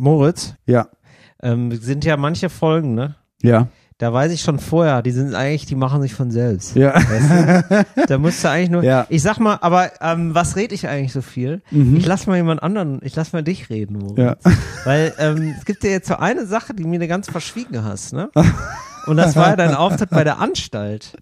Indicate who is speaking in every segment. Speaker 1: Moritz,
Speaker 2: Ja,
Speaker 1: ähm, sind ja manche Folgen, ne?
Speaker 2: ja,
Speaker 1: Da weiß ich schon vorher, die sind eigentlich, die machen sich von selbst.
Speaker 2: ja.
Speaker 1: Da musst du eigentlich nur.
Speaker 2: Ja. Mhm.
Speaker 1: Ich sag mal, aber ähm, was rede ich eigentlich so viel? Ich lass mal jemand anderen, ich lass mal dich reden, Moritz.
Speaker 2: Ja.
Speaker 1: Weil ähm, es gibt ja jetzt so eine Sache, die mir ganz verschwiegen hast, ne? Und das war ja dein Auftritt bei der Anstalt.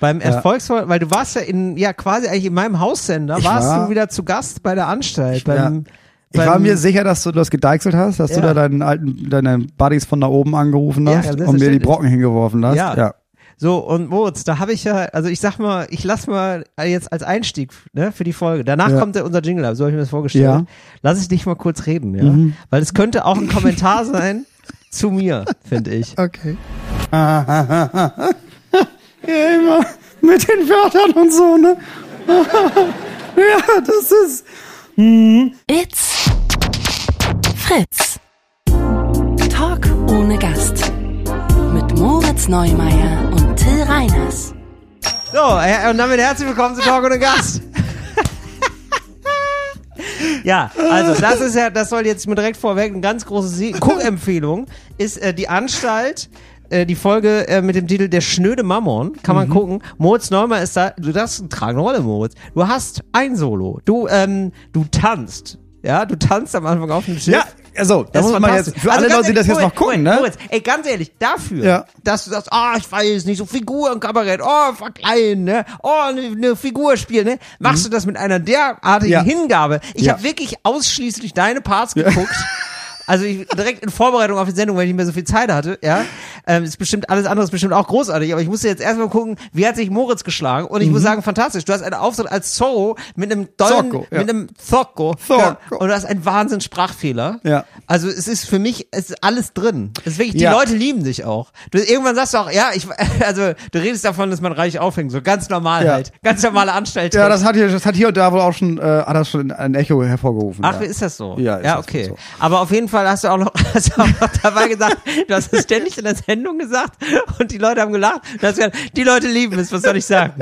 Speaker 1: Beim Erfolgsfall, weil du warst ja in, ja quasi eigentlich in meinem Haussender,
Speaker 2: Ich
Speaker 1: warst
Speaker 2: war-
Speaker 1: du wieder zu Gast bei der Anstalt.
Speaker 2: war-
Speaker 1: Beim,
Speaker 2: Ich
Speaker 1: beim-
Speaker 2: war mir sicher, dass du das gedeichselt hast, dass du
Speaker 1: Ja.
Speaker 2: da deinen alten, deine Buddies von da oben angerufen
Speaker 1: Ja,
Speaker 2: hast
Speaker 1: ja,
Speaker 2: und mir die
Speaker 1: selbstverständlich.
Speaker 2: Brocken hingeworfen hast.
Speaker 1: Ja.
Speaker 2: ja.
Speaker 1: So, und Moritz, da habe ich ja, also ich sag mal, ich lass mal jetzt als Einstieg ne, für die Folge. Danach
Speaker 2: Ja.
Speaker 1: kommt ja unser Jingle, ab, so habe ich mir das vorgestellt.
Speaker 2: Ja. Mhm.
Speaker 1: Lass ich dich mal kurz reden, ja. Weil es könnte auch ein Kommentar sein zu mir, finde ich.
Speaker 2: Okay. ja, immer mit den Wörtern und so, ne? ja, das ist.
Speaker 3: It's Fritz. Talk ohne Gast. Mit Moritz Neumeier und Till Reiners.
Speaker 1: So, äh, und damit herzlich willkommen zu Talk ohne Gast. Ja, also das ist ja, das soll jetzt mir direkt vorweg eine ganz große Sie- Guckempfehlung ist äh, die Anstalt, äh, die Folge äh, mit dem Titel Der schnöde Mammon, kann man gucken. Moritz Neumann ist da, du das ist eine tragende Rolle, Moritz. Du hast ein Solo, du ähm, du tanzt, ja, du tanzt am Anfang auf dem Schiff.
Speaker 2: Ja, also, da muss man jetzt,
Speaker 1: fantastisch.
Speaker 2: für
Speaker 1: Also
Speaker 2: alle
Speaker 1: ganz
Speaker 2: Leute, die das
Speaker 1: ehrlich,
Speaker 2: jetzt noch gucken,
Speaker 1: Moritz,
Speaker 2: ne?
Speaker 1: Moritz, ey, ganz ehrlich, dafür,
Speaker 2: Ja.
Speaker 1: dass du sagst, ah, ich weiß nicht, so Figuren, Kabarett, oh, verkleiden, ne? Oh, eine ne Figur spielen, ne? Machst du das mit einer derartigen
Speaker 2: Mhm. Ja.
Speaker 1: Hingabe? Ich
Speaker 2: Ja.
Speaker 1: habe wirklich ausschließlich deine Parts geguckt. Also ich, direkt in Vorbereitung auf die Sendung, weil ich nicht mehr so viel Zeit hatte, ja. Ähm, ist bestimmt alles andere ist bestimmt auch großartig, aber ich musste jetzt erstmal gucken, wie hat sich Moritz geschlagen? Und
Speaker 2: Mhm.
Speaker 1: ich muss sagen, fantastisch. Du hast einen Auftritt als Zorro mit einem dollen,
Speaker 2: Zorko, ja.
Speaker 1: mit einem Zorko,
Speaker 2: Zorko.
Speaker 1: Ja. Und du hast einen Wahnsinn Sprachfehler.
Speaker 2: Ja.
Speaker 1: Also es ist für mich, es ist alles drin. Es ist wirklich, die
Speaker 2: Ja.
Speaker 1: Leute lieben dich auch. Du, irgendwann sagst du auch, ja, ich, also du redest davon, dass man reich aufhängt, so ganz normal
Speaker 2: Ja.
Speaker 1: halt. Ganz normale Anstalt. halt.
Speaker 2: Ja, das hat hier, das hat hier und da wohl auch schon, äh, hat das schon ein Echo hervorgerufen.
Speaker 1: Ach,
Speaker 2: ja.
Speaker 1: wie ist das so?
Speaker 2: Ja, ist
Speaker 1: ja
Speaker 2: das
Speaker 1: okay.
Speaker 2: so.
Speaker 1: Aber auf jeden Fall hast du auch noch, hast du auch noch dabei gesagt, du hast es ständig in der Sendung gesagt und die Leute haben gelacht. Du hast gesagt, die Leute lieben es, was soll ich sagen?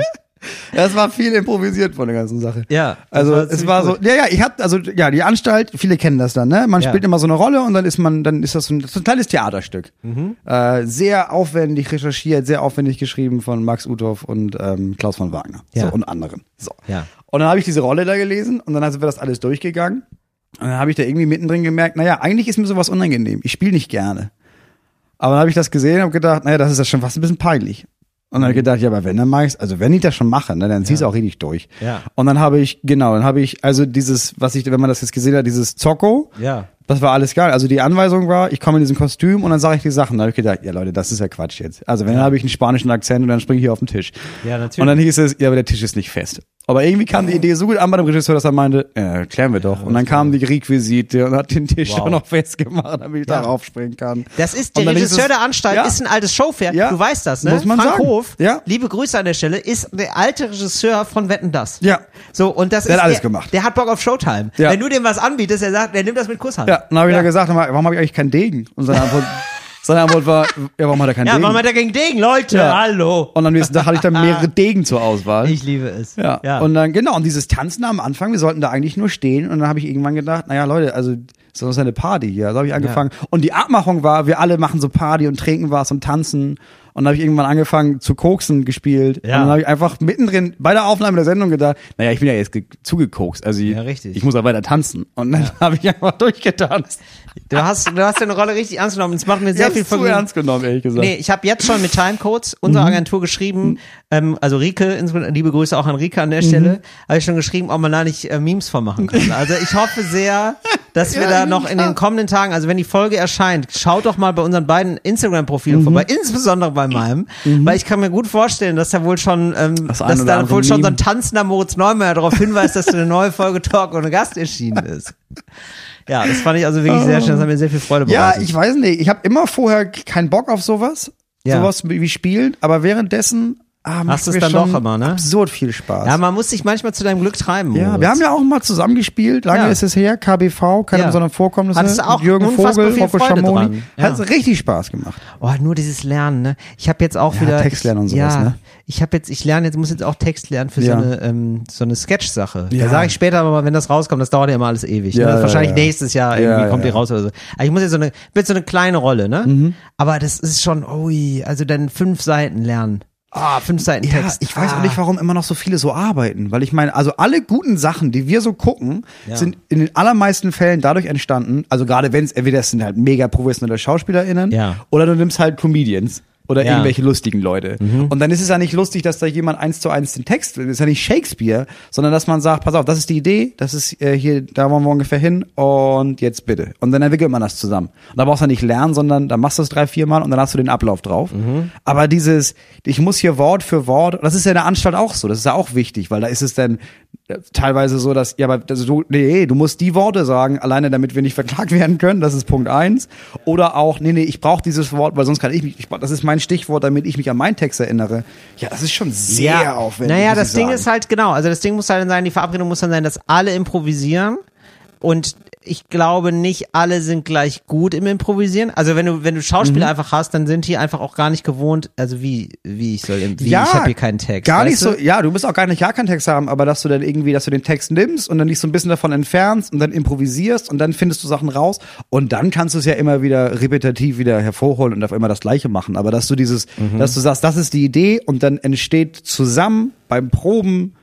Speaker 2: Das war viel improvisiert von der ganzen Sache.
Speaker 1: Ja, das
Speaker 2: Also
Speaker 1: war
Speaker 2: es
Speaker 1: ziemlich
Speaker 2: war so,
Speaker 1: gut.
Speaker 2: ja, ja, ich hab, also ja, die Anstalt, viele kennen das dann, ne? Man
Speaker 1: Ja.
Speaker 2: spielt immer so eine Rolle und dann ist man, dann ist das so ein, das ist ein kleines Theaterstück.
Speaker 1: Mhm.
Speaker 2: Äh, sehr aufwendig recherchiert, sehr aufwendig geschrieben von Max Uthoff und ähm, Klaus von Wagner
Speaker 1: Ja.
Speaker 2: so, und anderen. So.
Speaker 1: Ja.
Speaker 2: Und dann habe ich diese Rolle da gelesen und dann sind wir das alles durchgegangen. Und dann habe ich da irgendwie mittendrin gemerkt, naja, eigentlich ist mir sowas unangenehm. Ich spiele nicht gerne. Aber dann habe ich das gesehen und habe gedacht, naja, das ist ja schon fast ein bisschen peinlich. Und dann habe ich gedacht, ja, aber wenn dann mach ich's, also wenn ich das schon mache, ne, dann zieh's auch richtig durch.
Speaker 1: Ja.
Speaker 2: Und dann habe ich, genau, dann habe ich, also dieses, was ich, wenn man das jetzt gesehen hat, dieses Zocko,
Speaker 1: Ja.
Speaker 2: das war alles geil. Also die Anweisung war, ich komme in diesem Kostüm und dann sage ich die Sachen. Da habe ich gedacht, ja Leute, das ist ja Quatsch jetzt. Also wenn, dann habe ich einen spanischen Akzent und dann springe ich hier auf den Tisch.
Speaker 1: Ja, natürlich.
Speaker 2: Und dann hieß es, ja, aber der Tisch ist nicht fest. Aber irgendwie kam die Idee so gut an bei dem Regisseur, dass er meinte, ja, klären wir doch. und dann kam die Requisite und hat den Tisch
Speaker 1: Wow.
Speaker 2: auch noch festgemacht, damit ich
Speaker 1: Ja.
Speaker 2: darauf springen kann.
Speaker 1: Das ist
Speaker 2: Und
Speaker 1: der
Speaker 2: dann hieß
Speaker 1: Regisseur
Speaker 2: es-
Speaker 1: der Anstalt,
Speaker 2: ja.
Speaker 1: ist ein altes Showfair.
Speaker 2: Ja.
Speaker 1: Du weißt das, ne?
Speaker 2: Muss man
Speaker 1: Frank
Speaker 2: sagen.
Speaker 1: Hof,
Speaker 2: Ja.
Speaker 1: liebe Grüße an der Stelle, ist der alte Regisseur von Wetten das.
Speaker 2: Ja.
Speaker 1: So, und das
Speaker 2: Der
Speaker 1: ist
Speaker 2: hat alles
Speaker 1: der,
Speaker 2: gemacht.
Speaker 1: Der hat Bock auf Showtime.
Speaker 2: Ja.
Speaker 1: Wenn du dem was anbietest, er sagt, der nimmt das mit Kusshand.
Speaker 2: Ja, dann habe ich da gesagt, warum habe ich eigentlich keinen Degen? Und seine Antwort, seine Antwort war, ja, warum hat er keinen
Speaker 1: Ja,
Speaker 2: Degen?
Speaker 1: warum hat er gegen Degen? Leute,
Speaker 2: Ja.
Speaker 1: hallo.
Speaker 2: und am nächsten Tag hatte ich dann mehrere Degen zur Auswahl.
Speaker 1: Ich liebe es.
Speaker 2: Ja. Und dann, genau, und dieses Tanzen am Anfang, wir sollten da eigentlich nur stehen. Und dann habe ich irgendwann gedacht, naja, Leute, also so ist eine Party hier. Da habe ich angefangen. Und die Abmachung war, wir alle machen so Party und trinken was und tanzen. Und dann habe ich irgendwann angefangen zu koksen gespielt.
Speaker 1: Ja.
Speaker 2: Und dann habe ich einfach mittendrin bei der Aufnahme der Sendung gedacht, naja, ich bin ja jetzt ge- zugekokst. Also
Speaker 1: Ja, richtig.
Speaker 2: ich muss ja weiter tanzen. Und dann habe ich einfach durchgetanzt.
Speaker 1: du hast, du hast deine Rolle richtig ernst genommen. Es macht mir sehr
Speaker 2: ich
Speaker 1: viel
Speaker 2: hab's zu
Speaker 1: Vergnügen.
Speaker 2: ernst genommen, ehrlich gesagt.
Speaker 1: Nee, ich habe jetzt schon mit Timecodes unserer
Speaker 2: Mhm.
Speaker 1: Agentur geschrieben, ähm, also Rike, insbesondere liebe Grüße auch an Rike an der
Speaker 2: Mhm.
Speaker 1: Stelle, habe ich schon geschrieben, ob man da nicht äh, Memes von machen kann. Also ich hoffe sehr, dass wir
Speaker 2: Ja,
Speaker 1: da noch in
Speaker 2: ja.
Speaker 1: den kommenden Tagen, also wenn die Folge erscheint, schaut doch mal bei unseren beiden
Speaker 2: Mhm.
Speaker 1: Instagram-Profilen vorbei, insbesondere bei meinem, weil ich kann mir gut vorstellen, dass da wohl schon, ähm,
Speaker 2: Das ein
Speaker 1: dass
Speaker 2: oder
Speaker 1: da
Speaker 2: andere
Speaker 1: wohl schon so
Speaker 2: Meme.
Speaker 1: ein tanzender Moritz Neumeier darauf hinweist, dass eine neue Folge Talk ohne Gast erschienen ist. Ja, das fand ich also wirklich sehr schön, das hat mir sehr viel Freude
Speaker 2: Oh. Ja,
Speaker 1: bereitet.
Speaker 2: ich weiß nicht. Ich habe immer vorher keinen Bock auf sowas,
Speaker 1: Ja.
Speaker 2: sowas wie wie Spielen, aber währenddessen ah, macht
Speaker 1: Hast du's
Speaker 2: mir
Speaker 1: dann
Speaker 2: schon
Speaker 1: doch immer, ne?
Speaker 2: Absurd viel Spaß.
Speaker 1: Ja, man muss sich manchmal zu deinem Glück treiben.
Speaker 2: Ja, wir haben ja auch mal zusammengespielt. Lange
Speaker 1: Ja.
Speaker 2: ist es her. KBV, keine
Speaker 1: Ja.
Speaker 2: besonderen Vorkommnisse.
Speaker 1: Hattest du
Speaker 2: mit
Speaker 1: auch
Speaker 2: Jürgen
Speaker 1: unfassbar
Speaker 2: Vogel,
Speaker 1: viel
Speaker 2: Rocco
Speaker 1: Freude
Speaker 2: Schamoni.
Speaker 1: dran. Ja.
Speaker 2: Hat richtig Spaß gemacht.
Speaker 1: Oh, nur dieses Lernen, ne? Ich habe jetzt auch
Speaker 2: Ja,
Speaker 1: wieder.
Speaker 2: Text lernen und sowas,
Speaker 1: ja,
Speaker 2: ne?
Speaker 1: Ich habe jetzt, ich lerne jetzt, muss jetzt auch Text lernen für
Speaker 2: Ja.
Speaker 1: so eine, ähm, so eine Sketch-Sache.
Speaker 2: Ja.
Speaker 1: Da sage ich später aber mal, wenn das rauskommt, das dauert ja immer alles ewig.
Speaker 2: Ja,
Speaker 1: ne?
Speaker 2: ja,
Speaker 1: Wahrscheinlich
Speaker 2: ja.
Speaker 1: nächstes Jahr irgendwie
Speaker 2: Ja, ja,
Speaker 1: kommt die
Speaker 2: ja. Mhm.
Speaker 1: raus oder so. Aber ich muss jetzt so eine, wird so eine kleine Rolle, ne? Aber das ist schon, ui, also dann fünf Seiten lernen. Ah, fünf Seiten
Speaker 2: Ja,
Speaker 1: Text.
Speaker 2: ich weiß
Speaker 1: ah.
Speaker 2: auch nicht, warum immer noch so viele so arbeiten, weil ich meine, also alle guten Sachen, die wir so gucken, sind in den allermeisten Fällen dadurch entstanden, also gerade wenn es entweder es sind halt mega professionelle SchauspielerInnen
Speaker 1: Ja.
Speaker 2: oder du nimmst halt Comedians oder
Speaker 1: Ja.
Speaker 2: irgendwelche lustigen Leute. Und dann ist es ja nicht lustig, dass da jemand eins zu eins den Text will, das ist ja nicht Shakespeare, sondern dass man sagt, pass auf, das ist die Idee, das ist äh, hier, da wollen wir ungefähr hin und jetzt bitte. Und dann entwickelt man das zusammen. Und da brauchst du nicht lernen, sondern dann machst du es drei, vier Mal und dann hast du den Ablauf drauf. Aber dieses, ich muss hier Wort für Wort, das ist ja in der Anstalt auch so, das ist ja auch wichtig, weil da ist es dann äh, teilweise so, dass, ja, aber das, du, nee, du musst die Worte sagen, alleine damit wir nicht verklagt werden können, das ist Punkt eins. Oder auch, nee, nee, ich brauche dieses Wort, weil sonst kann ich mich, ich, brauch- das ist mein Stichwort, damit ich mich an meinen Text erinnere. Ja, das ist schon sehr aufwendig.
Speaker 1: Naja,
Speaker 2: muss ich
Speaker 1: das Ding
Speaker 2: sagen.
Speaker 1: ist halt, genau, also das Ding muss halt dann sein, die Verabredung muss dann sein, dass alle improvisieren und ich glaube nicht alle sind gleich gut im Improvisieren. Also wenn du, wenn du Schauspieler
Speaker 2: Mhm.
Speaker 1: einfach hast, dann sind die einfach auch gar nicht gewohnt, also wie, wie ich soll, im- wie ich habe hier keinen Text.
Speaker 2: Gar nicht
Speaker 1: weißt du?
Speaker 2: so, ja, du musst auch gar nicht gar keinen Text haben, aber dass du dann irgendwie, dass du den Text nimmst und dann dich so ein bisschen davon entfernst und dann improvisierst und dann findest du Sachen raus und dann kannst du es ja immer wieder repetitiv wieder hervorholen und auf immer das Gleiche machen. Aber dass du dieses,
Speaker 1: Mhm.
Speaker 2: dass du sagst, das ist die Idee und dann entsteht zusammen beim Proben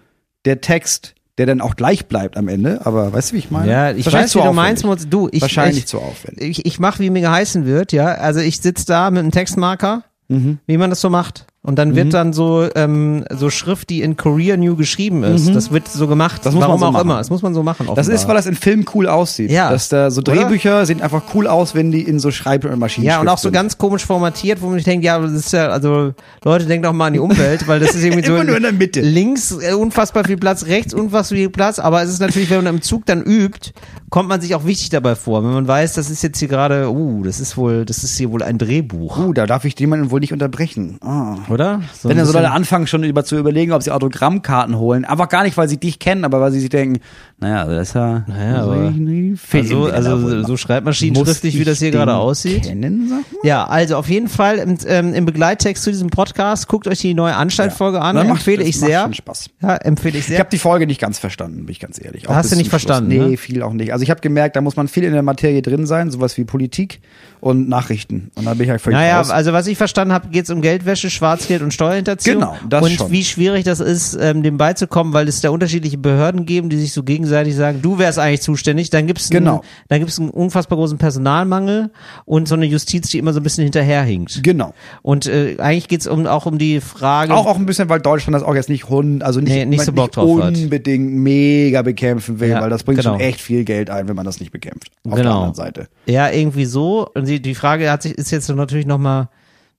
Speaker 2: der Text, der dann auch gleich bleibt am Ende. Aber weißt du, wie ich meine?
Speaker 1: Ja, ich
Speaker 2: Wahrscheinlich
Speaker 1: weiß,
Speaker 2: zu
Speaker 1: wie du
Speaker 2: aufwendig.
Speaker 1: meinst, Mutz. Du, ich,
Speaker 2: Wahrscheinlich
Speaker 1: ich,
Speaker 2: zu aufwendig.
Speaker 1: Ich, ich mache, wie mir geheißen wird, ja. Also ich sitz da mit einem Textmarker,
Speaker 2: Mhm.
Speaker 1: wie man das so macht. Und dann wird dann so, ähm, so Schrift, die in Korea New geschrieben ist. Das wird so gemacht.
Speaker 2: Mhm. Das muss man
Speaker 1: Warum
Speaker 2: so
Speaker 1: auch
Speaker 2: machen.
Speaker 1: immer. Das muss man so machen.
Speaker 2: Das
Speaker 1: offenbar.
Speaker 2: ist, weil das in Film cool aussieht.
Speaker 1: Ja.
Speaker 2: Dass da so
Speaker 1: Oder?
Speaker 2: Drehbücher sehen einfach cool aus, wenn die in so Schreibmaschinen
Speaker 1: Ja, und auch so
Speaker 2: sind.
Speaker 1: ganz komisch formatiert, wo man sich denkt, ja, das ist ja, also Leute, denkt auch mal an die Umwelt, weil das ist irgendwie so
Speaker 2: Immer nur in der Mitte.
Speaker 1: links äh, unfassbar viel Platz, rechts unfassbar viel Platz, aber es ist natürlich, wenn man im Zug dann übt, kommt man sich auch wichtig dabei vor, wenn man weiß, das ist jetzt hier gerade, uh, das ist wohl, das ist hier wohl ein Drehbuch,
Speaker 2: Uh, da darf ich jemanden wohl nicht unterbrechen. Ah.
Speaker 1: oder? So
Speaker 2: Wenn
Speaker 1: ein
Speaker 2: dann so
Speaker 1: bisschen-
Speaker 2: Leute anfangen, schon über zu überlegen, ob sie Autogrammkarten holen, aber gar nicht, weil sie dich kennen, aber weil sie sich denken, naja, also das ist ja
Speaker 1: Naja,
Speaker 2: also
Speaker 1: aber-
Speaker 2: ich nie Film,
Speaker 1: also,
Speaker 2: den er da wohl
Speaker 1: also so
Speaker 2: macht.
Speaker 1: schreibmaschinenschriftlich,
Speaker 2: Muss
Speaker 1: wie das hier
Speaker 2: ich
Speaker 1: gerade
Speaker 2: den
Speaker 1: aussieht.
Speaker 2: Kennen, sag mal?
Speaker 1: Ja, also auf jeden Fall im, ähm, im Begleittext zu diesem Podcast, guckt euch die neue Anstaltfolge an,
Speaker 2: Dann macht-
Speaker 1: empfehle
Speaker 2: das
Speaker 1: ich
Speaker 2: macht
Speaker 1: sehr.
Speaker 2: schon Spaß.
Speaker 1: Ja, empfehle ich sehr.
Speaker 2: Ich habe die Folge nicht ganz verstanden, bin ich ganz ehrlich. Auch
Speaker 1: Hast
Speaker 2: bis
Speaker 1: du nicht
Speaker 2: zum
Speaker 1: verstanden,
Speaker 2: Schluss. Nee,
Speaker 1: ne?
Speaker 2: viel auch nicht. Also ich habe gemerkt, da muss man viel in der Materie drin sein, sowas wie Politik und Nachrichten. Und da bin ich halt völlig
Speaker 1: Naja,
Speaker 2: raus.
Speaker 1: also was ich verstanden habe, geht es um Geldwäsche, Schwarzgeld und Steuerhinterziehung.
Speaker 2: Genau, das
Speaker 1: Und
Speaker 2: schon.
Speaker 1: wie schwierig das ist, ähm, dem beizukommen, weil es da unterschiedliche Behörden geben, die sich so gegenseitig sagen, du wärst eigentlich zuständig. Dann gibt es
Speaker 2: Genau.
Speaker 1: dann gibt's einen unfassbar großen Personalmangel und so eine Justiz, die immer so ein bisschen hinterherhinkt.
Speaker 2: genau.
Speaker 1: Und äh, eigentlich geht es um, auch um die Frage,
Speaker 2: Auch, auch ein bisschen, weil Deutschland das auch jetzt nicht hund, also nicht,
Speaker 1: Nee, nicht so Bock drauf hat.
Speaker 2: unbedingt mega bekämpfen will,
Speaker 1: Ja,
Speaker 2: weil das bringt schon
Speaker 1: genau.
Speaker 2: echt viel Geld ein, wenn man das nicht bekämpft. Auf der
Speaker 1: Genau.
Speaker 2: anderen Seite.
Speaker 1: Ja, irgendwie so. Und die, die Frage hat sich, ist jetzt natürlich nochmal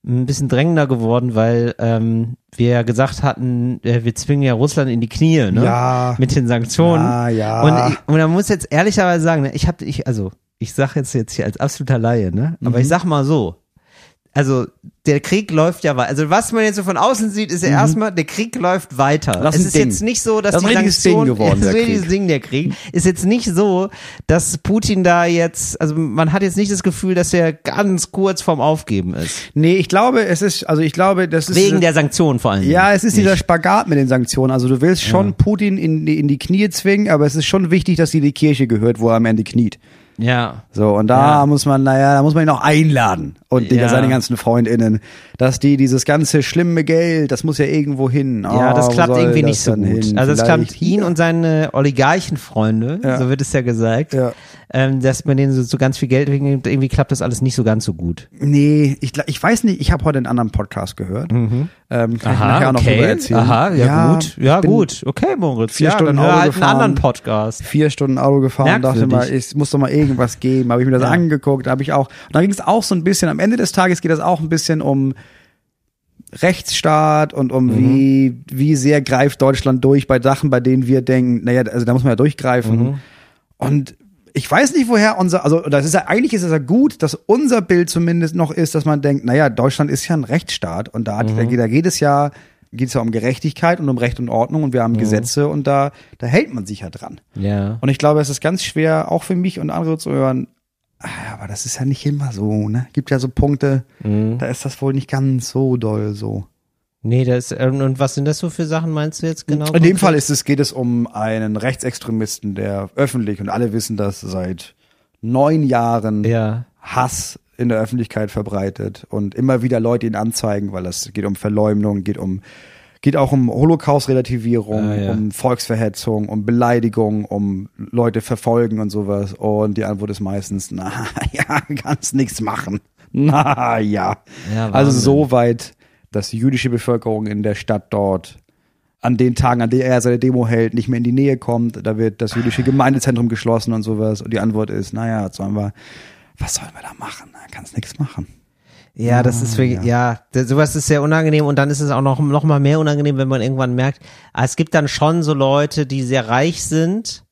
Speaker 1: ein bisschen drängender geworden, weil ähm, wir ja gesagt hatten, äh, wir zwingen ja Russland in die Knie, ne?
Speaker 2: Ja.
Speaker 1: Mit den Sanktionen.
Speaker 2: Ja, ja.
Speaker 1: Und, ich, und man muss jetzt ehrlicherweise sagen, ne, ich habe, ich, also, ich sage jetzt jetzt hier als absoluter Laie, ne?
Speaker 2: Mhm.
Speaker 1: Aber ich sag mal so. Also, der Krieg läuft ja weiter. Also, was man jetzt so von außen sieht, ist ja
Speaker 2: Mhm.
Speaker 1: erstmal, der Krieg läuft weiter.
Speaker 2: Das
Speaker 1: es
Speaker 2: ist ein
Speaker 1: ist
Speaker 2: Ding.
Speaker 1: jetzt nicht so, dass
Speaker 2: Das ist
Speaker 1: die
Speaker 2: ein richtiges Ding
Speaker 1: Sanktionen,
Speaker 2: geworden,
Speaker 1: das ist
Speaker 2: der
Speaker 1: ein richtiges
Speaker 2: Krieg.
Speaker 1: Ding, der Krieg. Ist jetzt nicht so, dass Putin da jetzt, also man hat jetzt nicht das Gefühl, dass er ganz kurz vorm Aufgeben ist.
Speaker 2: Nee, ich glaube, es ist, also ich glaube, das ist.
Speaker 1: Wegen der Sanktionen vor allem.
Speaker 2: ja, es ist dieser Spagat mit den Sanktionen. Also du willst schon Putin in, die- in die Knie zwingen, aber es ist schon wichtig, dass sie die Kirche gehört, wo er am Ende kniet.
Speaker 1: Ja.
Speaker 2: So, und da
Speaker 1: Ja.
Speaker 2: muss man, naja, da muss man ihn auch einladen. Und Digga,
Speaker 1: Ja.
Speaker 2: seine ganzen FreundInnen, dass die dieses ganze schlimme Geld, das muss ja irgendwo hin.
Speaker 1: Ja, das
Speaker 2: Ah, wo
Speaker 1: klappt
Speaker 2: soll
Speaker 1: irgendwie
Speaker 2: das
Speaker 1: nicht so
Speaker 2: dann
Speaker 1: gut.
Speaker 2: hin?
Speaker 1: Also es
Speaker 2: Vielleicht
Speaker 1: klappt ihn
Speaker 2: hier?
Speaker 1: und seine Oligarchenfreunde,
Speaker 2: Ja.
Speaker 1: so wird es ja gesagt,
Speaker 2: Ja.
Speaker 1: ähm, dass man denen so, so ganz viel Geld weggibt, irgendwie klappt das alles nicht so ganz so gut.
Speaker 2: Nee, ich, gla- ich weiß nicht, ich habe heute einen anderen Podcast gehört. Ähm, kann ich nachher auch noch drüber erzählen.
Speaker 1: Mhm. Aha, ja, gut, ja
Speaker 2: ich bin
Speaker 1: gut, okay Moritz,
Speaker 2: vier
Speaker 1: ja,
Speaker 2: Stunden
Speaker 1: dann hör
Speaker 2: Auto
Speaker 1: halt einen
Speaker 2: gefahren.
Speaker 1: anderen Podcast.
Speaker 2: Vier Stunden Auto gefahren, dachte
Speaker 1: Merkwürdig.
Speaker 2: mal, es muss doch mal irgendwas geben. Habe ich mir das
Speaker 1: Ja.
Speaker 2: angeguckt, habe ich auch. Und da ging es auch so ein bisschen, am Ende des Tages geht das auch ein bisschen um Rechtsstaat und um
Speaker 1: Mhm.
Speaker 2: wie, wie sehr greift Deutschland durch bei Sachen, bei denen wir denken, naja, also da muss man ja durchgreifen.
Speaker 1: Mhm.
Speaker 2: Und ich weiß nicht, woher unser, also das ist ja, eigentlich ist es ja gut, dass unser
Speaker 1: Mhm.
Speaker 2: Bild zumindest noch ist, dass man denkt, naja, Deutschland ist ja ein Rechtsstaat und da, hat, da, geht- da geht es ja geht es ja um Gerechtigkeit und um Recht und Ordnung und wir
Speaker 1: Mhm.
Speaker 2: haben Gesetze und da, da hält man sich ja dran.
Speaker 1: Ja.
Speaker 2: Und ich glaube, es ist ganz schwer, auch für mich und andere zu hören, "Ah, aber das ist ja nicht immer so, ne? Gibt ja so Punkte, da ist das wohl nicht ganz so doll so.
Speaker 1: Nee, das, ähm, und was sind das so für Sachen, meinst du jetzt genau?
Speaker 2: In dem Fall ist es, geht es um einen Rechtsextremisten, der öffentlich, und alle wissen das, seit neun Jahren
Speaker 1: Ja.
Speaker 2: Hass in der Öffentlichkeit verbreitet und immer wieder Leute ihn anzeigen, weil das geht um Verleumdung, geht um geht auch um Holocaust-Relativierung,
Speaker 1: Ah, ja.
Speaker 2: um Volksverhetzung, um Beleidigung, um Leute verfolgen und sowas. Und die Antwort ist meistens, na ja, kannst nichts machen. Na ja.
Speaker 1: Ja,
Speaker 2: also
Speaker 1: Wahnsinn.
Speaker 2: so weit, dass die jüdische Bevölkerung in der Stadt dort an den Tagen, an denen er seine Demo hält, nicht mehr in die Nähe kommt. Da wird das jüdische Gemeindezentrum geschlossen und sowas. Und die Antwort ist, naja, jetzt sollen wir, was sollen wir da machen? Da kannst nichts machen.
Speaker 1: Ja, das ist wirklich, ja, das- sowas ist sehr unangenehm und dann ist es auch noch, noch mal mehr unangenehm, wenn man irgendwann merkt, ah, es gibt dann schon so Leute, die sehr reich sind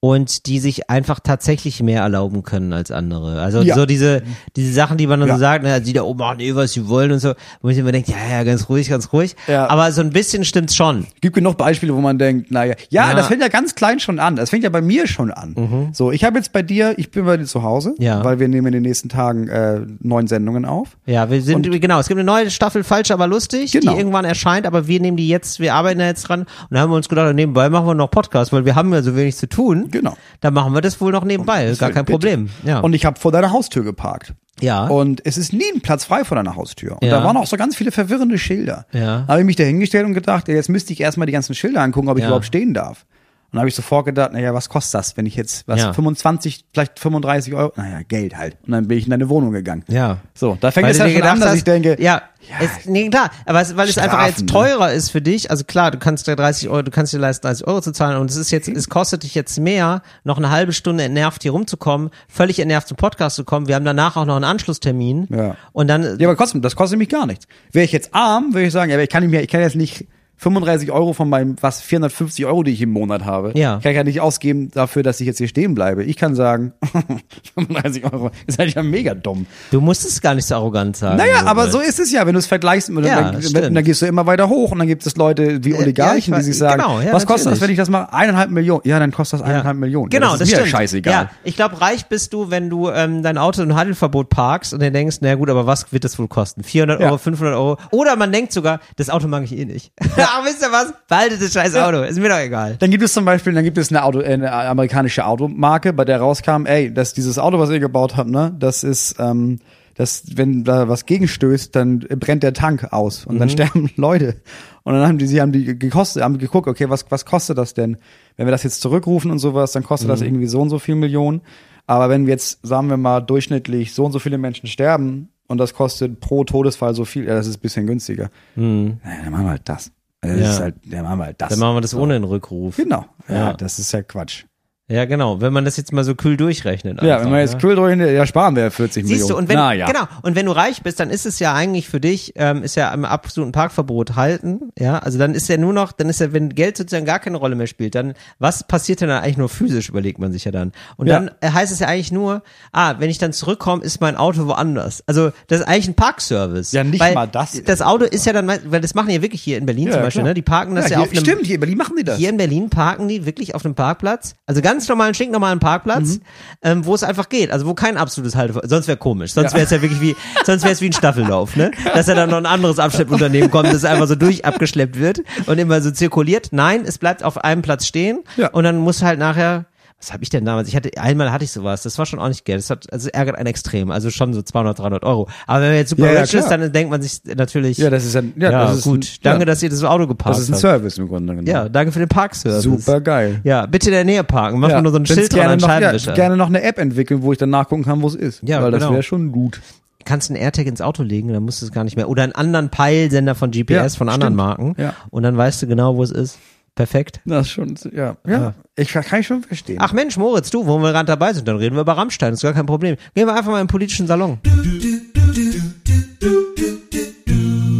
Speaker 1: und die sich einfach tatsächlich mehr erlauben können als andere. Also
Speaker 2: Ja.
Speaker 1: so diese, diese Sachen, die man dann
Speaker 2: Ja.
Speaker 1: so sagt, na, die da oben machen eh, was sie wollen und so, wo ich immer denke, ja, ja, ganz ruhig, ganz ruhig.
Speaker 2: Ja.
Speaker 1: Aber so ein bisschen stimmt's schon.
Speaker 2: gibt genug Beispiele, wo man denkt, naja, ja,
Speaker 1: Ja. Mhm.
Speaker 2: das fängt ja ganz klein schon an. Das fängt ja bei mir schon an. So, ich habe jetzt bei dir, ich bin bei dir zu Hause,
Speaker 1: Ja.
Speaker 2: weil wir nehmen in den nächsten Tagen äh, neun Sendungen auf.
Speaker 1: Ja, wir sind, genau, es gibt eine neue Staffel Falsch, aber lustig,
Speaker 2: Genau.
Speaker 1: die irgendwann erscheint, aber wir nehmen die jetzt, wir arbeiten da jetzt dran und dann haben wir uns gedacht, nebenbei machen wir noch Podcast, weil wir haben ja so wenig zu tun.
Speaker 2: Genau.
Speaker 1: Dann machen wir das wohl noch nebenbei, ist gar kein
Speaker 2: Bitte.
Speaker 1: Problem. Ja.
Speaker 2: Und ich habe vor deiner Haustür geparkt.
Speaker 1: ja.
Speaker 2: Und es ist nie ein Platz frei vor deiner Haustür. Und
Speaker 1: Ja.
Speaker 2: da waren auch so ganz viele verwirrende Schilder.
Speaker 1: Ja.
Speaker 2: Habe ich mich da hingestellt und gedacht, ja, jetzt müsste ich erstmal die ganzen Schilder angucken, ob ich
Speaker 1: Ja.
Speaker 2: überhaupt stehen darf. Und habe ich sofort gedacht, naja, was kostet das, wenn ich jetzt, was,
Speaker 1: Ja.
Speaker 2: 25, vielleicht 35 Euro, naja, Geld halt. Und dann bin ich in deine Wohnung gegangen.
Speaker 1: ja.
Speaker 2: So, da fängt
Speaker 1: Weil
Speaker 2: es
Speaker 1: du
Speaker 2: ja
Speaker 1: dir
Speaker 2: schon an,
Speaker 1: gedacht
Speaker 2: dass
Speaker 1: hast,
Speaker 2: ich denke,
Speaker 1: Ja, es, nee, klar, aber es, weil es einfach
Speaker 2: Strafen,
Speaker 1: jetzt
Speaker 2: ne?
Speaker 1: teurer ist für dich, also klar, du kannst dir 30 Euro, du kannst dir leisten, 30 Euro zu zahlen und es ist jetzt, es kostet dich jetzt mehr, noch eine halbe Stunde entnervt hier rumzukommen, völlig entnervt zum Podcast zu kommen, wir haben danach auch noch einen Anschlusstermin
Speaker 2: Ja.
Speaker 1: und dann,
Speaker 2: Ja, aber trotzdem, das kostet mich gar nichts. Wäre ich jetzt arm, würde ich sagen, ja, aber ich kann mir, ich kann jetzt nicht 35 Euro von meinem, was, 450 Euro, die ich im Monat habe,
Speaker 1: Ja.
Speaker 2: kann ich ja nicht ausgeben dafür, dass ich jetzt hier stehen bleibe. Ich kann sagen, 35 Euro, ist halt ja mega dumm.
Speaker 1: du musst es gar nicht so arrogant sagen.
Speaker 2: Naja,
Speaker 1: Jürgen.
Speaker 2: aber so ist es ja, wenn du es vergleichst, mit,
Speaker 1: Also, äh, Ja,
Speaker 2: dann,
Speaker 1: stimmt. Äh,
Speaker 2: wenn, dann gehst du immer weiter hoch und dann gibt es Leute wie Oligarchen,
Speaker 1: ja, ich
Speaker 2: die sich
Speaker 1: weiß-
Speaker 2: sagen,
Speaker 1: genau, ja,
Speaker 2: was kostet
Speaker 1: natürlich.
Speaker 2: das, wenn ich das mache? Eineinhalb Millionen. Ja, dann kostet das
Speaker 1: Ja.
Speaker 2: eineinhalb Millionen.
Speaker 1: Genau,
Speaker 2: ja, das
Speaker 1: das
Speaker 2: ist mir
Speaker 1: stimmt.
Speaker 2: scheißegal.
Speaker 1: Ja, ich glaube, reich bist du, wenn du ähm, dein Auto in Handelverbot parkst und dann denkst, na gut, aber was wird das wohl kosten? 400
Speaker 2: Ja.
Speaker 1: Euro, 500 Euro? Oder man denkt sogar, das Auto mag ich eh nicht. Ach, wisst ihr was? Behaltet das scheiß Auto, ist mir doch egal.
Speaker 2: Dann gibt es zum Beispiel, dann gibt es eine, Auto, äh, eine amerikanische Automarke, bei der rauskam, ey, dass dieses Auto, was ihr gebaut habt, ne, das ist, ähm, das, wenn da was gegenstößt, dann brennt der Tank aus
Speaker 1: Mhm.
Speaker 2: und dann sterben Leute. Und dann haben die, sie haben die gekostet, haben geguckt, okay, was, was kostet das denn? Wenn wir das jetzt zurückrufen und sowas, dann kostet
Speaker 1: Mhm.
Speaker 2: das irgendwie so und so viel Millionen. Aber wenn wir jetzt, sagen wir mal, durchschnittlich so und so viele Menschen sterben und das kostet pro Todesfall so viel, ja, das ist ein bisschen günstiger. Naja, dann machen wir halt das. Das
Speaker 1: Mhm. Ja.
Speaker 2: ist halt, dann machen wir halt das.
Speaker 1: Dann machen wir das ohne den Rückruf.
Speaker 2: Genau. Ja,
Speaker 1: Ja.
Speaker 2: das ist ja Quatsch. Also,
Speaker 1: Ja, genau. Wenn man das jetzt mal so kühl durchrechnet.
Speaker 2: Ja,
Speaker 1: einfach,
Speaker 2: wenn wir jetzt
Speaker 1: ne?
Speaker 2: kühl drücken, ja, sparen wir ja 40
Speaker 1: Siehst du,
Speaker 2: Millionen.
Speaker 1: und wenn,
Speaker 2: Na ja.
Speaker 1: genau, und wenn du reich bist, dann ist es ja eigentlich für dich, ähm, ist ja am absoluten Parkverbot halten, ja, also dann ist ja nur noch, dann ist ja, wenn Geld sozusagen gar keine Rolle mehr spielt, dann, was passiert denn dann eigentlich nur physisch, überlegt man sich ja dann. Und
Speaker 2: Ja.
Speaker 1: dann äh, heißt es ja eigentlich nur, ah, wenn ich dann zurückkomme, ist mein Auto woanders. Also, das ist eigentlich ein Parkservice.
Speaker 2: Ja, nicht
Speaker 1: weil
Speaker 2: mal das.
Speaker 1: Das Auto ist ja dann, mei- weil das machen ja wirklich hier in Berlin zum Beispiel,
Speaker 2: klar.
Speaker 1: ne, die parken das ja,
Speaker 2: hier,
Speaker 1: auf einem,
Speaker 2: Stimmt, hier, aber die machen die das.
Speaker 1: hier in Berlin parken die wirklich auf einem Parkplatz, also ganz normalen, stinknormalen
Speaker 2: Mhm.
Speaker 1: Parkplatz, ähm, wo es einfach geht, also wo kein absolutes Halteverbot, sonst wäre komisch, sonst
Speaker 2: Ja.
Speaker 1: wäre es ja wirklich wie, sonst wäre es wie ein Staffellauf, ne? Dass ja dann noch ein anderes Abschleppunternehmen kommt, das einfach so durch abgeschleppt wird und immer so zirkuliert. Nein, es bleibt auf einem Platz stehen
Speaker 2: Ja.
Speaker 1: und dann muss halt nachher was habe ich denn damals? Ich hatte einmal hatte ich sowas. Das war schon auch nicht Geld. Das hat also ärgert einen extrem. Also schon so 200, 300 Euro. Aber wenn man jetzt super
Speaker 2: Ja, ja,
Speaker 1: rich ist,
Speaker 2: klar.
Speaker 1: dann denkt man sich natürlich.
Speaker 2: Ja, das ist ein- ja, das ist
Speaker 1: gut.
Speaker 2: ein-
Speaker 1: Danke,
Speaker 2: ja.
Speaker 1: dass ihr das Auto geparkt
Speaker 2: das ist ein
Speaker 1: habt.
Speaker 2: Service im Grunde genommen.
Speaker 1: Ja, danke für den Parkservice.
Speaker 2: Super geil.
Speaker 1: Ja, bitte in der Nähe parken. Mach
Speaker 2: Ja,
Speaker 1: mal nur so ein
Speaker 2: wenn's
Speaker 1: Schild dran an
Speaker 2: noch, ja,
Speaker 1: Scheibenwischer.
Speaker 2: gerne noch eine App entwickeln, wo ich dann nachgucken kann, wo es ist.
Speaker 1: Ja,
Speaker 2: Weil das
Speaker 1: genau.
Speaker 2: wäre schon gut.
Speaker 1: Kannst einen AirTag ins Auto legen, dann musst du es gar nicht mehr. Oder einen anderen Peilsender von GPS
Speaker 2: Ja,
Speaker 1: von anderen
Speaker 2: stimmt.
Speaker 1: Marken.
Speaker 2: Ja.
Speaker 1: Und dann weißt du genau, wo es ist. Perfekt.
Speaker 2: Das ist schon, ja. Ja, ich kann ich schon verstehen.
Speaker 1: Ach Mensch, Moritz, du, wo wir gerade dabei sind, dann reden wir über Rammstein, ist gar kein Problem. Gehen wir einfach mal in den politischen Salon.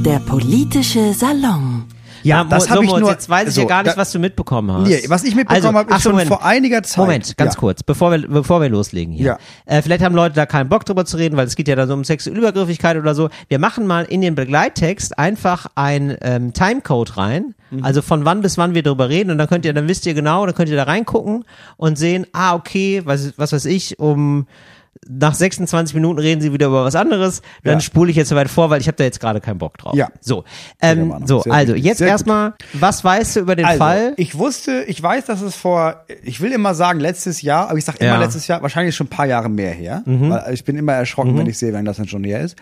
Speaker 3: Der politische Salon.
Speaker 2: Ja,
Speaker 1: Mo-
Speaker 2: das habe
Speaker 1: so,
Speaker 2: ich
Speaker 1: Moritz,
Speaker 2: nur-
Speaker 1: jetzt weiß ich ja
Speaker 2: so,
Speaker 1: gar nicht,
Speaker 2: da-
Speaker 1: was du mitbekommen hast.
Speaker 2: Nee, was ich mitbekommen
Speaker 1: also,
Speaker 2: habe, ist
Speaker 1: ach so,
Speaker 2: schon
Speaker 1: Moment.
Speaker 2: vor einiger Zeit.
Speaker 1: Moment, ganz
Speaker 2: ja.
Speaker 1: kurz, bevor wir, bevor wir loslegen hier.
Speaker 2: Ja.
Speaker 1: Äh, vielleicht haben Leute da keinen Bock drüber zu reden, weil es geht ja dann so um sexuelle Übergriffigkeit oder so. Wir machen mal in den Begleittext einfach ein ähm, Timecode rein,
Speaker 2: Mhm.
Speaker 1: also von wann bis wann wir drüber reden und dann könnt ihr, dann wisst ihr genau, dann könnt ihr da reingucken und sehen, ah, okay, was, was weiß ich, um nach 26 Minuten reden sie wieder über was anderes, dann
Speaker 2: Ja.
Speaker 1: spule ich jetzt so weit vor, weil ich habe da jetzt gerade keinen Bock drauf.
Speaker 2: Ja.
Speaker 1: So,
Speaker 2: Guter
Speaker 1: ähm,
Speaker 2: Mann.
Speaker 1: so
Speaker 2: Sehr
Speaker 1: also
Speaker 2: gut.
Speaker 1: jetzt
Speaker 2: Sehr gut.
Speaker 1: erstmal, was weißt du über den
Speaker 2: Also,
Speaker 1: Fall?
Speaker 2: ich wusste, ich weiß, dass es vor, ich will immer sagen letztes Jahr, aber ich sage immer
Speaker 1: Ja. Mhm.
Speaker 2: letztes Jahr, wahrscheinlich schon ein paar Jahre mehr her, weil ich bin immer erschrocken, wenn ich sehe, wenn das dann schon her ist.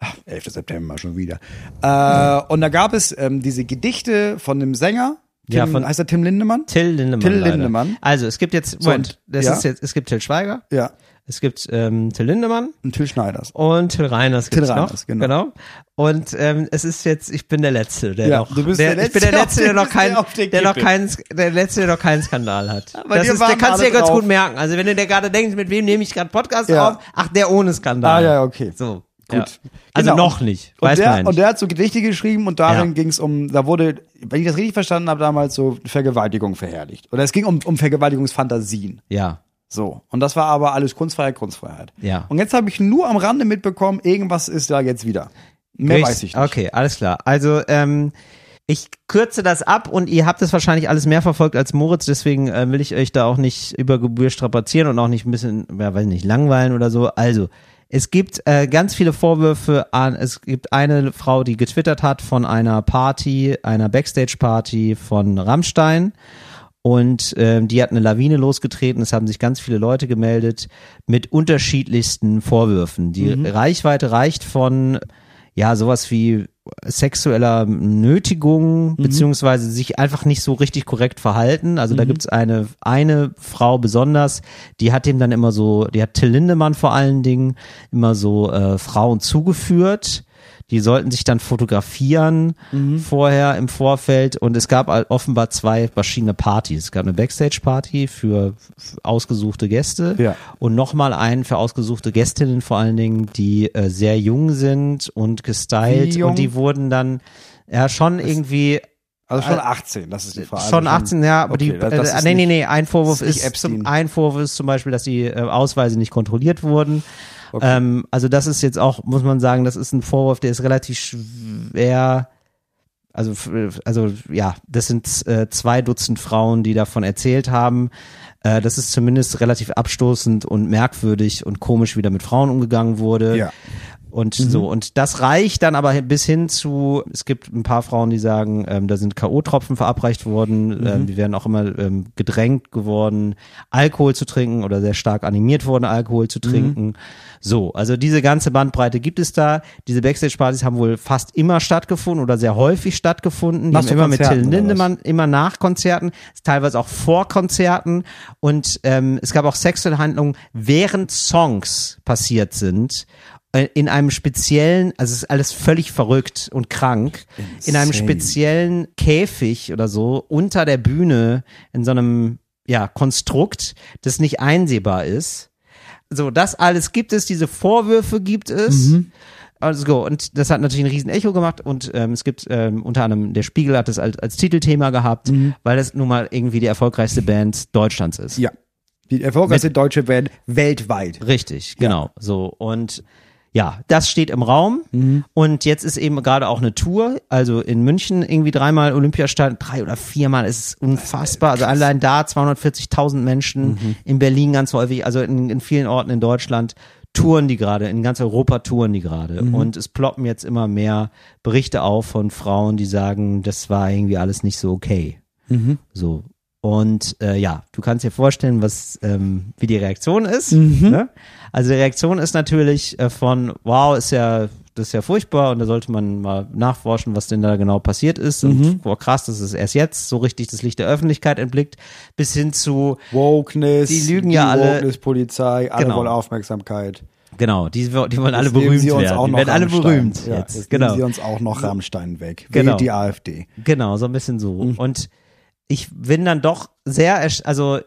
Speaker 2: Ach, 11. September schon wieder. Äh, Und da gab es ähm, diese Gedichte von einem Sänger, Tim,
Speaker 1: Ja, von-
Speaker 2: heißt er Tim Lindemann?
Speaker 1: Till Lindemann.
Speaker 2: Till
Speaker 1: leider.
Speaker 2: Lindemann.
Speaker 1: Also es gibt jetzt, Moment,
Speaker 2: und-
Speaker 1: das
Speaker 2: ja.
Speaker 1: ist jetzt, es gibt Till Schweiger,
Speaker 2: Ja,
Speaker 1: es gibt ähm, Till Lindemann
Speaker 2: und Till Schneiders.
Speaker 1: und Till Reiners gibt's
Speaker 2: Till Reiners,
Speaker 1: noch.
Speaker 2: genau.
Speaker 1: Und ähm, es ist jetzt, ich bin der Letzte, der
Speaker 2: Ja,
Speaker 1: noch,
Speaker 2: du bist der
Speaker 1: ich bin
Speaker 2: Letzte
Speaker 1: der Letzte, der
Speaker 2: auf
Speaker 1: noch
Speaker 2: den-
Speaker 1: keinen,
Speaker 2: auf den
Speaker 1: der noch
Speaker 2: Kippe.
Speaker 1: keinen, der Letzte, der noch keinen Skandal hat.
Speaker 2: Bei
Speaker 1: das
Speaker 2: dir
Speaker 1: ist, der
Speaker 2: waren
Speaker 1: kannst du dir
Speaker 2: alle
Speaker 1: ganz
Speaker 2: drauf.
Speaker 1: gut merken. Also wenn du dir gerade denkst, mit wem nehme ich gerade Podcast
Speaker 2: Ja.
Speaker 1: auf? Ach, der ohne Skandal.
Speaker 2: Ah, ja, okay.
Speaker 1: So.
Speaker 2: Gut.
Speaker 1: Ja. Also
Speaker 2: Genau.
Speaker 1: noch nicht.
Speaker 2: Und
Speaker 1: Weiß
Speaker 2: der,
Speaker 1: man ja
Speaker 2: Und
Speaker 1: nicht.
Speaker 2: der hat so Gedichte geschrieben und darin
Speaker 1: Ja.
Speaker 2: ging es um, da wurde, wenn ich das richtig verstanden habe, damals so Vergewaltigung verherrlicht. Oder es ging um, um Vergewaltigungsfantasien.
Speaker 1: Ja.
Speaker 2: So. Und das war aber alles Kunstfreiheit, Kunstfreiheit.
Speaker 1: Ja.
Speaker 2: Und jetzt habe ich nur am Rande mitbekommen, irgendwas ist da jetzt wieder. Mehr
Speaker 1: Richtig.
Speaker 2: weiß ich nicht.
Speaker 1: Okay, alles klar. Also, ähm, ich kürze das ab und ihr habt es wahrscheinlich alles mehr verfolgt als Moritz, deswegen äh, will ich euch da auch nicht über Gebühr strapazieren und auch nicht ein bisschen, ja, weiß nicht, langweilen oder so. Also, es gibt äh, ganz viele Vorwürfe an, es gibt eine Frau, die getwittert hat von einer Party, einer Backstage-Party von Rammstein. Und ähm, die hat eine Lawine losgetreten. Es haben sich ganz viele Leute gemeldet mit unterschiedlichsten Vorwürfen. Die Reichweite reicht von ja sowas wie sexueller Nötigung beziehungsweise sich einfach nicht so richtig korrekt verhalten. Also da gibt's eine eine Frau besonders, die hat dem dann immer so, die hat Till Lindemann vor allen Dingen immer so äh, Frauen zugeführt. Die sollten sich dann fotografieren
Speaker 2: Mhm.
Speaker 1: vorher im Vorfeld und es gab all- offenbar zwei verschiedene Partys. Es gab eine Backstage-Party für f- ausgesuchte Gäste
Speaker 2: Ja.
Speaker 1: und nochmal einen für ausgesuchte Gästinnen vor allen Dingen, die äh, sehr jung sind und gestylt
Speaker 2: Wie jung?
Speaker 1: und die wurden dann ja schon irgendwie
Speaker 2: Also schon 18, das ist die Frage.
Speaker 1: Äh,
Speaker 2: Also
Speaker 1: schon 18, ja, aber die,
Speaker 2: Okay, das- das
Speaker 1: äh,
Speaker 2: ist
Speaker 1: nee, nee,
Speaker 2: nicht-
Speaker 1: nee, ein Vorwurf
Speaker 2: das ist
Speaker 1: ist,
Speaker 2: nicht
Speaker 1: zum,
Speaker 2: Epstein.
Speaker 1: ein Vorwurf ist zum Beispiel, dass die äh, Ausweise nicht kontrolliert wurden. Ähm, also das ist jetzt auch, muss man sagen, das ist ein Vorwurf, der ist relativ schwer, also, f- also ja, das sind äh, zwei Dutzend Frauen, die davon erzählt haben. Äh, das ist zumindest relativ abstoßend und merkwürdig und komisch, wie da mit Frauen umgegangen wurde.
Speaker 2: Ja.
Speaker 1: Und
Speaker 2: Mhm.
Speaker 1: so, und das reicht dann aber bis hin zu, es gibt ein paar Frauen, die sagen, ähm, da sind K.O.-Tropfen verabreicht worden,
Speaker 2: Mhm.
Speaker 1: ähm, die werden auch immer ähm, gedrängt geworden, Alkohol zu trinken oder sehr stark animiert worden, Alkohol
Speaker 2: Mhm.
Speaker 1: zu trinken. So, also diese ganze Bandbreite gibt es da. Diese Backstage-Partys haben wohl fast immer stattgefunden oder sehr häufig stattgefunden. Die
Speaker 2: Nach
Speaker 1: haben
Speaker 2: so
Speaker 1: immer mit Till
Speaker 2: Konzerten oder was?
Speaker 1: Lindemann Konzerten, immer nach Konzerten, teilweise auch vor Konzerten und ähm, es gab auch sexuelle Handlungen, während Songs passiert sind. äh, In einem speziellen, also es ist alles völlig verrückt und krank, in einem
Speaker 2: Insane.
Speaker 1: speziellen Käfig oder so unter der Bühne in so einem ja, Konstrukt, das nicht einsehbar ist. So, das alles gibt es, diese Vorwürfe gibt es. Also go. Und das hat natürlich ein riesen Echo gemacht und ähm, es gibt ähm, unter anderem, der Spiegel hat das als, als Titelthema gehabt, weil das nun mal irgendwie die erfolgreichste Band Deutschlands ist.
Speaker 2: Ja. Die erfolgreichste deutsche Band weltweit.
Speaker 1: Richtig, genau. So und ja, das steht im Raum und jetzt ist eben gerade auch eine Tour, also in München irgendwie dreimal Olympiastadion, drei oder viermal, es ist unfassbar, also allein da 240.000 Menschen, in Berlin ganz häufig, also in, in vielen Orten in Deutschland touren die gerade, in ganz Europa touren die gerade und es ploppen jetzt immer mehr Berichte auf von Frauen, die sagen, das war irgendwie alles nicht so okay. So. Und äh, ja, du kannst dir vorstellen, was ähm, wie die Reaktion ist. Ne? Also die Reaktion ist natürlich äh, von wow, ist ja das ist ja furchtbar und da sollte man mal nachforschen, was denn da genau passiert ist
Speaker 2: Mhm.
Speaker 1: und boah, krass, dass es erst jetzt so richtig das Licht der Öffentlichkeit entblickt, bis hin zu
Speaker 2: Wokeness.
Speaker 1: Die lügen ja alle.
Speaker 2: Wokeness, Polizei, alle
Speaker 1: Genau.
Speaker 2: wollen Aufmerksamkeit.
Speaker 1: genau, die, wo- die wollen alle
Speaker 2: Jetzt nehmen
Speaker 1: berühmt
Speaker 2: sie uns
Speaker 1: werden,
Speaker 2: Auch
Speaker 1: die
Speaker 2: noch
Speaker 1: werden alle
Speaker 2: Rammstein.
Speaker 1: berühmt
Speaker 2: Ja,
Speaker 1: jetzt,
Speaker 2: jetzt
Speaker 1: genau.
Speaker 2: nehmen sie uns auch noch Rammstein weg.
Speaker 1: Genau.
Speaker 2: Genau. Die AfD. Mhm.
Speaker 1: Genau, so ein bisschen so. Und ich bin dann doch sehr, ersch- also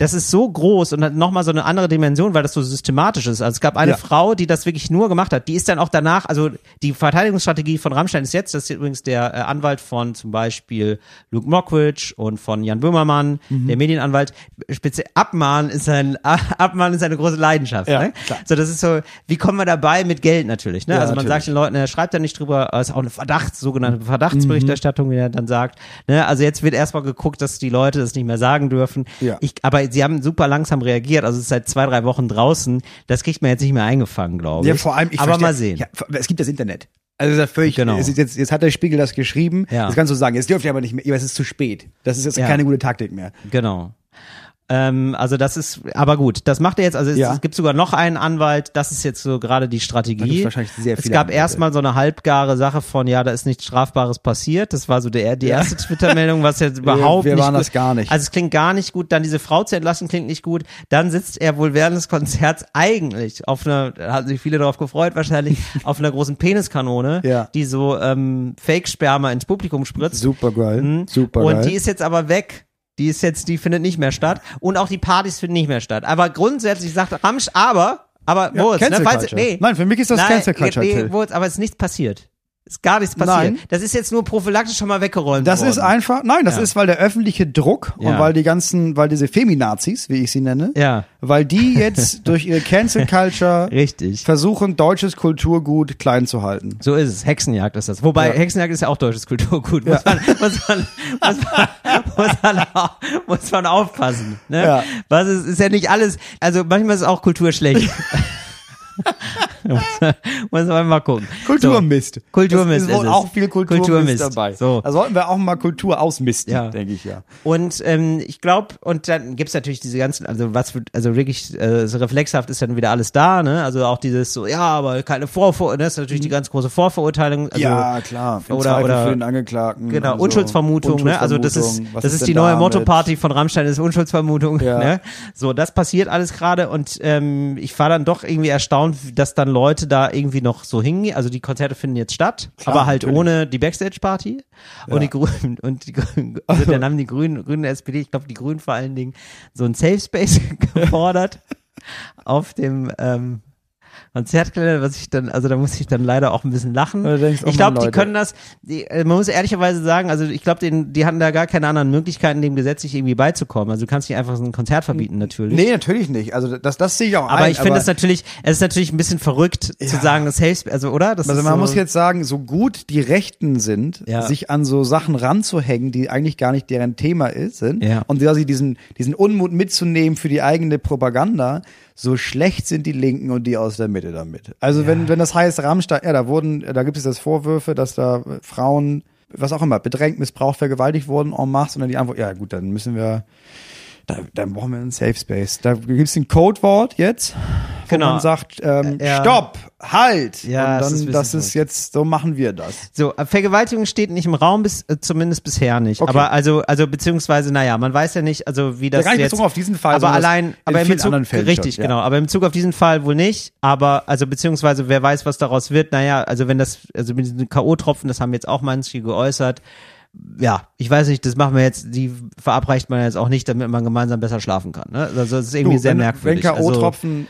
Speaker 1: das ist so groß und hat nochmal so eine andere Dimension, weil das so systematisch ist. Also es gab eine
Speaker 2: Ja.
Speaker 1: Frau, die das wirklich nur gemacht hat. Die ist dann auch danach, also die Verteidigungsstrategie von Rammstein ist jetzt, das ist übrigens der äh, Anwalt von zum Beispiel Luke Mockridge und von Jan Böhmermann,
Speaker 2: Mhm.
Speaker 1: der Medienanwalt. Speziell Abmahn ist ein Abmahn ist eine große Leidenschaft.
Speaker 2: Ja,
Speaker 1: ne?
Speaker 2: klar.
Speaker 1: So, das ist so, wie kommen wir dabei mit Geld natürlich, ne?
Speaker 2: Ja,
Speaker 1: also man
Speaker 2: natürlich.
Speaker 1: sagt den Leuten, er schreibt da nicht drüber, aber es ist auch eine Verdachts,
Speaker 2: Mhm.
Speaker 1: sogenannte Verdachtsberichterstattung, wie er dann sagt. Ne? Also jetzt wird erstmal geguckt, dass die Leute das nicht mehr sagen dürfen.
Speaker 2: Ja.
Speaker 1: Ich, aber sie haben super langsam reagiert, also es ist seit zwei, drei Wochen draußen. Das kriegt man jetzt nicht mehr eingefangen, glaube ich.
Speaker 2: Ja, vor allem, ich
Speaker 1: aber
Speaker 2: verstehe-
Speaker 1: mal sehen.
Speaker 2: Ja, es gibt das Internet. Also das ist ja völlig,
Speaker 1: Genau.
Speaker 2: genau. es ist jetzt, jetzt hat der Spiegel das geschrieben,
Speaker 1: Ja.
Speaker 2: das kannst du sagen, jetzt dürft ihr aber nicht mehr, aber es ist zu spät. Das ist jetzt
Speaker 1: Ja.
Speaker 2: keine gute Taktik mehr.
Speaker 1: Genau. Ähm, also das ist, aber gut, das macht er jetzt, also es,
Speaker 2: Ja.
Speaker 1: es gibt sogar noch einen Anwalt, das ist jetzt so gerade die Strategie.
Speaker 2: gibt's wahrscheinlich sehr
Speaker 1: es
Speaker 2: viele
Speaker 1: gab
Speaker 2: Anwälte.
Speaker 1: erstmal so eine halbgare Sache von, ja, da ist nichts Strafbares passiert, das war so der, die erste Twitter-Meldung, was jetzt überhaupt
Speaker 2: wir
Speaker 1: nicht
Speaker 2: waren
Speaker 1: gut-
Speaker 2: das gar nicht.
Speaker 1: Also es klingt gar nicht gut, dann diese Frau zu entlassen klingt nicht gut, dann sitzt er wohl während des Konzerts eigentlich auf einer, da haben sich viele darauf gefreut wahrscheinlich, auf einer großen Peniskanone,
Speaker 2: Ja.
Speaker 1: die so ähm, Fake-Sperma ins Publikum spritzt.
Speaker 2: Super geil,
Speaker 1: Mhm. Und die ist jetzt aber weg. Die ist jetzt, die findet nicht mehr statt. Und auch die Partys finden nicht mehr statt. Aber grundsätzlich sagt Ramsch, aber, aber,
Speaker 2: Ja,
Speaker 1: Moritz, ne,
Speaker 2: Cancel
Speaker 1: falls,
Speaker 2: Culture.
Speaker 1: nee,
Speaker 2: Nein, für mich ist das
Speaker 1: nein,
Speaker 2: Cancel Culture,
Speaker 1: nee,
Speaker 2: Till.
Speaker 1: Moritz, aber es ist nichts passiert. Ist gar nichts passiert.
Speaker 2: Nein.
Speaker 1: Das ist jetzt nur prophylaktisch schon mal weggeräumt
Speaker 2: Das
Speaker 1: worden.
Speaker 2: ist einfach, nein, das
Speaker 1: Ja.
Speaker 2: ist, weil der öffentliche Druck
Speaker 1: Ja.
Speaker 2: und weil die ganzen, weil diese Feminazis, wie ich sie nenne,
Speaker 1: Ja.
Speaker 2: weil die jetzt durch ihre Cancel Culture
Speaker 1: Richtig.
Speaker 2: versuchen, deutsches Kulturgut klein zu halten.
Speaker 1: So ist es. Hexenjagd ist das. Wobei
Speaker 2: Ja.
Speaker 1: Hexenjagd ist ja auch deutsches Kulturgut. Muss, man, muss, man, muss, man, muss, man, au- muss man aufpassen. Ne?
Speaker 2: Ja.
Speaker 1: Was ist, ist ja nicht alles. Also manchmal ist auch Kultur schlecht. muss man mal gucken.
Speaker 2: Kulturmist.
Speaker 1: So. Kulturmist.
Speaker 2: Es ist wohl
Speaker 1: es.
Speaker 2: auch viel Kulturmist,
Speaker 1: Kulturmist
Speaker 2: dabei.
Speaker 1: So.
Speaker 2: Da sollten wir auch mal Kultur ausmisten,
Speaker 1: Ja.
Speaker 2: denke ich ja.
Speaker 1: Und ähm, ich glaube, und dann gibt's natürlich diese ganzen, also was wird, also wirklich äh, so reflexhaft ist dann wieder alles da, ne? Also auch dieses so, ja, aber keine Vorvor, das ist natürlich die ganz große Vorverurteilung. Also,
Speaker 2: Mhm. ja, klar. Im
Speaker 1: oder-
Speaker 2: Zweifel
Speaker 1: oder-
Speaker 2: für den Angeklagten.
Speaker 1: Genau,
Speaker 2: also
Speaker 1: Unschuldsvermutung, ne? Also das ist
Speaker 2: Unschuldsvermutung, was
Speaker 1: das ist,
Speaker 2: denn
Speaker 1: die neue
Speaker 2: damit?
Speaker 1: Motto-Party von Rammstein, ist Unschuldsvermutung.
Speaker 2: Ja.
Speaker 1: Ne? So, das passiert alles gerade und ähm, ich war dann doch irgendwie erstaunt, dass dann Leute da irgendwie noch so hingehen. Also die Konzerte finden jetzt statt, aber halt ohne die Backstage-Party und die Grünen und die Grünen, also dann haben die Grünen, Grünen SPD, ich glaube die Grünen vor allen Dingen so ein Safe Space gefordert auf dem ähm, Konzertkalender, was ich dann, also da muss ich dann leider auch ein bisschen lachen.
Speaker 2: Da denkst du, oh
Speaker 1: ich glaube,
Speaker 2: Mann,
Speaker 1: die
Speaker 2: Leute.
Speaker 1: können das, die, äh, man muss ehrlicherweise sagen, also ich glaube, denen- die hatten da gar keine anderen Möglichkeiten, dem Gesetz sich irgendwie beizukommen. Also du kannst nicht einfach so ein Konzert verbieten, natürlich.
Speaker 2: Nee, natürlich nicht. Also das, das sehe ich auch
Speaker 1: aber
Speaker 2: ein.
Speaker 1: ich finde es natürlich, es ist natürlich ein bisschen verrückt zu
Speaker 2: Ja.
Speaker 1: sagen, das hilft, also oder? Das
Speaker 2: Also
Speaker 1: ist
Speaker 2: man
Speaker 1: so,
Speaker 2: muss jetzt sagen, so gut die Rechten sind,
Speaker 1: Ja.
Speaker 2: sich an so Sachen ranzuhängen, die eigentlich gar nicht deren Thema ist, sind,
Speaker 1: Ja.
Speaker 2: und quasi diesen, diesen Unmut mitzunehmen für die eigene Propaganda, so schlecht sind die Linken und die aus der Mitte damit. Also wenn, wenn das heißt Rammstein, ja, da wurden, da gibt es jetzt Vorwürfe, dass da Frauen, was auch immer, bedrängt, missbraucht, vergewaltigt wurden en masse und dann die Antwort, ja gut, dann müssen wir, da, dann brauchen wir einen Safe Space. Da gibt es ein Codewort jetzt, wo
Speaker 1: Genau.
Speaker 2: man sagt, ähm,
Speaker 1: Ja.
Speaker 2: Stopp, Halt!
Speaker 1: Ja,
Speaker 2: und
Speaker 1: es
Speaker 2: dann,
Speaker 1: ist ein
Speaker 2: das
Speaker 1: bisschen
Speaker 2: ist jetzt, so machen wir das.
Speaker 1: So, äh, Vergewaltigung steht nicht im Raum, bis, äh, zumindest bisher nicht.
Speaker 2: Okay.
Speaker 1: Aber also, also beziehungsweise, naja, man weiß ja nicht, also wie das
Speaker 2: gar nicht
Speaker 1: jetzt.
Speaker 2: bezogen auf diesen Fall,
Speaker 1: aber
Speaker 2: sondern das
Speaker 1: allein,
Speaker 2: in
Speaker 1: aber im
Speaker 2: vielen
Speaker 1: Bezug,
Speaker 2: anderen Fällen
Speaker 1: richtig,
Speaker 2: schon, ja.
Speaker 1: genau. Aber im Bezug auf diesen Fall wohl nicht. Aber also beziehungsweise, wer weiß, was daraus wird. Naja, also wenn das, also mit diesen K.O.-Tropfen, das haben jetzt auch manche geäußert. Ja, ich weiß nicht, das machen wir jetzt, die verabreicht man jetzt auch nicht, damit man gemeinsam besser schlafen kann. Ne? Also das ist irgendwie
Speaker 2: Du,
Speaker 1: sehr
Speaker 2: wenn,
Speaker 1: merkwürdig.
Speaker 2: Wenn
Speaker 1: also,
Speaker 2: K.O.-Tropfen,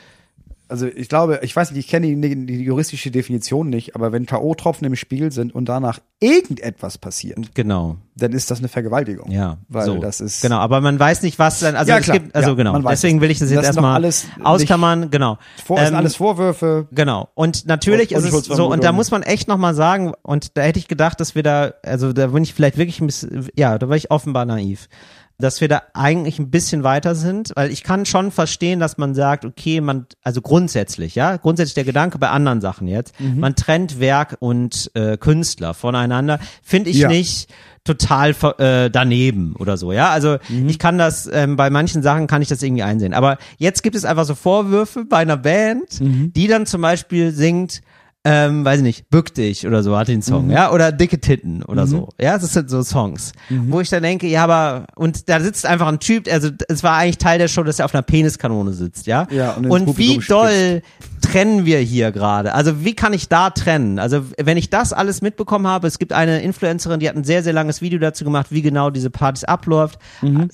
Speaker 2: also, ich glaube, ich weiß nicht, ich kenne die, die juristische Definition nicht, aber wenn K.O.-Tropfen im Spiel sind und danach irgendetwas passiert,
Speaker 1: genau.
Speaker 2: dann ist das eine Vergewaltigung.
Speaker 1: Ja,
Speaker 2: Weil
Speaker 1: so.
Speaker 2: das ist.
Speaker 1: genau, aber man weiß nicht, was dann also
Speaker 2: Ja,
Speaker 1: es
Speaker 2: klar.
Speaker 1: gibt also
Speaker 2: Ja,
Speaker 1: genau,
Speaker 2: man weiß
Speaker 1: deswegen
Speaker 2: es.
Speaker 1: will ich das jetzt
Speaker 2: Das ist noch
Speaker 1: erstmal
Speaker 2: alles nicht-
Speaker 1: auskammern, genau.
Speaker 2: Vor, das sind
Speaker 1: Ähm,
Speaker 2: alles Vorwürfe.
Speaker 1: Genau. Und natürlich
Speaker 2: Und
Speaker 1: ist es so,
Speaker 2: Unschuldsvermutung.
Speaker 1: und da muss man echt nochmal sagen, und da hätte ich gedacht, dass wir da, also da bin ich vielleicht wirklich ein bisschen, ja, da war ich offenbar naiv, dass wir da eigentlich ein bisschen weiter sind, weil ich kann schon verstehen, dass man sagt, okay, man, also grundsätzlich, ja, grundsätzlich der Gedanke bei anderen Sachen jetzt,
Speaker 2: Mhm.
Speaker 1: man trennt Werk und äh, Künstler voneinander, finde ich
Speaker 2: Ja.
Speaker 1: nicht total ver- äh, daneben oder so, ja. Also
Speaker 2: Mhm.
Speaker 1: ich kann das, ähm, bei manchen Sachen kann ich das irgendwie
Speaker 2: Mhm.
Speaker 1: einsehen. Aber jetzt gibt es einfach so Vorwürfe bei einer Band, die dann zum Beispiel singt, ähm, weiß ich nicht, bück dich oder so hat den Song,
Speaker 2: Mhm.
Speaker 1: ja, oder dicke Titten oder so. Ja, das sind so Songs,
Speaker 2: Mhm.
Speaker 1: wo ich dann denke, ja, aber und da sitzt einfach ein Typ, also es war eigentlich Teil der Show, dass er auf einer Peniskanone sitzt, ja.
Speaker 2: Ja, und
Speaker 1: und
Speaker 2: ins
Speaker 1: wie
Speaker 2: Publikum
Speaker 1: doll trennen wir hier gerade? Also wie kann ich da trennen? Also wenn ich das alles mitbekommen habe, es gibt eine Influencerin, die hat ein sehr sehr langes Video dazu gemacht, wie genau diese Partys abläuft.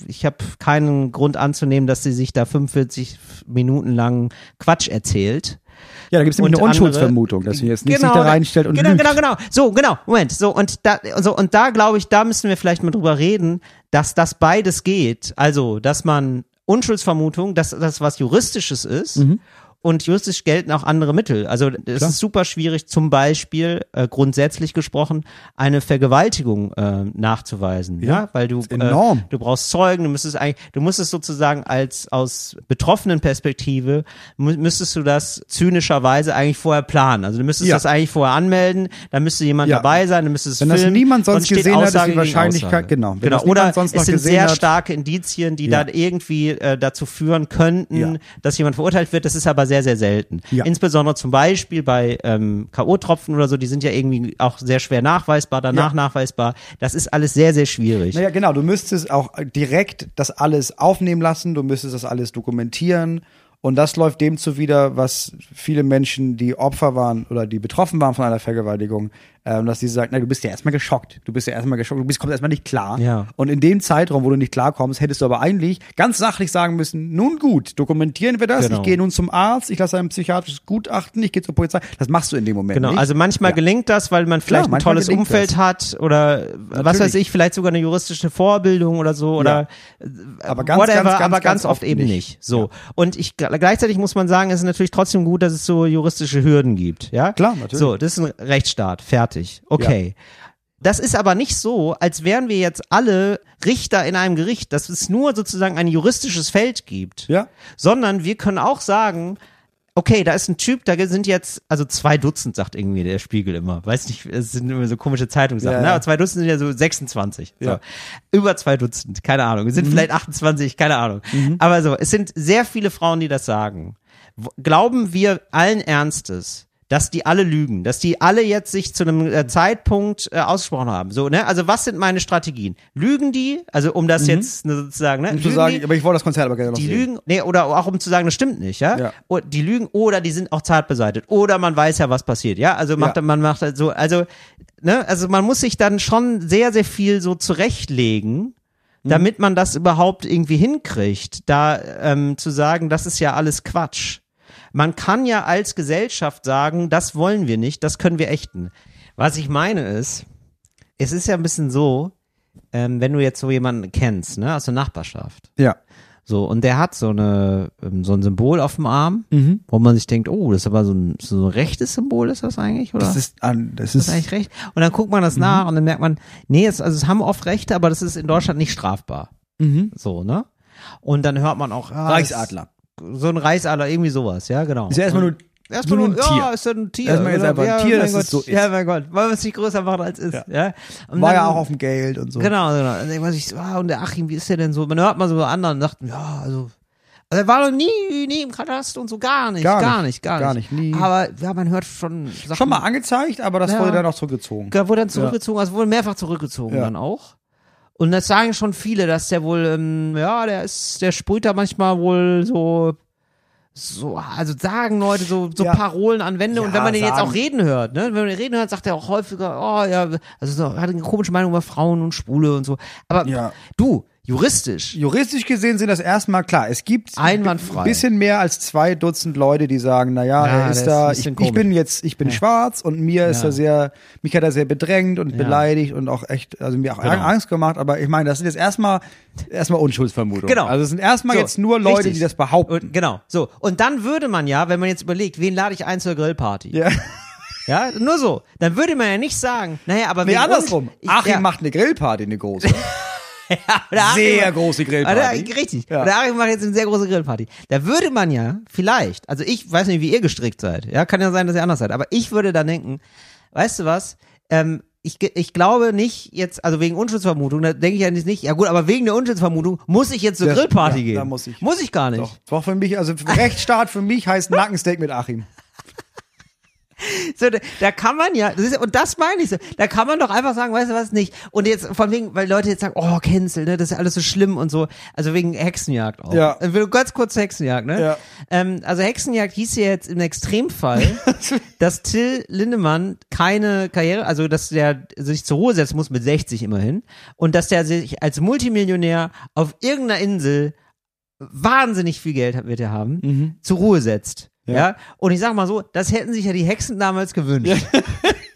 Speaker 1: Ich habe keinen Grund anzunehmen, dass sie sich da 45 Minuten lang Quatsch erzählt.
Speaker 2: Ja, da gibt es nämlich
Speaker 1: Und
Speaker 2: eine Unschuldsvermutung, dass sie jetzt nicht sich da reinstellt und
Speaker 1: genau,
Speaker 2: lügt.
Speaker 1: genau, genau. So, genau. Moment. So und da, so und da glaube ich, da müssen wir vielleicht mal drüber reden, dass das beides geht. Also, dass man Unschuldsvermutung, dass das was juristisches ist.
Speaker 2: Mhm.
Speaker 1: Und juristisch gelten auch andere Mittel. Also es ist super schwierig, zum Beispiel äh, grundsätzlich gesprochen eine Vergewaltigung äh, nachzuweisen, ja, weil du
Speaker 2: enorm.
Speaker 1: Äh, du brauchst Zeugen, du müsstest eigentlich, du musstest sozusagen als aus betroffenen Perspektive mü- müsstest du das zynischerweise eigentlich vorher planen. Also du müsstest
Speaker 2: Ja.
Speaker 1: das eigentlich vorher anmelden, dann müsste jemand
Speaker 2: Ja.
Speaker 1: dabei sein, dann müsstest du
Speaker 2: Wenn das
Speaker 1: filmen,
Speaker 2: niemand sonst
Speaker 1: sonst steht
Speaker 2: gesehen hat, ist die
Speaker 1: Aussage gegen
Speaker 2: Wahrscheinlichkeit-
Speaker 1: Aussage.
Speaker 2: genau. Wenn
Speaker 1: genau.
Speaker 2: das niemand
Speaker 1: Oder
Speaker 2: sonst noch
Speaker 1: es sind
Speaker 2: gesehen
Speaker 1: sehr
Speaker 2: hat-
Speaker 1: starke Indizien, die
Speaker 2: Ja.
Speaker 1: dann irgendwie äh, dazu führen könnten,
Speaker 2: Ja.
Speaker 1: dass jemand verurteilt wird. Das ist aber sehr, sehr selten.
Speaker 2: Ja.
Speaker 1: Insbesondere zum Beispiel bei ähm, K.O.-Tropfen oder so, die sind ja irgendwie auch sehr schwer nachweisbar, danach
Speaker 2: Ja.
Speaker 1: nachweisbar. Das ist alles sehr, sehr schwierig.
Speaker 2: Naja, genau, du müsstest auch direkt das alles aufnehmen lassen, du müsstest das alles dokumentieren. Und das läuft dem zuwider, was viele Menschen, die Opfer waren oder die betroffen waren von einer Vergewaltigung, ähm, dass die sagen, na, du bist ja erstmal geschockt. Du bist ja erstmal geschockt, du bist, kommst erstmal nicht klar.
Speaker 1: Ja.
Speaker 2: Und in dem Zeitraum, wo du nicht klarkommst, hättest du aber eigentlich ganz sachlich sagen müssen, nun gut, dokumentieren wir das,
Speaker 1: Genau.
Speaker 2: ich gehe nun zum Arzt, ich lasse ein psychiatrisches Gutachten, ich gehe zur Polizei. Das machst du in dem Moment
Speaker 1: Genau,
Speaker 2: nicht.
Speaker 1: also manchmal
Speaker 2: Ja.
Speaker 1: gelingt das, weil man vielleicht ein
Speaker 2: manchmal
Speaker 1: tolles
Speaker 2: gelingt
Speaker 1: Umfeld
Speaker 2: das.
Speaker 1: hat oder äh, was weiß ich, vielleicht sogar eine juristische Vorbildung oder so oder
Speaker 2: aber ganz,
Speaker 1: whatever,
Speaker 2: ganz, ganz,
Speaker 1: aber ganz, oft eben nicht. So. Und ich gleichzeitig muss man sagen, es ist natürlich trotzdem gut, dass es so juristische Hürden gibt, ja?
Speaker 2: Klar, natürlich.
Speaker 1: So, das ist ein Rechtsstaat, fertig. Okay. Das ist aber nicht so, als wären wir jetzt alle Richter in einem Gericht, dass es nur sozusagen ein juristisches Feld gibt
Speaker 2: Ja.
Speaker 1: sondern wir können auch sagen, okay, da ist ein Typ, da sind jetzt, also zwei Dutzend, sagt irgendwie der Spiegel immer. Weiß nicht, es sind immer so komische Zeitungssachen,
Speaker 2: Ja,
Speaker 1: ne?
Speaker 2: ja.
Speaker 1: aber zwei Dutzend sind ja so 26. So.
Speaker 2: Ja. Mhm.
Speaker 1: Über zwei Dutzend, keine Ahnung. Es sind vielleicht 28, keine Ahnung. Aber so, es sind sehr viele Frauen, die das sagen. W- Glauben wir allen Ernstes, dass die alle lügen, dass die alle jetzt sich zu einem äh, Zeitpunkt äh, ausgesprochen haben. So, ne? Also was sind meine Strategien? Lügen die? Also um das jetzt ne, sozusagen, ne?
Speaker 2: Mhm. Um zu
Speaker 1: Lügen
Speaker 2: sagen,
Speaker 1: die?
Speaker 2: aber ich wollte das Konzert aber gerne noch
Speaker 1: die
Speaker 2: sehen.
Speaker 1: lügen, nee, oder auch um zu sagen, das stimmt nicht, ja?
Speaker 2: Ja.
Speaker 1: O- Die lügen oder die sind auch zart beseitigt oder man weiß ja, was passiert, ja? Also macht
Speaker 2: Ja.
Speaker 1: man macht halt so, also ne, also man muss sich dann schon sehr sehr viel so zurechtlegen,
Speaker 2: Mhm.
Speaker 1: damit man das überhaupt irgendwie hinkriegt, da ähm, zu sagen, das ist ja alles Quatsch. Man kann ja als Gesellschaft sagen, das wollen wir nicht, das können wir ächten. Was ich meine ist, es ist ja ein bisschen so, ähm, wenn du jetzt so jemanden kennst, ne, aus der Nachbarschaft.
Speaker 2: Ja.
Speaker 1: So, und der hat so eine, ähm, so ein Symbol auf dem Arm,
Speaker 2: Mhm.
Speaker 1: wo man sich denkt, oh, das ist aber so ein, so ein rechtes Symbol, ist das eigentlich, oder?
Speaker 2: Das
Speaker 1: ist
Speaker 2: ist, Mhm. an- das
Speaker 1: das eigentlich recht? Und dann guckt man das nach und dann merkt man, nee, es, also es haben oft Rechte, aber das ist in Deutschland nicht strafbar. So, ne? Und dann hört man auch, ah,
Speaker 2: Mhm. Reichsadler.
Speaker 1: das- So ein Reichsadler, irgendwie sowas, ja, genau.
Speaker 2: Ist ja erstmal
Speaker 1: Und-
Speaker 2: nur,
Speaker 1: Erstmal
Speaker 2: nur
Speaker 1: nur,
Speaker 2: ein
Speaker 1: ja,
Speaker 2: Tier.
Speaker 1: ist ja ein Tier.
Speaker 2: Erstmal ist
Speaker 1: oder?
Speaker 2: einfach ein
Speaker 1: ja,
Speaker 2: Tier,
Speaker 1: mein
Speaker 2: dass
Speaker 1: Gott,
Speaker 2: es so ist.
Speaker 1: Ja, mein Gott, wollen wir es nicht größer machen als ist, ja.
Speaker 2: Ja.
Speaker 1: Und
Speaker 2: War
Speaker 1: dann-
Speaker 2: ja auch auf dem Geld und so.
Speaker 1: Genau, genau. Und dann weiß ich, so, ah, und der Achim, wie ist der denn so? Man hört mal so bei anderen und sagt, ja, also, also er war noch nie, nie im Katast und so, gar nicht, gar,
Speaker 2: Gar
Speaker 1: nicht,
Speaker 2: nicht,
Speaker 1: gar nicht.
Speaker 2: gar nicht, nie.
Speaker 1: Aber ja, man hört schon Sachen.
Speaker 2: Schon mal angezeigt, aber das
Speaker 1: Ja.
Speaker 2: wurde dann auch zurückgezogen.
Speaker 1: Da wurde dann zurückgezogen, also wurde mehrfach zurückgezogen
Speaker 2: Ja.
Speaker 1: dann auch. Und das sagen schon viele, dass der wohl, ähm, ja, der ist, der sprüht da manchmal wohl so, so, also sagen Leute so, so
Speaker 2: Ja.
Speaker 1: Parolen an Wände. und
Speaker 2: Ja,
Speaker 1: wenn man den jetzt
Speaker 2: sagen.
Speaker 1: auch reden hört, ne, wenn man den reden hört, sagt er auch häufiger, oh ja, also so, hat eine komische Meinung über Frauen und Schwule und so. Aber
Speaker 2: Ja.
Speaker 1: du, juristisch,
Speaker 2: Juristisch gesehen sind das erstmal klar. Es gibt
Speaker 1: Einwandfrei.
Speaker 2: ein bisschen mehr als zwei Dutzend Leute, die sagen,
Speaker 1: Ja,
Speaker 2: naja, ja, er
Speaker 1: der
Speaker 2: ist
Speaker 1: ist ein
Speaker 2: da, ich,
Speaker 1: bisschen
Speaker 2: ich bin
Speaker 1: komisch.
Speaker 2: jetzt, ich bin schwarz und mir ist
Speaker 1: Ja.
Speaker 2: er sehr, mich hat er sehr bedrängt und
Speaker 1: Ja.
Speaker 2: beleidigt und auch echt, also mir auch
Speaker 1: Genau.
Speaker 2: Angst gemacht, aber ich meine, das sind jetzt erstmal, erstmal Unschuldsvermutungen.
Speaker 1: Genau.
Speaker 2: Also es sind erstmal
Speaker 1: So,
Speaker 2: jetzt nur Leute,
Speaker 1: richtig.
Speaker 2: die das behaupten.
Speaker 1: und, genau, so. Und dann würde man ja, wenn man jetzt überlegt, wen lade ich ein zur Grillparty?
Speaker 2: ja.
Speaker 1: Ja, nur so. Dann würde man ja nicht sagen, naja, aber
Speaker 2: Nee,
Speaker 1: wegen
Speaker 2: andersrum.
Speaker 1: uns- ich-
Speaker 2: Achim
Speaker 1: ja.
Speaker 2: macht eine Grillparty, eine große.
Speaker 1: Oder Achim
Speaker 2: Sehr
Speaker 1: macht-
Speaker 2: große
Speaker 1: Oder,
Speaker 2: Grillparty.
Speaker 1: richtig.
Speaker 2: Ja.
Speaker 1: Oder Achim macht jetzt eine sehr große Grillparty. Da würde man ja vielleicht, also ich weiß nicht, wie ihr gestrickt seid. Ja, kann ja sein, dass ihr anders seid. Aber ich würde dann denken, weißt du was? Ähm, ich, ge- ich glaube nicht jetzt, also wegen Unschuldsvermutung, da denke ich ja nicht, ja gut, aber wegen der Unschuldsvermutung muss ich jetzt zur
Speaker 2: Das-
Speaker 1: Grillparty
Speaker 2: ja,
Speaker 1: gehen.
Speaker 2: da muss ich.
Speaker 1: Muss ich gar nicht.
Speaker 2: Doch, doch für mich, also Rechtsstaat für mich heißt Nackensteak mit Achim.
Speaker 1: So, da- da kann man ja, das ist, und das meine ich so, da kann man doch einfach sagen, weißt du was, nicht. Und jetzt, von wegen, weil Leute jetzt sagen, oh, Cancel, ne, das ist ja alles so schlimm und so. Also wegen Hexenjagd auch.
Speaker 2: Ja.
Speaker 1: Äh, will- Ganz kurz zur Hexenjagd, ne?
Speaker 2: Ja.
Speaker 1: Ähm, also Hexenjagd hieß ja jetzt im Extremfall, dass Till Lindemann keine Karriere, also dass der sich zur Ruhe setzen muss mit 60 immerhin und dass der sich als Multimillionär auf irgendeiner Insel wahnsinnig viel Geld wird er haben,
Speaker 2: Mhm.
Speaker 1: zur Ruhe setzt. Ja. Und ich sag mal so, das hätten sich ja die Hexen damals gewünscht.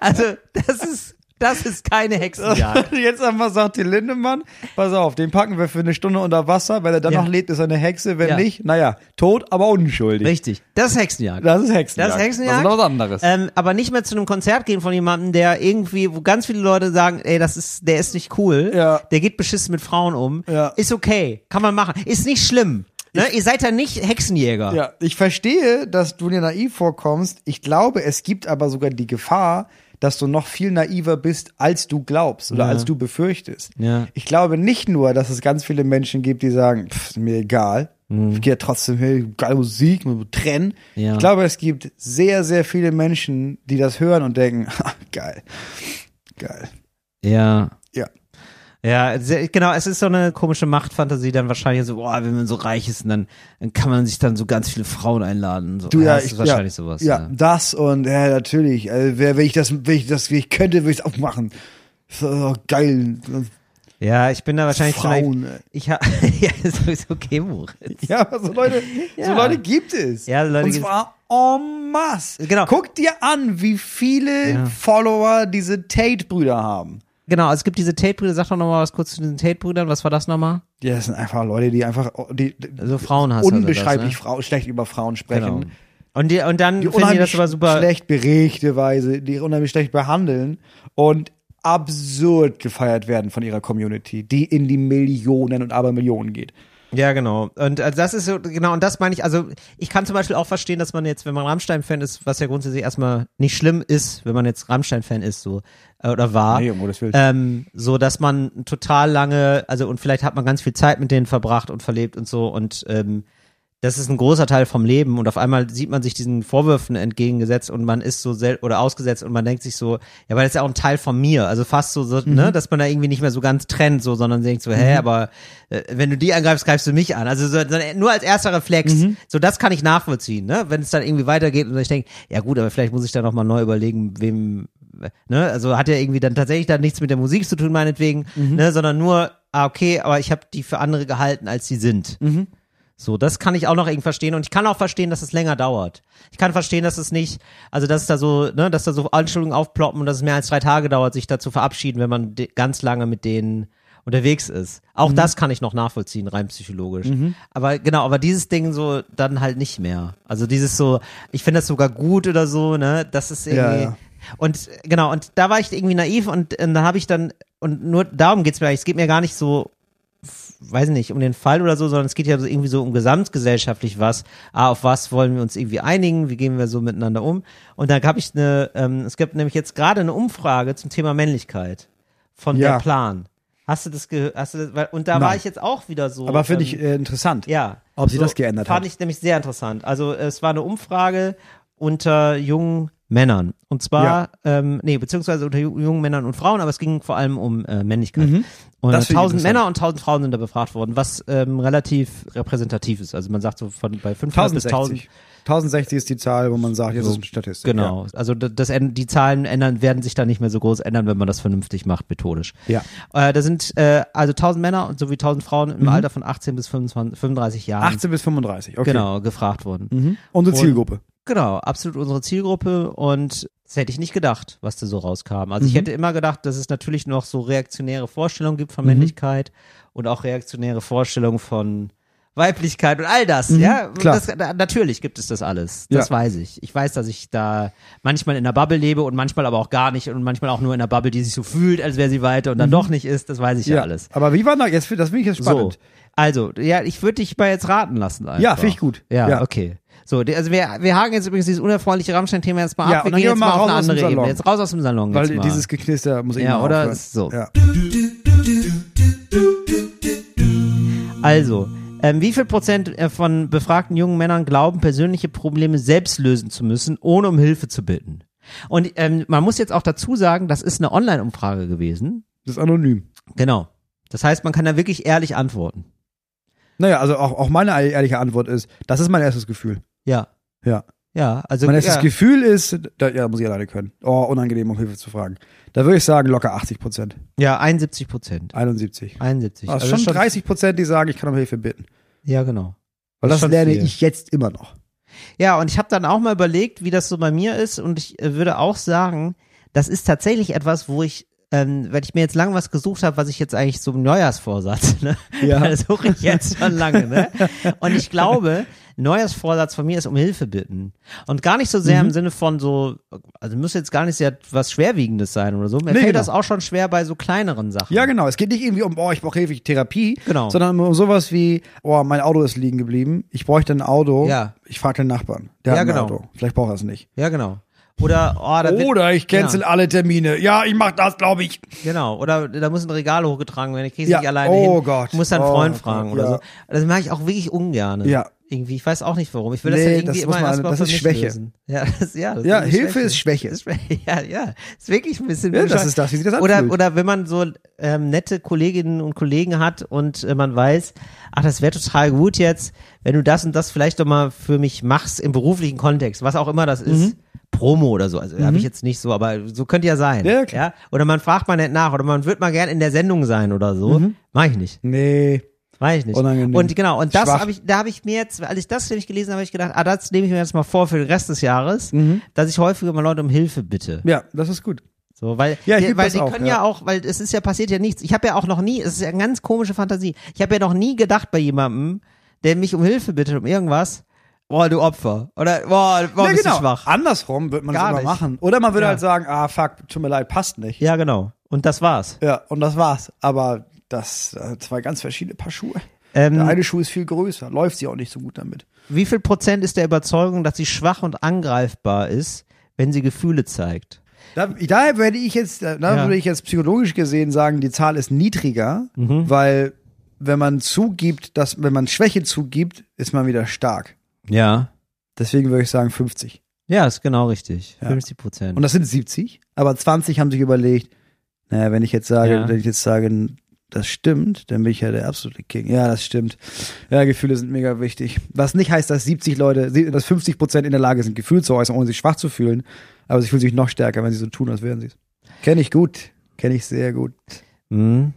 Speaker 1: also, das ist, das ist keine Hexenjagd.
Speaker 2: Jetzt einfach sagt die Lindemann, pass auf, den packen wir für eine Stunde unter Wasser, weil er danach
Speaker 1: Ja.
Speaker 2: lebt, ist er eine Hexe, wenn
Speaker 1: Ja.
Speaker 2: nicht, naja, tot, aber unschuldig.
Speaker 1: Richtig. Das ist Hexenjagd.
Speaker 2: Das ist Hexenjagd.
Speaker 1: Das ist Hexenjagd.
Speaker 2: Das ist noch was anderes.
Speaker 1: Ähm, aber nicht mehr zu einem Konzert gehen von jemandem, der irgendwie, wo ganz viele Leute sagen, ey, das ist, der ist nicht cool,
Speaker 2: Ja.
Speaker 1: der geht beschissen mit Frauen um,
Speaker 2: Ja.
Speaker 1: ist okay, kann man machen, ist nicht schlimm. Ne? Ihr seid ja nicht Hexenjäger.
Speaker 2: Ja, ich verstehe, dass du dir naiv vorkommst. Ich glaube, es gibt aber sogar die Gefahr, dass du noch viel naiver bist, als du glaubst oder als du befürchtest.
Speaker 1: Ja.
Speaker 2: Ich glaube nicht nur, dass es ganz viele Menschen gibt, die sagen, pff, ist mir egal, ich gehe ja trotzdem hin, geile Musik, mit trennen.
Speaker 1: Mhm. Ja.
Speaker 2: Ich glaube, es gibt sehr, sehr viele Menschen, die das hören und denken, "Ha, geil, geil.
Speaker 1: Ja.
Speaker 2: Ja,
Speaker 1: Ja, sehr, genau, es ist so eine komische Machtfantasie dann wahrscheinlich so, boah, wenn man so reich ist, dann, dann kann man sich dann so ganz viele Frauen einladen. und So.
Speaker 2: du ja,
Speaker 1: das
Speaker 2: ich,
Speaker 1: ist wahrscheinlich
Speaker 2: ja,
Speaker 1: sowas.
Speaker 2: Ja,
Speaker 1: Ja.
Speaker 2: das und ja, natürlich. Also, wer, wenn ich das, wenn ich das, wenn ich könnte, würde ich es auch machen. So, geil.
Speaker 1: ja, ich bin da wahrscheinlich
Speaker 2: Frauen,
Speaker 1: zu
Speaker 2: ey.
Speaker 1: naiv. Ich ha ja, ist okay, Moritz.
Speaker 2: Ja, aber so Leute, so
Speaker 1: Ja.
Speaker 2: Leute gibt es.
Speaker 1: Ja, so Leute
Speaker 2: und
Speaker 1: gibt es.
Speaker 2: zwar en masse.
Speaker 1: Genau.
Speaker 2: Guck dir an, wie viele
Speaker 1: Ja.
Speaker 2: Follower diese Tate-Brüder haben.
Speaker 1: Genau, es gibt diese Tate-Brüder, sag doch nochmal was kurz zu den Tate-Brüdern, was war das nochmal?
Speaker 2: Ja, das sind einfach Leute, die einfach die, die
Speaker 1: Also Frauenhass. also
Speaker 2: unbeschreiblich
Speaker 1: das,
Speaker 2: Frau, schlecht über Frauen
Speaker 1: ne?
Speaker 2: sprechen.
Speaker 1: genau. Und, die, und dann
Speaker 2: Die
Speaker 1: finden die das
Speaker 2: unheimlich
Speaker 1: aber super.
Speaker 2: schlecht beregte Weise, die unheimlich schlecht behandeln und absurd gefeiert werden von ihrer Community, die in die Millionen und Abermillionen geht.
Speaker 1: Ja, genau. Und also das ist so, genau, und das meine ich, also ich kann zum Beispiel auch verstehen, dass man jetzt, wenn man Rammstein-Fan ist, was ja grundsätzlich erstmal nicht schlimm ist, wenn man jetzt Rammstein-Fan ist, so, äh, oder war,
Speaker 2: Nee, um Gottes Willen.
Speaker 1: ähm, so, dass man total lange, also und vielleicht hat man ganz viel Zeit mit denen verbracht und verlebt und so und ähm, das ist ein großer Teil vom Leben und auf einmal sieht man sich diesen Vorwürfen entgegengesetzt und man ist so sel oder ausgesetzt und man denkt sich so, ja, weil das ist ja auch ein Teil von mir, also fast so, so ne, dass man da irgendwie nicht mehr so ganz trennt, so, sondern denkt so, hä, aber äh, wenn du die angreifst, greifst du mich an. Also so, so, nur als erster Reflex, so das kann ich nachvollziehen, ne, wenn es dann irgendwie weitergeht und ich denke, ja gut, aber vielleicht muss ich da noch mal neu überlegen, wem ne, also hat ja irgendwie dann tatsächlich dann nichts mit der Musik zu tun, meinetwegen, ne, sondern nur, ah, okay, aber ich habe die für andere gehalten, als sie sind. So, das kann ich auch noch irgendwie verstehen und ich kann auch verstehen, dass es länger dauert. Ich kann verstehen, dass es nicht, also dass da so, ne, dass da so Anschuldigungen aufploppen und dass es mehr als drei Tage dauert, sich da zu verabschieden, wenn man de- ganz lange mit denen unterwegs ist.
Speaker 2: Mhm.
Speaker 1: Auch das kann ich noch nachvollziehen, rein psychologisch. Aber genau, aber dieses Ding so dann halt nicht mehr. Also dieses so, ich finde das sogar gut oder so, ne, das ist irgendwie,
Speaker 2: ja.
Speaker 1: und äh, genau, und da war ich irgendwie naiv und, äh, dann habe ich dann, und nur darum geht's mir eigentlich, es geht mir gar nicht so, f- weiß nicht, um den Fall oder so, sondern es geht ja so irgendwie so um gesamtgesellschaftlich was, ah, auf was wollen wir uns irgendwie einigen, wie gehen wir so miteinander um. Und dann gab ich eine, ähm, es gibt nämlich jetzt gerade eine Umfrage zum Thema Männlichkeit von
Speaker 2: Ja.
Speaker 1: der Plan. Hast du das gehört? Hast du das, weil- und da
Speaker 2: Nein.
Speaker 1: war ich jetzt auch wieder so.
Speaker 2: Aber finde
Speaker 1: ähm,
Speaker 2: ich äh, interessant.
Speaker 1: ja.
Speaker 2: Ob sie das geändert
Speaker 1: fand
Speaker 2: hat.
Speaker 1: Fand ich nämlich sehr interessant. Also es war eine Umfrage unter jungen Männern. Und zwar, ähm, nee, beziehungsweise unter ju- jungen Männern und Frauen, aber es ging vor allem um äh, Männlichkeit. Und
Speaker 2: Mhm. Das finde
Speaker 1: 1000
Speaker 2: ich interessant.
Speaker 1: Männer und 1000 Frauen sind da befragt worden, was ähm, relativ repräsentativ ist. Also man sagt so von bei 500 bis 1000
Speaker 2: 1060. 1060 ist die Zahl, wo man sagt, jetzt
Speaker 1: So,
Speaker 2: ist eine Statistik.
Speaker 1: Genau. Also d- das, änd- die Zahlen ändern, werden sich da nicht mehr so groß ändern, wenn man das vernünftig macht, methodisch.
Speaker 2: Ja.
Speaker 1: Äh, da sind äh, also 1000 Männer und sowie 1000 Frauen
Speaker 2: Mhm.
Speaker 1: im Alter von 18 bis 25, 35
Speaker 2: Ja.
Speaker 1: Jahren
Speaker 2: 18 bis 35, okay. Mhm.
Speaker 1: genau gefragt worden.
Speaker 2: Unsere Zielgruppe.
Speaker 1: Genau, absolut unsere Zielgruppe und das hätte ich nicht gedacht, was da so rauskam.
Speaker 2: Mhm.
Speaker 1: Also ich hätte immer gedacht, dass es natürlich noch so reaktionäre Vorstellungen gibt
Speaker 2: Mhm.
Speaker 1: von Männlichkeit und auch reaktionäre Vorstellungen von Weiblichkeit und all das, ja.
Speaker 2: Mhm, klar.
Speaker 1: Das, da, natürlich gibt es das alles. Das
Speaker 2: Ja.
Speaker 1: weiß ich. Ich weiß, dass ich da manchmal in der Bubble lebe und manchmal aber auch gar nicht und manchmal auch nur in der Bubble, die sich so fühlt, als wäre sie weiter und
Speaker 2: Mhm.
Speaker 1: dann doch nicht ist. Das weiß ich ja, alles.
Speaker 2: Aber wie war da jetzt? Das finde ich jetzt spannend.
Speaker 1: So, also, ja, ich würde dich mal jetzt raten lassen. Einfach.
Speaker 2: Ja, finde ich gut.
Speaker 1: Ja,
Speaker 2: Ja.
Speaker 1: okay. So, der- also wir, wir haken jetzt übrigens dieses unerfreuliche Rammstein-Thema jetzt mal
Speaker 2: Ja,
Speaker 1: ab. Wir
Speaker 2: und dann
Speaker 1: gehen jetzt
Speaker 2: gehen
Speaker 1: mal
Speaker 2: wir mal
Speaker 1: auf eine
Speaker 2: raus aus dem
Speaker 1: andere Ebene.
Speaker 2: Salon.
Speaker 1: Jetzt raus aus dem Salon.
Speaker 2: Weil
Speaker 1: jetzt mal.
Speaker 2: dieses Geknister muss ich
Speaker 1: Ja, oder?
Speaker 2: aufhören.
Speaker 1: So.
Speaker 2: Ja.
Speaker 1: also, Ähm, wie viel Prozent äh, von befragten jungen Männern glauben, persönliche Probleme selbst lösen zu müssen, ohne um Hilfe zu bitten? Und ähm, man muss jetzt auch dazu sagen, das ist eine Online-Umfrage gewesen.
Speaker 2: Das ist anonym.
Speaker 1: Genau. Das heißt, man kann da wirklich ehrlich antworten.
Speaker 2: Naja, also auch, auch meine ehrliche Antwort ist, das ist mein erstes Gefühl.
Speaker 1: Ja,
Speaker 2: Ja.
Speaker 1: ja. Also
Speaker 2: Mein erstes
Speaker 1: ja,
Speaker 2: Gefühl ist, da, ja, muss ich alleine können. Oh, unangenehm, um Hilfe zu fragen. Da würde ich sagen, locker 80 Prozent.
Speaker 1: ja 71 Prozent.
Speaker 2: 71.
Speaker 1: 71.
Speaker 2: Also Ah, schon 30 Prozent, die sagen, ich kann um Hilfe bitten.
Speaker 1: Ja, genau.
Speaker 2: Weil
Speaker 1: Das
Speaker 2: das,
Speaker 1: ist schon
Speaker 2: lerne
Speaker 1: viel.
Speaker 2: ich jetzt immer noch.
Speaker 1: Ja, und ich habe dann auch mal überlegt, wie das so bei mir ist. Und ich äh, würde auch sagen, das ist tatsächlich etwas, wo ich, ähm, wenn ich mir jetzt lang was gesucht habe, was ich jetzt eigentlich so im Neujahrsvorsatz, ne?
Speaker 2: Ja.
Speaker 1: Das suche ich jetzt schon lange, ne? Und ich glaube, Neujahrsvorsatz von mir ist um Hilfe bitten. Und gar nicht so sehr
Speaker 2: Mhm.
Speaker 1: im Sinne von so, also muss jetzt gar nicht sehr was Schwerwiegendes sein oder so. Mir
Speaker 2: Nee,
Speaker 1: fällt
Speaker 2: genau.
Speaker 1: das auch schon schwer bei so kleineren Sachen.
Speaker 2: Ja, genau. Es geht nicht irgendwie um, oh, ich brauche Hilfe, ich Therapie.
Speaker 1: Genau.
Speaker 2: Sondern um sowas wie, oh, mein Auto ist liegen geblieben. Ich bräuchte ein Auto.
Speaker 1: Ja.
Speaker 2: Ich frage den Nachbarn. Der
Speaker 1: Ja,
Speaker 2: hat ein
Speaker 1: genau.
Speaker 2: Auto. Vielleicht braucht er es nicht.
Speaker 1: Ja, genau. Oder, oh, da wird-
Speaker 2: Oder ich cancel alle Termine. Ja, ich mache das, glaube ich.
Speaker 1: Genau, oder da muss ein Regal hochgetragen werden, ich krieg's
Speaker 2: Ja.
Speaker 1: nicht alleine
Speaker 2: Oh
Speaker 1: hin.
Speaker 2: Gott.
Speaker 1: Ich muss dann einen
Speaker 2: Oh
Speaker 1: Freund
Speaker 2: Gott,
Speaker 1: fragen
Speaker 2: ja.
Speaker 1: oder so. Das mache ich auch wirklich ungern.
Speaker 2: Ja.
Speaker 1: Irgendwie, ich weiß auch nicht warum. Ich will das
Speaker 2: Nee,
Speaker 1: dann irgendwie
Speaker 2: das muss
Speaker 1: immer
Speaker 2: man-
Speaker 1: erstmal
Speaker 2: das
Speaker 1: für
Speaker 2: ist
Speaker 1: mich
Speaker 2: Schwäche.
Speaker 1: lösen. Ja, das, ja, das
Speaker 2: Ja,
Speaker 1: eine
Speaker 2: Hilfe ist Schwäche.
Speaker 1: Das Schwäche. Ja, ja. Ist wirklich ein bisschen
Speaker 2: Ja, das
Speaker 1: bescheuert.
Speaker 2: ist das, wie sich das
Speaker 1: Oder,
Speaker 2: anfühlt.
Speaker 1: oder wenn man so ähm, nette Kolleginnen und Kollegen hat und äh, man weiß, ach, das wäre total gut jetzt, wenn du das und das vielleicht doch mal für mich machst im beruflichen Kontext, was auch immer das
Speaker 2: Mhm.
Speaker 1: ist. Promo oder so, also habe ich jetzt nicht so, aber so könnte ja sein.
Speaker 2: Ja, klar.
Speaker 1: Ja? Oder man fragt mal nicht nach oder man wird mal gern in der Sendung sein oder so. Mach ich nicht.
Speaker 2: Nee.
Speaker 1: Mach ich nicht.
Speaker 2: Mhm. Unangenehm.
Speaker 1: Und genau, und das
Speaker 2: Schwach.
Speaker 1: habe ich, da habe ich mir jetzt, als ich das nämlich gelesen habe, habe ich gedacht, ah, das nehme ich mir jetzt mal vor für den Rest des Jahres,
Speaker 2: Mhm.
Speaker 1: dass ich häufiger mal Leute um Hilfe bitte.
Speaker 2: Ja, das ist gut.
Speaker 1: So, weil,
Speaker 2: Ja, ich
Speaker 1: die,
Speaker 2: lieb
Speaker 1: weil
Speaker 2: das
Speaker 1: die
Speaker 2: auch,
Speaker 1: können
Speaker 2: ja.
Speaker 1: ja. auch, weil es ist ja passiert ja nichts. Ich habe ja auch noch nie, es ist ja eine ganz komische Fantasie. Ich habe ja noch nie gedacht bei jemandem, der mich um Hilfe bittet, um irgendwas, boah, du Opfer. Oder boah, boah
Speaker 2: ja,
Speaker 1: bist
Speaker 2: genau.
Speaker 1: du schwach.
Speaker 2: Andersrum würde man es
Speaker 1: Gar
Speaker 2: immer
Speaker 1: nicht.
Speaker 2: machen. Oder man würde
Speaker 1: Ja.
Speaker 2: halt sagen, ah, fuck, tut mir leid, passt nicht.
Speaker 1: Ja, genau. Und das war's.
Speaker 2: Ja, und das war's. Aber das äh, zwei ganz verschiedene Paar Schuhe. Der
Speaker 1: Ähm,
Speaker 2: eine Schuh ist viel größer, läuft sie auch nicht so gut damit.
Speaker 1: wie viel Prozent ist der Überzeugung, dass sie schwach und angreifbar ist, wenn sie Gefühle zeigt?
Speaker 2: Da, daher werde ich jetzt, da
Speaker 1: Ja.
Speaker 2: würde ich jetzt psychologisch gesehen sagen, die Zahl ist niedriger, weil wenn man zugibt, dass, wenn man Schwäche zugibt, ist man wieder stark.
Speaker 1: Ja.
Speaker 2: Deswegen würde ich sagen 50.
Speaker 1: Ja, ist genau richtig. 50 Prozent.
Speaker 2: Und das sind 70, aber 20 haben sich überlegt, naja, wenn ich jetzt sage,
Speaker 1: Ja.
Speaker 2: wenn ich jetzt sage, das stimmt, dann bin ich ja der absolute King. Ja, das stimmt. Ja, Gefühle sind mega wichtig. Was nicht heißt, dass 70 Leute, dass 50 Prozent in der Lage sind, Gefühle zu äußern, ohne sich schwach zu fühlen. Aber sie fühlen sich noch stärker, wenn sie so tun, als wären sie es. Kenne ich gut. Kenne ich sehr gut.
Speaker 1: Mhm.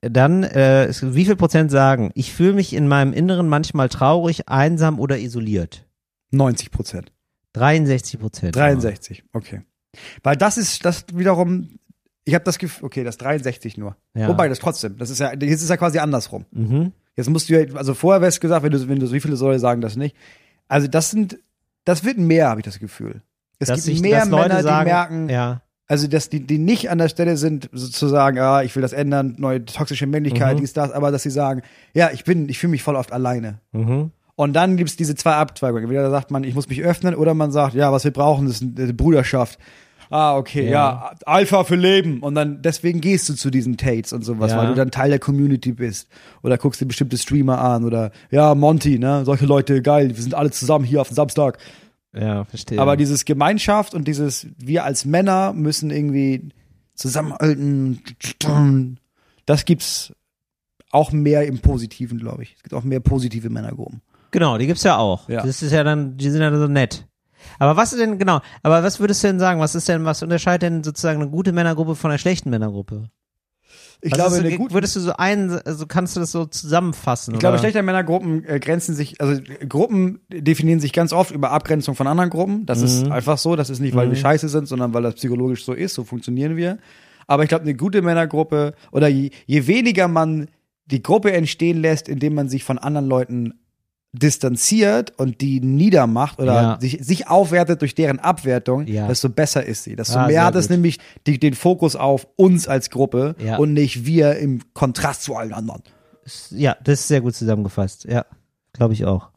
Speaker 1: Dann, äh, es- wie viel Prozent sagen, ich fühle mich in meinem Inneren manchmal traurig, einsam oder isoliert?
Speaker 2: 90 Prozent.
Speaker 1: 63 Prozent.
Speaker 2: 63. Okay. Weil das ist, das wiederum, ich habe das Gefühl, okay, das 63 nur.
Speaker 1: genau. Ja.
Speaker 2: Wobei, das trotzdem, das ist ja, jetzt ist ja quasi andersrum.
Speaker 1: Mhm.
Speaker 2: Jetzt musst du ja, also vorher wär's gesagt, wenn du, wenn du so wie viele Säule sagen das nicht. Also das sind, das wird mehr, habe ich das Gefühl. Es
Speaker 1: Dass
Speaker 2: gibt
Speaker 1: sich-
Speaker 2: mehr
Speaker 1: dass Leute
Speaker 2: Männer,
Speaker 1: sagen,
Speaker 2: die merken,
Speaker 1: Ja,
Speaker 2: also dass die, die nicht an der Stelle sind, sozusagen, ah, ich will das ändern, neue toxische Männlichkeit,
Speaker 1: Mhm.
Speaker 2: dies, das, aber dass sie sagen, ja, ich bin, ich fühle mich voll oft alleine.
Speaker 1: mhm.
Speaker 2: Und dann gibt's diese zwei Abzweigungen. Entweder sagt man, ich muss mich öffnen, oder man sagt, ja, was wir brauchen, ist eine Bruderschaft. Ah, okay, ja. Alpha für Leben. Und dann, deswegen gehst du zu diesen Tates und sowas,
Speaker 1: Ja.
Speaker 2: weil du dann Teil der Community bist. Oder guckst dir bestimmte Streamer an oder, ja, Monty, ne, solche Leute, geil, wir sind alle zusammen hier auf dem Samstag.
Speaker 1: ja, verstehe.
Speaker 2: Aber dieses Gemeinschaft und dieses, wir als Männer müssen irgendwie zusammenhalten, das gibt's auch mehr im Positiven, glaube ich. Es gibt auch mehr positive Männergruppen.
Speaker 1: genau, die gibt's ja auch.
Speaker 2: Ja.
Speaker 1: Das ist ja dann, die sind ja so nett. Aber was ist denn, genau, aber was würdest du denn sagen? Was ist denn, was unterscheidet denn sozusagen eine gute Männergruppe von einer schlechten Männergruppe?
Speaker 2: Ich
Speaker 1: Was
Speaker 2: glaube,
Speaker 1: Also ist, so-
Speaker 2: eine gute
Speaker 1: würdest du so einen, also kannst du das so zusammenfassen?
Speaker 2: Ich glaube,
Speaker 1: oder?
Speaker 2: schlechter Männergruppen äh, grenzen sich, also äh, Gruppen definieren sich ganz oft über Abgrenzung von anderen Gruppen. Das
Speaker 1: Mhm.
Speaker 2: ist einfach so. Das ist nicht, weil wir scheiße sind, sondern weil das psychologisch so ist. So funktionieren wir. Aber ich glaube, eine gute Männergruppe oder je, je weniger man die Gruppe entstehen lässt, indem man sich von anderen Leuten distanziert und die niedermacht oder
Speaker 1: Ja.
Speaker 2: sich, sich aufwertet durch deren Abwertung,
Speaker 1: Ja.
Speaker 2: desto besser ist sie. Desto
Speaker 1: Ah,
Speaker 2: mehr
Speaker 1: sehr
Speaker 2: hat es
Speaker 1: gut.
Speaker 2: nämlich die, den Fokus auf uns als Gruppe
Speaker 1: Ja.
Speaker 2: und nicht wir im Kontrast zu allen anderen.
Speaker 1: Ja, das ist sehr gut zusammengefasst. Ja, glaube ich auch.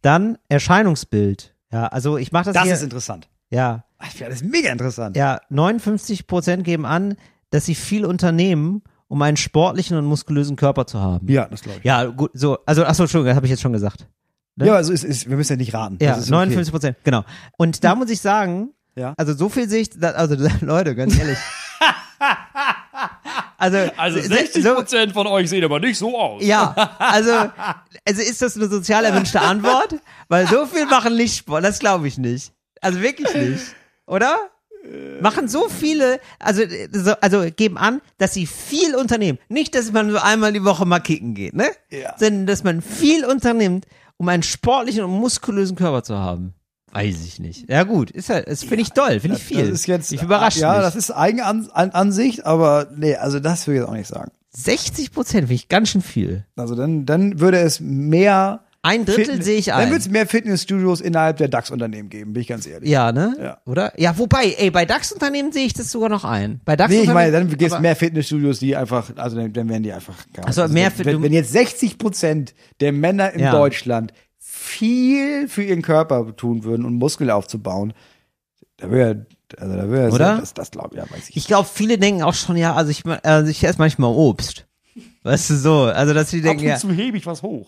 Speaker 1: Dann Erscheinungsbild. Ja, also ich mache das,
Speaker 2: Das
Speaker 1: hier.
Speaker 2: ist interessant.
Speaker 1: ja,
Speaker 2: Ach, ja, Das ist mega interessant.
Speaker 1: ja, 59 Prozent geben an, dass sie viel unternehmen um einen sportlichen und muskulösen Körper zu haben.
Speaker 2: Ja, das glaube ich.
Speaker 1: Ja, gut, so, also, achso, Entschuldigung, das habe ich jetzt schon gesagt.
Speaker 2: Ja, also ist, ist, wir müssen ja nicht raten.
Speaker 1: Ja,
Speaker 2: Das ist okay.
Speaker 1: 59 Prozent, genau. Und da muss ich sagen,
Speaker 2: Ja.
Speaker 1: also so viel sehe ich, da- also Leute, ganz ehrlich. also,
Speaker 4: Also
Speaker 1: se-
Speaker 4: 60
Speaker 1: so,
Speaker 4: Prozent von euch sehen aber nicht so aus.
Speaker 1: ja, also, also ist das eine sozial erwünschte Antwort? Weil so viel machen nicht Sport, das glaube ich nicht. Also wirklich nicht, oder? Machen so viele, also, so- also geben an, dass sie viel unternehmen. Nicht, dass man so einmal die Woche mal kicken geht, ne?
Speaker 2: Ja.
Speaker 1: Sondern, dass man viel unternimmt, um einen sportlichen und muskulösen Körper zu haben. Weiß ich nicht. Ja gut, ist halt, das finde ich doll, finde ich viel.
Speaker 2: Das ist jetzt,
Speaker 1: ich überrasche
Speaker 2: Ja,
Speaker 1: mich.
Speaker 2: das ist Eigenansicht, aber nee, also das würde ich jetzt auch nicht sagen.
Speaker 1: 60 Prozent finde ich ganz schön viel.
Speaker 2: Also dann, dann würde es mehr.
Speaker 1: Ein Drittel
Speaker 2: Fitness-
Speaker 1: sehe ich
Speaker 2: Dann
Speaker 1: ein.
Speaker 2: würde es mehr Fitnessstudios innerhalb der DAX-Unternehmen geben, bin ich ganz ehrlich.
Speaker 1: Ja, ne?
Speaker 2: Ja.
Speaker 1: Oder? Ja, wobei, ey, bei DAX-Unternehmen sehe ich das sogar noch ein. Bei DAX
Speaker 2: Nee, ich meine, dann
Speaker 1: Unternehmen-
Speaker 2: gibt es
Speaker 1: aber-
Speaker 2: mehr Fitnessstudios, die einfach, also dann, dann werden die einfach geil.
Speaker 1: Ach so,
Speaker 2: also
Speaker 1: mehr
Speaker 2: wenn,
Speaker 1: Fit-
Speaker 2: wenn, wenn jetzt 60 Prozent der Männer in
Speaker 1: Ja.
Speaker 2: Deutschland viel für ihren Körper tun würden und Muskeln aufzubauen, da wäre, also da wäre,
Speaker 1: Oder?
Speaker 2: das, das glaube ich, ja, weiß ich.
Speaker 1: Ich glaube, viele denken auch schon, ja, also ich, mein, also ich esse manchmal Obst. Weißt du, so. Also, dass sie
Speaker 4: Ab
Speaker 1: denken, ja,
Speaker 4: und zu hebe ich was hoch.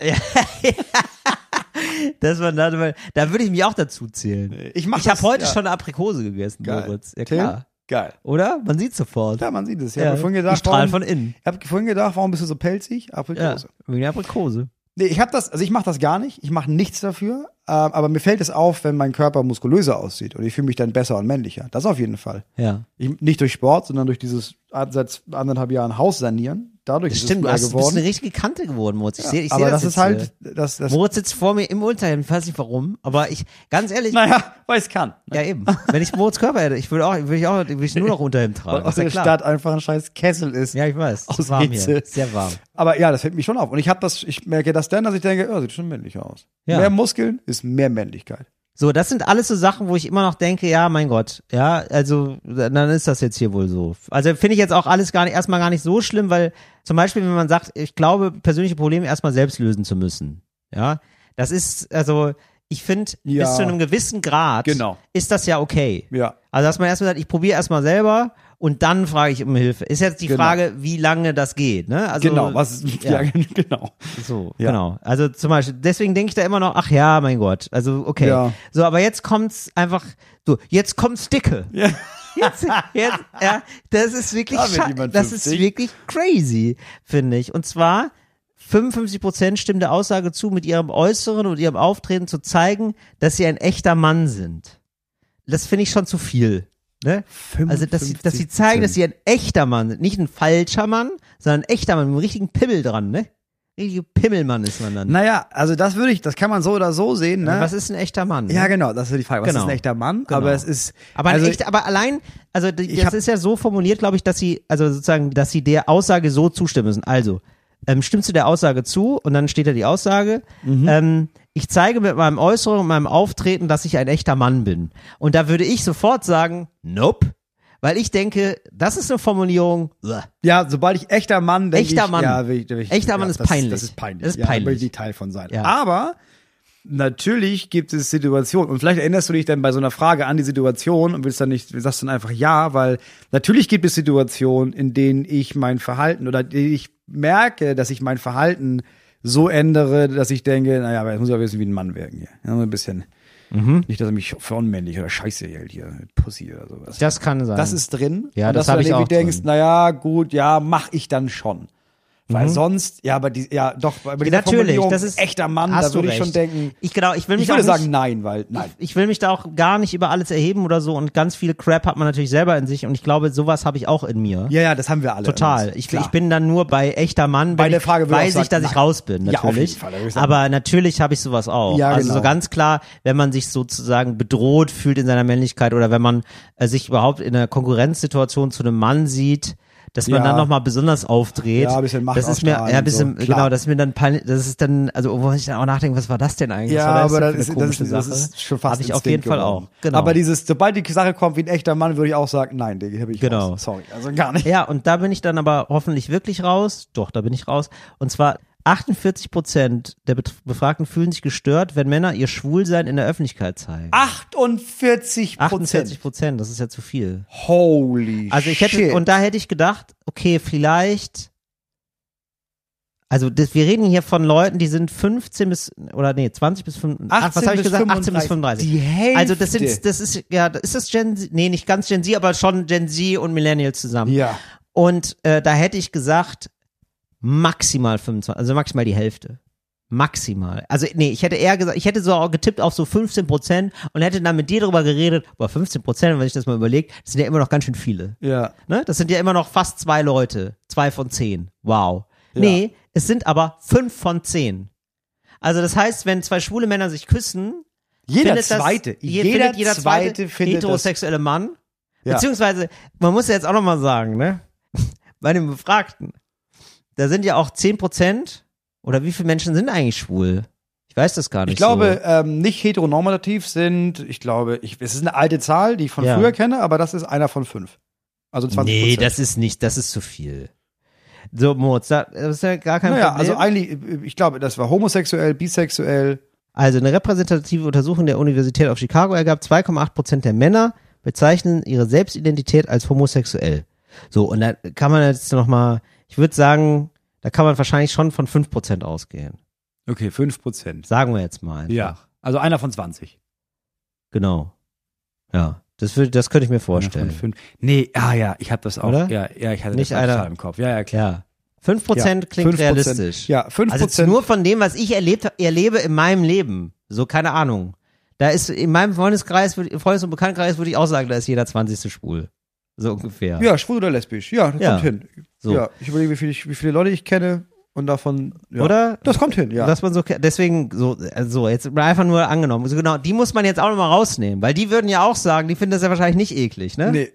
Speaker 1: dass man da, da würde ich mich auch dazu zählen.
Speaker 2: Ich mach
Speaker 1: Ich habe
Speaker 2: das-
Speaker 1: heute
Speaker 2: ja.
Speaker 1: schon Aprikose gegessen,
Speaker 2: Geil.
Speaker 1: Moritz. Ja,
Speaker 2: Tim?
Speaker 1: klar.
Speaker 2: Geil.
Speaker 1: Oder? Man sieht sofort.
Speaker 2: Ja, man sieht es. Ich
Speaker 1: Ja,
Speaker 2: habe vorhin
Speaker 1: die
Speaker 2: gedacht,
Speaker 1: strahlen
Speaker 2: warum,
Speaker 1: von innen.
Speaker 2: Ich habe vorhin gedacht, warum bist du so pelzig?
Speaker 1: Ja,
Speaker 2: Aprikose.
Speaker 1: wegen der Aprikose.
Speaker 2: Nee, ich habe das, also ich mache das gar nicht. Ich mache nichts dafür. ähm, aber mir fällt es auf, wenn mein Körper muskulöser aussieht und ich fühle mich dann besser und männlicher. Das auf jeden Fall.
Speaker 1: Ja.
Speaker 2: Ich, nicht durch Sport, sondern durch dieses an- seit anderthalb Jahren Haus sanieren. Dadurch ist
Speaker 1: Stimmt,
Speaker 2: es
Speaker 1: du
Speaker 2: mehr
Speaker 1: hast, bist
Speaker 2: geworden.
Speaker 1: eine richtige Kante geworden, Moritz. Ich sehe ich äh, seh
Speaker 2: aber das,
Speaker 1: jetzt
Speaker 2: ist halt,
Speaker 1: hier.
Speaker 2: das, das
Speaker 1: Moritz sitzt vor mir im Unterhemd, ich weiß nicht warum, aber ich, ganz ehrlich,
Speaker 2: naja, weil es kann.
Speaker 1: Ja, eben. Wenn ich Moritz Körper hätte, ich würde auch, würde ich auch, würde ich nur noch Unterhemd
Speaker 2: Weil
Speaker 1: tragen.
Speaker 2: aus
Speaker 1: Ist ja
Speaker 2: der
Speaker 1: klar.
Speaker 2: Stadt einfach ein scheiß Kessel ist.
Speaker 1: Ja, ich weiß. Es
Speaker 2: Aus
Speaker 1: ist warm
Speaker 2: Hitze.
Speaker 1: hier. Sehr warm.
Speaker 2: Aber ja, das fällt mich schon auf. Und ich habe das, ich merke das dann, dass ich denke, ja, sieht schon männlicher aus.
Speaker 1: Ja.
Speaker 2: Mehr Muskeln ist mehr Männlichkeit.
Speaker 1: So, das sind alles so Sachen, wo ich immer noch denke, ja, mein Gott, ja, also dann ist das jetzt hier wohl so. Also finde ich jetzt auch alles gar nicht, erstmal gar nicht so schlimm, weil zum Beispiel, wenn man sagt, ich glaube, persönliche Probleme erstmal selbst lösen zu müssen, ja, das ist, also ich finde,
Speaker 2: Ja.
Speaker 1: bis zu einem gewissen Grad
Speaker 2: Genau.
Speaker 1: ist das ja okay.
Speaker 2: Ja.
Speaker 1: Also, dass man erstmal sagt, ich probiere erstmal selber und dann frage ich um Hilfe. Ist jetzt die
Speaker 2: Genau.
Speaker 1: Frage, wie lange das geht, ne? Also,
Speaker 2: genau, was ja.
Speaker 1: ja.
Speaker 2: genau.
Speaker 1: So,
Speaker 2: Ja.
Speaker 1: genau. Also zum Beispiel, deswegen denke ich da immer noch, ach ja, mein Gott. Also, okay.
Speaker 2: Ja.
Speaker 1: So, aber jetzt kommt's einfach, so, jetzt kommt's dicke.
Speaker 2: Ja.
Speaker 1: Jetzt, jetzt, ja, das ist wirklich,
Speaker 2: Da wird
Speaker 1: scha-
Speaker 2: jemand
Speaker 1: das ist
Speaker 2: 50.
Speaker 1: wirklich crazy, finde ich. Und zwar, 55 Prozent stimmen der Aussage zu, mit ihrem Äußeren und ihrem Auftreten zu zeigen, dass sie ein echter Mann sind. Das finde ich schon zu viel. Ne? Also, dass sie, dass sie zeigen, dass sie ein echter Mann sind. Nicht ein falscher Mann, sondern ein echter Mann mit einem richtigen Pimmel dran, ne? Richtiger Pimmelmann ist man dann. Also,
Speaker 2: Naja, also das würde ich, das kann man so oder so sehen, ne?
Speaker 1: Was ist ein echter Mann?
Speaker 2: ja,
Speaker 1: ne?
Speaker 2: genau, das ist die Frage. Was
Speaker 1: Genau.
Speaker 2: ist ein echter Mann?
Speaker 1: Genau.
Speaker 2: Aber es ist.
Speaker 1: Aber,
Speaker 2: also,
Speaker 1: ein echt, aber allein, also die-
Speaker 2: Ich hab-
Speaker 1: das ist ja so formuliert, glaube ich, dass sie, also sozusagen, dass sie der Aussage so zustimmen müssen. Also, ähm, stimmst du der Aussage zu und dann steht da die Aussage,
Speaker 2: Mhm.
Speaker 1: ähm, ich zeige mit meinem Äußeren und meinem Auftreten, dass ich ein echter Mann bin. Und da würde ich sofort sagen, nope. Weil ich denke, das ist eine Formulierung, bleh.
Speaker 2: Ja, sobald ich echter Mann denke
Speaker 1: Echter
Speaker 2: ich,
Speaker 1: Mann.
Speaker 2: Ja, will ich, will ich,
Speaker 1: Echter
Speaker 2: ja,
Speaker 1: Mann ist
Speaker 2: das,
Speaker 1: peinlich.
Speaker 2: Das ist peinlich.
Speaker 1: Das ist
Speaker 2: Ja, da will ich
Speaker 1: peinlich.
Speaker 2: nicht Teil von sein.
Speaker 1: Ja.
Speaker 2: Aber natürlich gibt es Situationen. Und vielleicht erinnerst du dich dann bei so einer Frage an die Situation und willst dann nicht, sagst dann einfach ja, weil natürlich gibt es Situationen, in denen ich mein Verhalten oder die ich merke, dass ich mein Verhalten so ändere, dass ich denke, naja, aber jetzt muss ich auch wissen, wie ein Mann wirken hier. Ja, so ein bisschen.
Speaker 1: Mhm.
Speaker 2: Nicht, dass er mich für unmännlich oder scheiße hält hier, Pussy oder sowas.
Speaker 1: das kann sein.
Speaker 2: Das ist drin.
Speaker 1: Ja,
Speaker 2: und
Speaker 1: das
Speaker 2: dass
Speaker 1: hab
Speaker 2: du
Speaker 1: ich
Speaker 2: dann irgendwie
Speaker 1: auch
Speaker 2: denkst,
Speaker 1: drin.
Speaker 2: naja, gut, ja, mach ich dann schon. Weil sonst, ja, aber die, ja, doch, bei dieser
Speaker 1: Mhm. Natürlich,
Speaker 2: Formulierung,
Speaker 1: das ist
Speaker 2: echter Mann,
Speaker 1: hast
Speaker 2: da
Speaker 1: du
Speaker 2: würde ich
Speaker 1: recht.
Speaker 2: schon denken,
Speaker 1: Ich genau, ich will mich
Speaker 2: ich würde
Speaker 1: auch
Speaker 2: sagen
Speaker 1: nicht,
Speaker 2: nein, weil, nein.
Speaker 1: ich will mich da auch gar nicht über alles erheben oder so und ganz viel Crap hat man natürlich selber in sich und ich glaube, sowas habe ich auch in mir.
Speaker 2: Ja, ja, das haben wir alle.
Speaker 1: Total. Ich, ich bin dann nur bei echter Mann,
Speaker 2: Bei
Speaker 1: wenn
Speaker 2: der Frage
Speaker 1: ich
Speaker 2: würde ich
Speaker 1: weiß
Speaker 2: auch
Speaker 1: ich, dass
Speaker 2: sagen,
Speaker 1: ich
Speaker 2: nein.
Speaker 1: raus bin,
Speaker 2: Ja, auf jeden
Speaker 1: natürlich.
Speaker 2: Fall, da würde ich sagen,
Speaker 1: Aber natürlich habe ich sowas auch.
Speaker 2: Ja,
Speaker 1: also
Speaker 2: genau.
Speaker 1: so ganz klar, wenn man sich sozusagen bedroht fühlt in seiner Männlichkeit oder wenn man äh, sich überhaupt in einer Konkurrenzsituation zu einem Mann sieht, dass man
Speaker 2: Ja.
Speaker 1: dann nochmal besonders aufdreht.
Speaker 2: Ja, ein bisschen Macht
Speaker 1: das ist mir,
Speaker 2: ausstrahlen
Speaker 1: ja,
Speaker 2: und
Speaker 1: ein bisschen,
Speaker 2: so, klar.
Speaker 1: genau, das ist mir dann peinlich, das ist dann, also wo ich dann auch nachdenke, was war das denn eigentlich?
Speaker 2: ja,
Speaker 1: Was
Speaker 2: aber
Speaker 1: war
Speaker 2: das
Speaker 1: denn
Speaker 2: ist,
Speaker 1: für eine
Speaker 2: das, ist,
Speaker 1: komische
Speaker 2: das
Speaker 1: Sache?
Speaker 2: ist schon fast
Speaker 1: Habe ich auf
Speaker 2: Instinkt
Speaker 1: jeden Fall
Speaker 2: geworden.
Speaker 1: auch. Genau.
Speaker 2: Aber dieses, sobald die Sache kommt wie ein echter Mann, würde ich auch sagen, nein, Digga, habe ich
Speaker 1: Genau.
Speaker 2: raus. Sorry, also gar nicht.
Speaker 1: Ja, und da bin ich dann aber hoffentlich wirklich raus. Doch, da bin ich raus. Und zwar 48 Prozent der Bet- Befragten fühlen sich gestört, wenn Männer ihr Schwulsein in der Öffentlichkeit zeigen. 48
Speaker 2: 48 Prozent.
Speaker 1: Prozent, das ist ja zu viel.
Speaker 2: Holy
Speaker 1: Also ich hätte,
Speaker 2: shit.
Speaker 1: und da hätte ich gedacht, okay, vielleicht, also das, wir reden hier von Leuten, die sind 15 bis, oder nee, 20 bis 25, ach, was
Speaker 2: 18
Speaker 1: habe ich
Speaker 2: bis
Speaker 1: gesagt? 18 bis 35.
Speaker 2: 35. Die Hälfte.
Speaker 1: Also das sind, das ist, ja, ist das Gen Z? Nee, nicht ganz Gen Z, aber schon Gen Z und Millennials zusammen.
Speaker 2: ja.
Speaker 1: Und äh, da hätte ich gesagt, maximal 25, also maximal die Hälfte. Maximal. Also, nee, ich hätte eher gesagt, ich hätte so auch getippt auf so 15 Prozent und hätte dann mit dir darüber geredet, aber 15 Prozent, wenn ich das mal überlege, das sind ja immer noch ganz schön viele.
Speaker 2: Ja.
Speaker 1: Ne? Das sind ja immer noch fast zwei Leute. Zwei von zehn. Wow. Nee, es sind aber fünf von zehn. Also das heißt, wenn zwei schwule Männer sich küssen,
Speaker 2: Jeder
Speaker 1: findet das,
Speaker 2: zweite,
Speaker 1: je-
Speaker 2: jeder,
Speaker 1: findet jeder
Speaker 2: zweite, findet das.
Speaker 1: heterosexuelle Mann.
Speaker 2: Ja.
Speaker 1: Beziehungsweise, man muss ja jetzt auch nochmal sagen, ne? Bei den Befragten, da sind ja auch 10 Prozent oder wie viele Menschen sind eigentlich schwul? Ich weiß das gar nicht.
Speaker 2: Ich glaube, ähm, nicht heteronormativ sind, ich glaube, ich, es ist eine alte Zahl, die ich von
Speaker 1: Ja.
Speaker 2: früher kenne, aber das ist einer von fünf. Also
Speaker 1: so.
Speaker 2: 20
Speaker 1: Nee, das ist nicht, das ist zu viel. So, Moritz, da- das ist ja gar kein
Speaker 2: Naja,
Speaker 1: Problem.
Speaker 2: also eigentlich, ich glaube, das war homosexuell, bisexuell.
Speaker 1: Also eine repräsentative Untersuchung der Universität of Chicago ergab, 2,8 Prozent der Männer bezeichnen ihre Selbstidentität als homosexuell. So, und da kann man jetzt nochmal, ich würde sagen, da kann man wahrscheinlich schon von 5 Prozent ausgehen.
Speaker 5: Okay, 5 Prozent.
Speaker 1: Sagen wir jetzt mal.
Speaker 5: Ja. Also einer von 20.
Speaker 1: Genau. Ja, das, würd, das könnte ich mir vorstellen.
Speaker 5: Einer von fünf. Nee, ah ja, ich habe das auch.
Speaker 1: Oder?
Speaker 5: Ja, ja, ich hatte
Speaker 1: Nicht
Speaker 5: das auch
Speaker 1: einer.
Speaker 5: total im Kopf. Ja, ja, klar.
Speaker 1: Ja. 5 Prozent klingt
Speaker 2: 5%.
Speaker 1: realistisch.
Speaker 2: Ja, 5%.
Speaker 1: Also jetzt nur von dem, was ich erlebt erlebe in meinem Leben. So, keine Ahnung. Da ist in meinem Freundeskreis, würd- Freundes- und Bekanntenkreis würde ich auch sagen, da ist jeder 20. schwul. So ungefähr.
Speaker 2: ja, schwul oder lesbisch. Ja, das
Speaker 1: Ja.
Speaker 2: kommt hin.
Speaker 1: So.
Speaker 2: Ja, ich überlege, wie, viel ich, wie viele Leute ich kenne und davon. Ja.
Speaker 1: Oder?
Speaker 2: Das kommt hin, ja.
Speaker 1: Dass man so, deswegen, so, also jetzt mal einfach nur angenommen. Also genau, die muss man jetzt auch nochmal rausnehmen, weil die würden ja auch sagen, die finden das ja wahrscheinlich nicht eklig, ne?
Speaker 2: nee.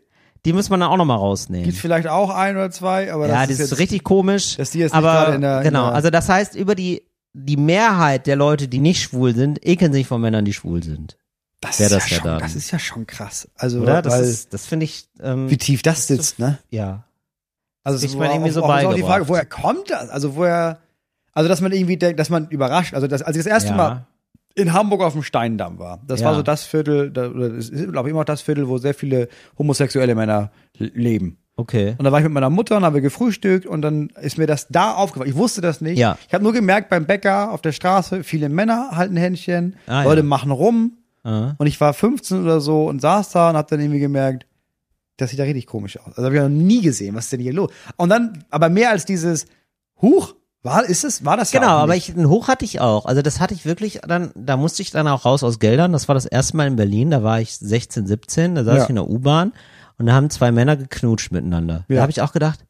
Speaker 1: Die muss man dann auch nochmal rausnehmen.
Speaker 2: Gibt vielleicht auch ein oder zwei, aber
Speaker 1: ja,
Speaker 2: das, ist, jetzt,
Speaker 1: richtig komisch.
Speaker 2: dass die jetzt nicht
Speaker 1: aber
Speaker 2: gerade in der- in
Speaker 1: genau,
Speaker 2: der-
Speaker 1: also das heißt, über die, die Mehrheit der Leute, die nicht schwul sind, ekeln sich von Männern, die schwul sind.
Speaker 2: das
Speaker 1: wär
Speaker 2: ist
Speaker 1: das
Speaker 2: ja
Speaker 1: ja
Speaker 2: schon,
Speaker 1: dann.
Speaker 2: Das ist ja schon krass. Also,
Speaker 1: Oder? Das,
Speaker 2: weil,
Speaker 1: ist- das finde ich,
Speaker 2: wie
Speaker 1: ähm,
Speaker 2: tief das sitzt, ne?
Speaker 1: ja.
Speaker 2: Also,
Speaker 1: kriegt man irgendwie so
Speaker 2: auch, auch die
Speaker 1: beigebracht.
Speaker 2: Frage, woher kommt das? Also, woher. Also, dass man irgendwie denkt, dass man überrascht. Also, dass, als ich das erste
Speaker 1: ja.
Speaker 2: Mal in Hamburg auf dem Steindamm war, das
Speaker 1: Ja.
Speaker 2: war so das Viertel, da, oder es ist, glaube ich, immer noch das Viertel, wo sehr viele homosexuelle Männer l- leben.
Speaker 1: Okay.
Speaker 2: Und da war ich mit meiner Mutter und haben wir gefrühstückt und dann ist mir das da aufgefallen. Ich wusste das nicht.
Speaker 1: Ja.
Speaker 2: Ich habe nur gemerkt beim Bäcker auf der Straße, viele Männer halten Händchen,
Speaker 1: Ah,
Speaker 2: Leute
Speaker 1: ja.
Speaker 2: machen rum.
Speaker 1: Ah.
Speaker 2: Und ich war 15 oder so und saß da und habe dann irgendwie gemerkt, das sieht ja richtig komisch aus. Also habe ich noch nie gesehen, was ist denn hier los? Und dann, aber mehr als dieses Huch, war, ist es, war das ja
Speaker 1: Genau,
Speaker 2: auch
Speaker 1: aber
Speaker 2: nicht.
Speaker 1: ich, einen Hoch hatte ich auch. Also das hatte ich wirklich dann, da musste ich dann auch raus aus Geldern. Das war das erste Mal in Berlin, da war ich 16, 17, da saß
Speaker 2: Ja.
Speaker 1: ich in der U-Bahn und da haben zwei Männer geknutscht miteinander.
Speaker 2: Ja.
Speaker 1: Da habe ich auch gedacht,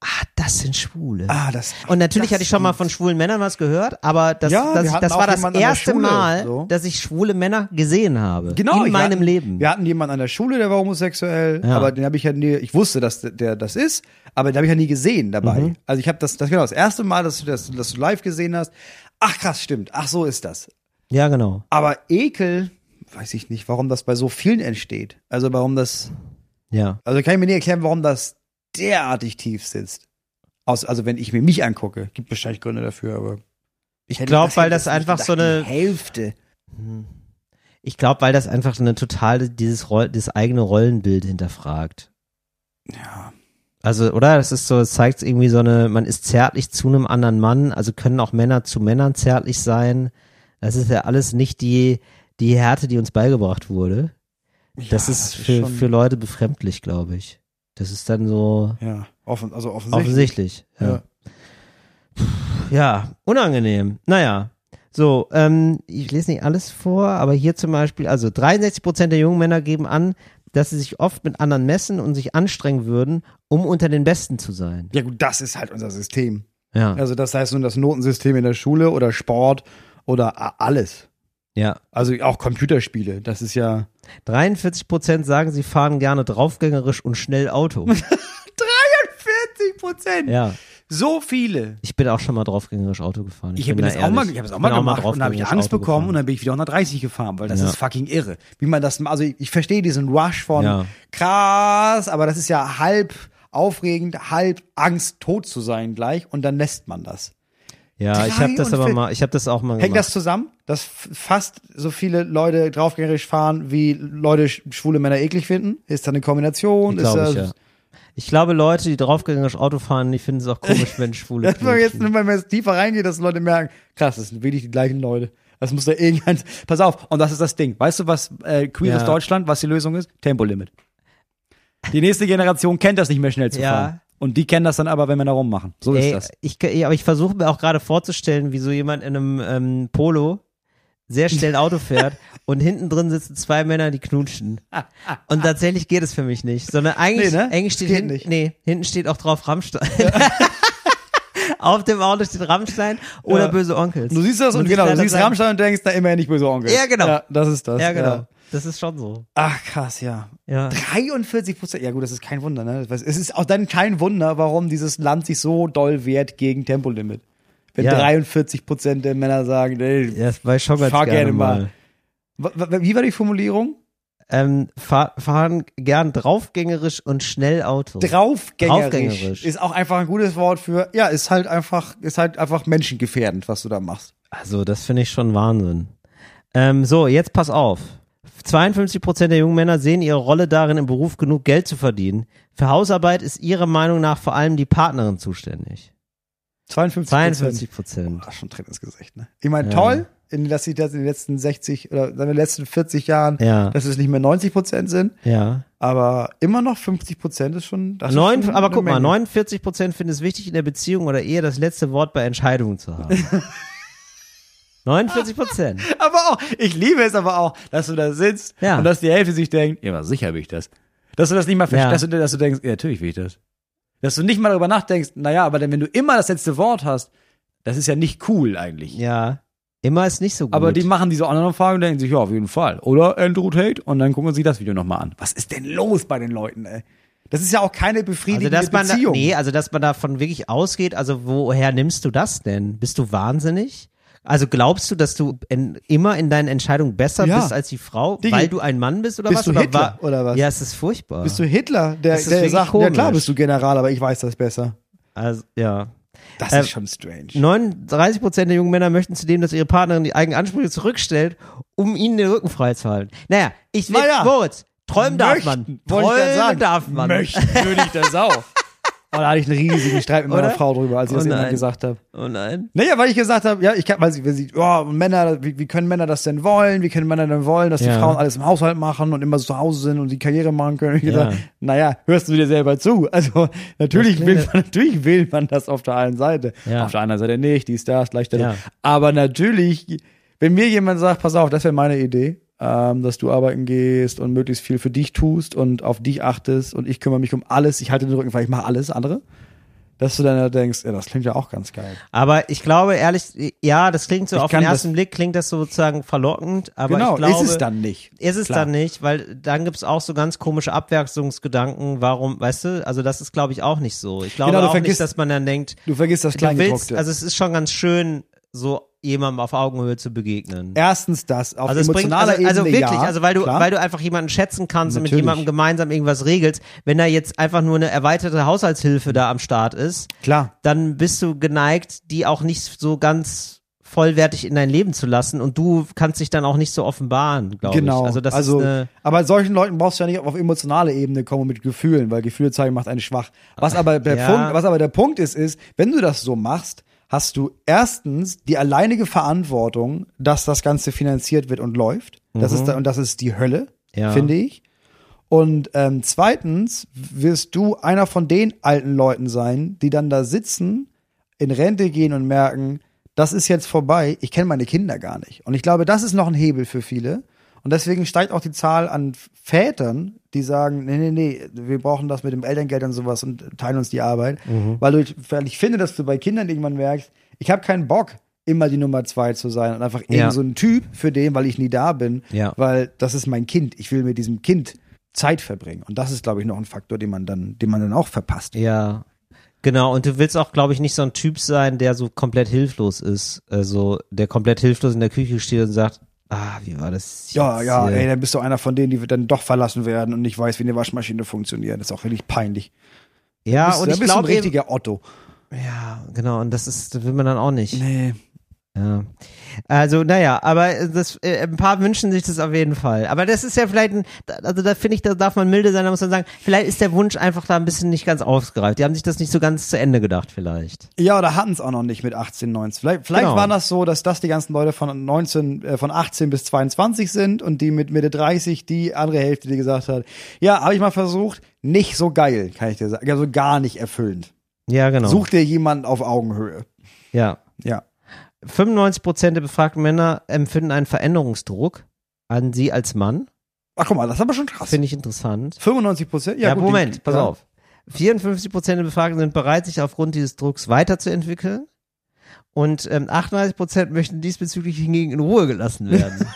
Speaker 1: ah, das sind Schwule.
Speaker 2: Ah, das.
Speaker 1: und natürlich
Speaker 2: das
Speaker 1: hatte ich schon mal
Speaker 2: gibt's.
Speaker 1: von schwulen Männern was gehört, aber das,
Speaker 2: Ja, wir
Speaker 1: das,
Speaker 2: hatten
Speaker 1: das
Speaker 2: auch
Speaker 1: war das
Speaker 2: jemanden an der
Speaker 1: erste
Speaker 2: Schule,
Speaker 1: Mal,
Speaker 2: so.
Speaker 1: dass ich schwule Männer gesehen habe.
Speaker 2: Genau,
Speaker 1: in
Speaker 2: ich-
Speaker 1: meinem
Speaker 2: wir hatten,
Speaker 1: Leben.
Speaker 2: Wir hatten jemanden an der Schule, der war homosexuell,
Speaker 1: Ja.
Speaker 2: aber den habe ich ja nie, ich wusste, dass der- der das ist, aber den habe ich ja nie gesehen dabei.
Speaker 1: Mhm.
Speaker 2: Also ich habe das, das genau das erste Mal, dass du das, dass du live gesehen hast. Ach krass, stimmt. Ach so ist das.
Speaker 1: Ja, genau.
Speaker 2: Aber Ekel, weiß ich nicht, warum das bei so vielen entsteht. Also warum das,
Speaker 1: Ja.
Speaker 2: also kann ich mir nicht erklären, warum das derartig tief sitzt. Aus, also wenn ich mir mich angucke, gibt wahrscheinlich Gründe dafür, aber
Speaker 1: Ich glaube, weil das einfach so eine
Speaker 2: die Hälfte.
Speaker 1: Ich glaube, weil das einfach eine totale, dieses, Roll, dieses eigene Rollenbild hinterfragt.
Speaker 2: Ja.
Speaker 1: Also, oder? Das ist so, es zeigt irgendwie so eine, man ist zärtlich zu einem anderen Mann, also können auch Männer zu Männern zärtlich sein. Das ist ja alles nicht die, die Härte, die uns beigebracht wurde. Das
Speaker 2: Ja,
Speaker 1: ist für,
Speaker 2: schon-
Speaker 1: für Leute befremdlich, glaube ich. Das ist dann so
Speaker 2: ja, offen, also offensichtlich.
Speaker 1: offensichtlich. Ja. ja, unangenehm. Naja. So, ähm, ich lese nicht alles vor, aber hier zum Beispiel, also 63 Prozent der jungen Männer geben an, dass sie sich oft mit anderen messen und sich anstrengen würden, um unter den Besten zu sein.
Speaker 2: Ja, gut, das ist halt unser System.
Speaker 1: Ja,
Speaker 2: Also, das heißt nun das Notensystem in der Schule oder Sport oder a- alles.
Speaker 1: ja.
Speaker 2: Also auch Computerspiele. Das ist ja.
Speaker 1: 43 Prozent sagen, sie fahren gerne draufgängerisch und schnell Auto.
Speaker 2: 40 Prozent!
Speaker 1: ja,
Speaker 2: So viele.
Speaker 1: ich bin auch schon mal draufgängerisch Auto gefahren.
Speaker 2: Ich,
Speaker 1: bin
Speaker 2: habe
Speaker 1: da
Speaker 2: das auch mal,
Speaker 1: ehrlich.
Speaker 2: ich hab das auch
Speaker 1: Ich
Speaker 2: mal
Speaker 1: bin
Speaker 2: gemacht und da habe ich
Speaker 1: draufgängerisch
Speaker 2: Angst
Speaker 1: Auto
Speaker 2: bekommen
Speaker 1: gefahren.
Speaker 2: und dann bin ich wieder 130 gefahren, weil das
Speaker 1: Ja.
Speaker 2: ist fucking irre. Wie man das, also ich, ich verstehe diesen Rush von
Speaker 1: Ja.
Speaker 2: krass, aber das ist ja halb aufregend, halb Angst, tot zu sein gleich und dann lässt man das.
Speaker 1: Ja, ich habe das aber
Speaker 2: 43.
Speaker 1: mal, ich habe das auch mal
Speaker 2: Hängt
Speaker 1: gemacht.
Speaker 2: das zusammen, dass f- fast so viele Leute draufgängerisch fahren, wie Leute sch- schwule Männer eklig finden? Ist da eine Kombination? Ist
Speaker 1: glaube
Speaker 2: das,
Speaker 1: ich, ja. Ich glaube, Leute, die draufgängerisch Auto fahren, die finden es auch komisch, wenn Schwule
Speaker 2: Dass man jetzt,
Speaker 1: knutschen.
Speaker 2: wenn man jetzt tiefer reingeht, dass Leute merken, krass, das sind wirklich die gleichen Leute. Das muss da irgendein,
Speaker 5: Pass auf, und das ist das Ding. Weißt du, was äh, queeres
Speaker 1: Ja.
Speaker 5: Deutschland, was die Lösung ist? Tempolimit. Die nächste Generation kennt das nicht mehr schnell zu
Speaker 1: Ja.
Speaker 5: fahren. Und die kennen das dann aber, wenn wir da rummachen. So
Speaker 1: Ey, äh,
Speaker 5: ist das.
Speaker 1: Ich, ja, aber ich versuche mir auch gerade vorzustellen, wie so jemand in einem ähm, Polo sehr schnell Auto fährt und hinten drin sitzen zwei Männer, die knutschen. Und tatsächlich geht es für mich nicht, sondern eigentlich,
Speaker 2: Nee, ne?
Speaker 1: eigentlich steht
Speaker 2: Geht
Speaker 1: hinten,
Speaker 2: nicht.
Speaker 1: nee, hinten steht auch drauf Rammstein. Auf dem Auto steht Rammstein oder
Speaker 2: Ja.
Speaker 1: böse Onkels.
Speaker 2: du siehst das
Speaker 1: Muss
Speaker 2: und
Speaker 1: ich
Speaker 2: genau, du
Speaker 1: leider
Speaker 2: siehst
Speaker 1: sagen.
Speaker 2: Rammstein und denkst, da immerhin nicht böse Onkel.
Speaker 1: Ja, genau.
Speaker 2: Ja, das ist das.
Speaker 1: Ja, genau. Das ist schon so.
Speaker 2: Ach, krass, ja.
Speaker 1: Ja.
Speaker 2: 43 Prozent. Ja, gut, das ist kein Wunder, ne? Das- Es ist auch dann kein Wunder, warum dieses Land sich so doll wehrt gegen Tempolimit. Wenn
Speaker 1: Ja.
Speaker 2: 43 Prozent der Männer sagen, ey,
Speaker 1: Ja, das war ich schon ganz
Speaker 2: Fahr
Speaker 1: gerne
Speaker 2: gerne mal.
Speaker 1: mal.
Speaker 2: wa- wa- wie war die Formulierung?
Speaker 1: Ähm, fahr, fahren gern draufgängerisch und schnell Auto.
Speaker 2: Draufgängerisch.
Speaker 1: Draufgängerisch.
Speaker 2: Ist auch einfach ein gutes Wort für, ja, ist halt einfach, ist halt einfach menschengefährdend, was du da machst.
Speaker 1: Also, das finde ich schon Wahnsinn. Ähm, so, jetzt pass auf. 52% der jungen Männer sehen ihre Rolle darin, im Beruf genug Geld zu verdienen. Für Hausarbeit ist ihrer Meinung nach vor allem die Partnerin zuständig.
Speaker 2: 52
Speaker 1: 52%.
Speaker 2: Ach, schon Tritt ins Gesicht, ne? Ich meine,
Speaker 1: Ja.
Speaker 2: toll, in, dass sie das in den letzten 60 oder in den letzten 40 Jahren,
Speaker 1: Ja.
Speaker 2: dass es nicht mehr 90 Prozent sind,
Speaker 1: Ja. aber
Speaker 2: aber immer noch 50 Prozent ist schon. Das ist
Speaker 1: Neun,
Speaker 2: Also schon
Speaker 1: aber
Speaker 2: eine
Speaker 1: guck mal,
Speaker 2: Menge.
Speaker 1: 49 Prozent finden es wichtig, in der Beziehung oder Ehe das letzte Wort bei Entscheidungen zu haben. 49 Prozent.
Speaker 2: Aber auch, ich liebe es aber auch, dass du da sitzt
Speaker 1: Ja.
Speaker 2: und dass die Hälfte sich denkt,
Speaker 5: Ja, aber sicher will ich das. Dass du das nicht mal verstehst,
Speaker 1: Ja.
Speaker 5: dass, du, dass du denkst, ja, natürlich will ich das. Dass du nicht mal darüber nachdenkst, naja, aber denn, wenn du immer das letzte Wort hast, das ist ja nicht cool eigentlich.
Speaker 1: Ja. Immer ist nicht so gut.
Speaker 5: Aber die machen diese anderen Fragen und denken sich, ja, auf jeden Fall. Oder Andrew Tate und dann gucken sie sich das Video nochmal an.
Speaker 2: was ist denn los bei den Leuten, ey? Das ist ja auch keine
Speaker 1: also
Speaker 2: befriedigende
Speaker 1: dass man da,
Speaker 2: Beziehung.
Speaker 1: nee, also dass man davon wirklich ausgeht, also woher nimmst du das denn? Bist du wahnsinnig? Also glaubst du, dass du in, immer in deinen Entscheidungen besser
Speaker 2: Ja.
Speaker 1: bist als die Frau,
Speaker 2: Digi,
Speaker 1: weil du ein Mann bist oder
Speaker 2: bist
Speaker 1: was?
Speaker 2: du
Speaker 1: oder,
Speaker 2: Hitler
Speaker 1: wa-
Speaker 2: oder was?
Speaker 1: Ja, es ist furchtbar.
Speaker 2: Bist du Hitler, der,
Speaker 1: Das ist
Speaker 2: der
Speaker 1: wirklich
Speaker 2: sagt, ja
Speaker 1: komisch.
Speaker 2: klar bist du General, aber ich weiß das besser.
Speaker 1: also, ja.
Speaker 2: Das
Speaker 1: Äh,
Speaker 2: ist schon strange.
Speaker 1: 39 Prozent der jungen Männer möchten zudem, dass ihre Partnerin die eigenen Ansprüche zurückstellt, um ihnen den Rücken freizuhalten. Naja, ich will,
Speaker 2: Naja.
Speaker 1: Moritz, träumen darf man.
Speaker 2: Möchten, wollte ich grad
Speaker 1: Träumen
Speaker 2: sagen.
Speaker 1: darf man.
Speaker 2: Möchten.
Speaker 4: Würde ich das auch.
Speaker 2: Oh, da hatte ich einen riesigen Streit mit meiner
Speaker 1: Oder?
Speaker 2: Frau drüber, als ich
Speaker 1: Oh
Speaker 2: das
Speaker 1: nein.
Speaker 2: irgendwann gesagt habe.
Speaker 1: Oh nein.
Speaker 2: Naja, weil ich gesagt habe, ja, ich kann, weil sie, weil sie oh, Männer, wie, wie können Männer das denn wollen? Wie können Männer denn wollen, dass
Speaker 1: Ja.
Speaker 2: die Frauen alles im Haushalt machen und immer so zu Hause sind und die Karriere machen können? Ich
Speaker 1: Ja.
Speaker 2: gesagt, naja, hörst du dir selber zu. Also natürlich will, man, natürlich will man das auf der einen Seite.
Speaker 1: Ja.
Speaker 2: Auf der anderen Seite nicht, dies, das, leichter.
Speaker 1: Ja.
Speaker 2: Aber natürlich, wenn mir jemand sagt, pass auf, das wäre meine Idee, ähm, dass du arbeiten gehst und möglichst viel für dich tust und auf dich achtest und ich kümmere mich um alles, ich halte den Rücken, weil ich mache alles andere. Dass du dann da denkst, ja, das klingt ja auch ganz geil.
Speaker 1: Aber ich glaube, ehrlich, ja, das klingt so
Speaker 2: Ich
Speaker 1: auf den
Speaker 2: kann
Speaker 1: ersten Blick, klingt das so sozusagen verlockend, aber
Speaker 2: genau,
Speaker 1: ich glaube,
Speaker 2: ist es dann nicht.
Speaker 1: ist es
Speaker 2: Klar.
Speaker 1: dann nicht, weil dann gibt's auch so ganz komische Abwertungsgedanken, warum, weißt du, also das ist, glaube ich, auch nicht so. Ich glaube
Speaker 2: Genau, du
Speaker 1: auch nicht,
Speaker 2: vergisst-
Speaker 1: dass man dann denkt,
Speaker 2: Du vergisst das
Speaker 1: du willst,
Speaker 2: Kleingedruckte.
Speaker 1: also es ist schon ganz schön, so jemandem auf Augenhöhe zu begegnen.
Speaker 2: Erstens das, auf
Speaker 1: Also es bringt, also,
Speaker 2: emotionaler Ebene
Speaker 1: also wirklich,
Speaker 2: ja,
Speaker 1: also weil du,
Speaker 2: klar.
Speaker 1: weil du einfach jemanden schätzen kannst und mit
Speaker 2: Natürlich.
Speaker 1: jemandem gemeinsam irgendwas regelst, wenn da jetzt einfach nur eine erweiterte Haushaltshilfe da am Start ist,
Speaker 2: Klar.
Speaker 1: dann bist du geneigt, die auch nicht so ganz vollwertig in dein Leben zu lassen und du kannst dich dann auch nicht so offenbaren, glaube
Speaker 2: Genau.
Speaker 1: ich. Also das ist eine,
Speaker 2: aber solchen Leuten brauchst du ja nicht auf emotionale Ebene kommen und mit Gefühlen, weil Gefühle zeigen macht einen schwach. Was aber der
Speaker 1: Ja.
Speaker 2: Punkt, was aber der Punkt ist, ist, wenn du das so machst, hast du erstens die alleinige Verantwortung, dass das Ganze finanziert wird und läuft. Das ist da, und das ist die Hölle,
Speaker 1: Mhm. Ja.
Speaker 2: finde ich. Und ähm, zweitens wirst du einer von den alten Leuten sein, die dann da sitzen, in Rente gehen und merken, das ist jetzt vorbei, ich kenne meine Kinder gar nicht. Und ich glaube, das ist noch ein Hebel für viele. Und deswegen steigt auch die Zahl an Vätern, die sagen, nee, nee, nee, wir brauchen das mit dem Elterngeld und sowas und teilen uns die Arbeit.
Speaker 1: Mhm.
Speaker 2: Weil, du, weil ich finde, dass du bei Kindern irgendwann merkst, ich habe keinen Bock, immer die Nummer zwei zu sein und einfach
Speaker 1: Ja.
Speaker 2: eben so ein Typ für den, weil ich nie da bin.
Speaker 1: Ja.
Speaker 2: Weil das ist mein Kind. Ich will mit diesem Kind Zeit verbringen. Und das ist, glaube ich, noch ein Faktor, den man dann, den man dann auch verpasst.
Speaker 1: ja, genau. Und du willst auch, glaube ich, nicht so ein Typ sein, der so komplett hilflos ist, also der komplett hilflos in der Küche steht und sagt, ah, wie war das?
Speaker 2: Ja,
Speaker 1: jetzt
Speaker 2: ja,
Speaker 1: hier?
Speaker 2: ey, dann bist du einer von denen, die dann doch verlassen werden und nicht weiß, wie eine Waschmaschine funktioniert. Das ist auch wirklich peinlich.
Speaker 1: ja.
Speaker 2: Bist,
Speaker 1: Und
Speaker 2: da
Speaker 1: ich
Speaker 2: bist du ein
Speaker 1: glaube,
Speaker 2: richtiger Otto.
Speaker 1: Ja, genau. Und das ist, das will man dann auch nicht.
Speaker 2: Nee.
Speaker 1: Ja. Also, naja, aber das, äh, ein paar wünschen sich das auf jeden Fall. Aber das ist ja vielleicht, ein, also da finde ich, da darf man milde sein, da muss man sagen, vielleicht ist der Wunsch einfach da ein bisschen nicht ganz ausgereift. Die haben sich das nicht so ganz zu Ende gedacht, vielleicht.
Speaker 2: Ja, oder hatten es auch noch nicht mit 18, 19. Vielleicht, vielleicht
Speaker 1: Genau.
Speaker 2: war das so, dass das die ganzen Leute von 19, äh, von 18 bis 22 sind und die mit Mitte 30 die andere Hälfte, die gesagt hat, ja, habe ich mal versucht, nicht so geil, kann ich dir sagen. Also gar nicht erfüllend.
Speaker 1: Ja, genau.
Speaker 2: Such dir jemanden auf Augenhöhe.
Speaker 1: Ja.
Speaker 2: Ja.
Speaker 1: 95 Prozent der befragten Männer empfinden einen Veränderungsdruck an sie als Mann.
Speaker 2: Ach, guck mal, das ist aber schon krass.
Speaker 1: Finde ich interessant.
Speaker 2: 95 Prozent?
Speaker 1: Ja,
Speaker 2: Ja, gut,
Speaker 1: Moment,
Speaker 2: die,
Speaker 1: pass
Speaker 2: ja.
Speaker 1: auf. 54 Prozent der Befragten sind bereit, sich aufgrund dieses Drucks weiterzuentwickeln. Und ähm, 38 Prozent möchten diesbezüglich hingegen in Ruhe gelassen werden.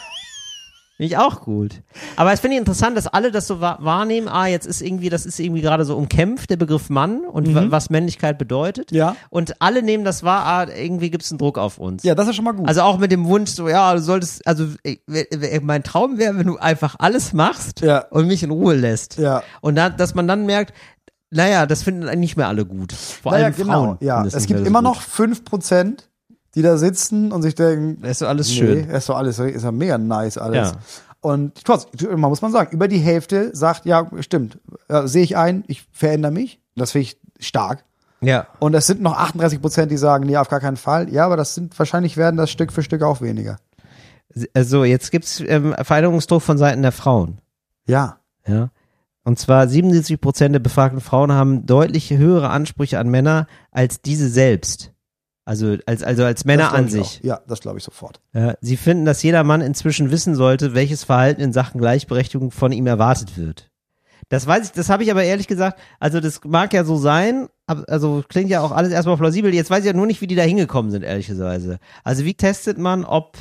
Speaker 1: Finde ich auch gut. Aber es finde ich interessant, dass alle das so wa- wahrnehmen. Ah, jetzt ist irgendwie, das ist irgendwie gerade so umkämpft, der Begriff Mann und wa- was Männlichkeit bedeutet.
Speaker 2: Mhm. Ja.
Speaker 1: Und alle nehmen das wahr, ah, irgendwie gibt es einen Druck auf uns.
Speaker 2: Ja, das ist schon mal gut.
Speaker 1: Also auch mit dem Wunsch, so, ja, du solltest, also ey, wer- wer- mein Traum wäre, wenn du einfach alles machst
Speaker 2: Ja.
Speaker 1: und mich in Ruhe lässt.
Speaker 2: Ja.
Speaker 1: Und dann, dass man dann merkt, naja, das finden dann nicht mehr alle gut. Vor
Speaker 2: Naja, genau,
Speaker 1: allem Frauen.
Speaker 2: Ja,
Speaker 1: finden das
Speaker 2: es
Speaker 1: nicht
Speaker 2: gibt
Speaker 1: mehr so
Speaker 2: immer
Speaker 1: gut.
Speaker 2: noch 5 Prozent, die da sitzen und sich denken,
Speaker 1: Das ist so alles
Speaker 2: nee,
Speaker 1: schön.
Speaker 2: ist doch alles, ist ja mega nice alles.
Speaker 1: Ja.
Speaker 2: Und trotz, man muss man sagen, über die Hälfte sagt, ja, stimmt, ja, sehe ich ein, ich verändere mich. Das finde ich stark.
Speaker 1: Ja.
Speaker 2: Und es sind noch 38 Prozent, die sagen, nee, auf gar keinen Fall. Ja, aber das sind, wahrscheinlich werden das Stück für Stück auch weniger.
Speaker 1: Also jetzt gibt's ähm, Veränderungsdruck von Seiten der Frauen.
Speaker 2: Ja.
Speaker 1: Ja. Und zwar 77 Prozent der befragten Frauen haben deutlich höhere Ansprüche an Männer als diese selbst. Also als, also als
Speaker 2: das
Speaker 1: Männer
Speaker 2: glaub
Speaker 1: an
Speaker 2: ich
Speaker 1: sich.
Speaker 2: Auch. Ja, das glaube ich sofort.
Speaker 1: Ja, Äh, sie finden, dass jeder Mann inzwischen wissen sollte, welches Verhalten in Sachen Gleichberechtigung von ihm erwartet wird. Das weiß ich, das habe ich aber ehrlich gesagt, also das mag ja so sein, ab- also klingt ja auch alles erstmal plausibel. Jetzt weiß ich ja nur nicht, wie die da hingekommen sind, ehrlicherweise. Also wie testet man, ob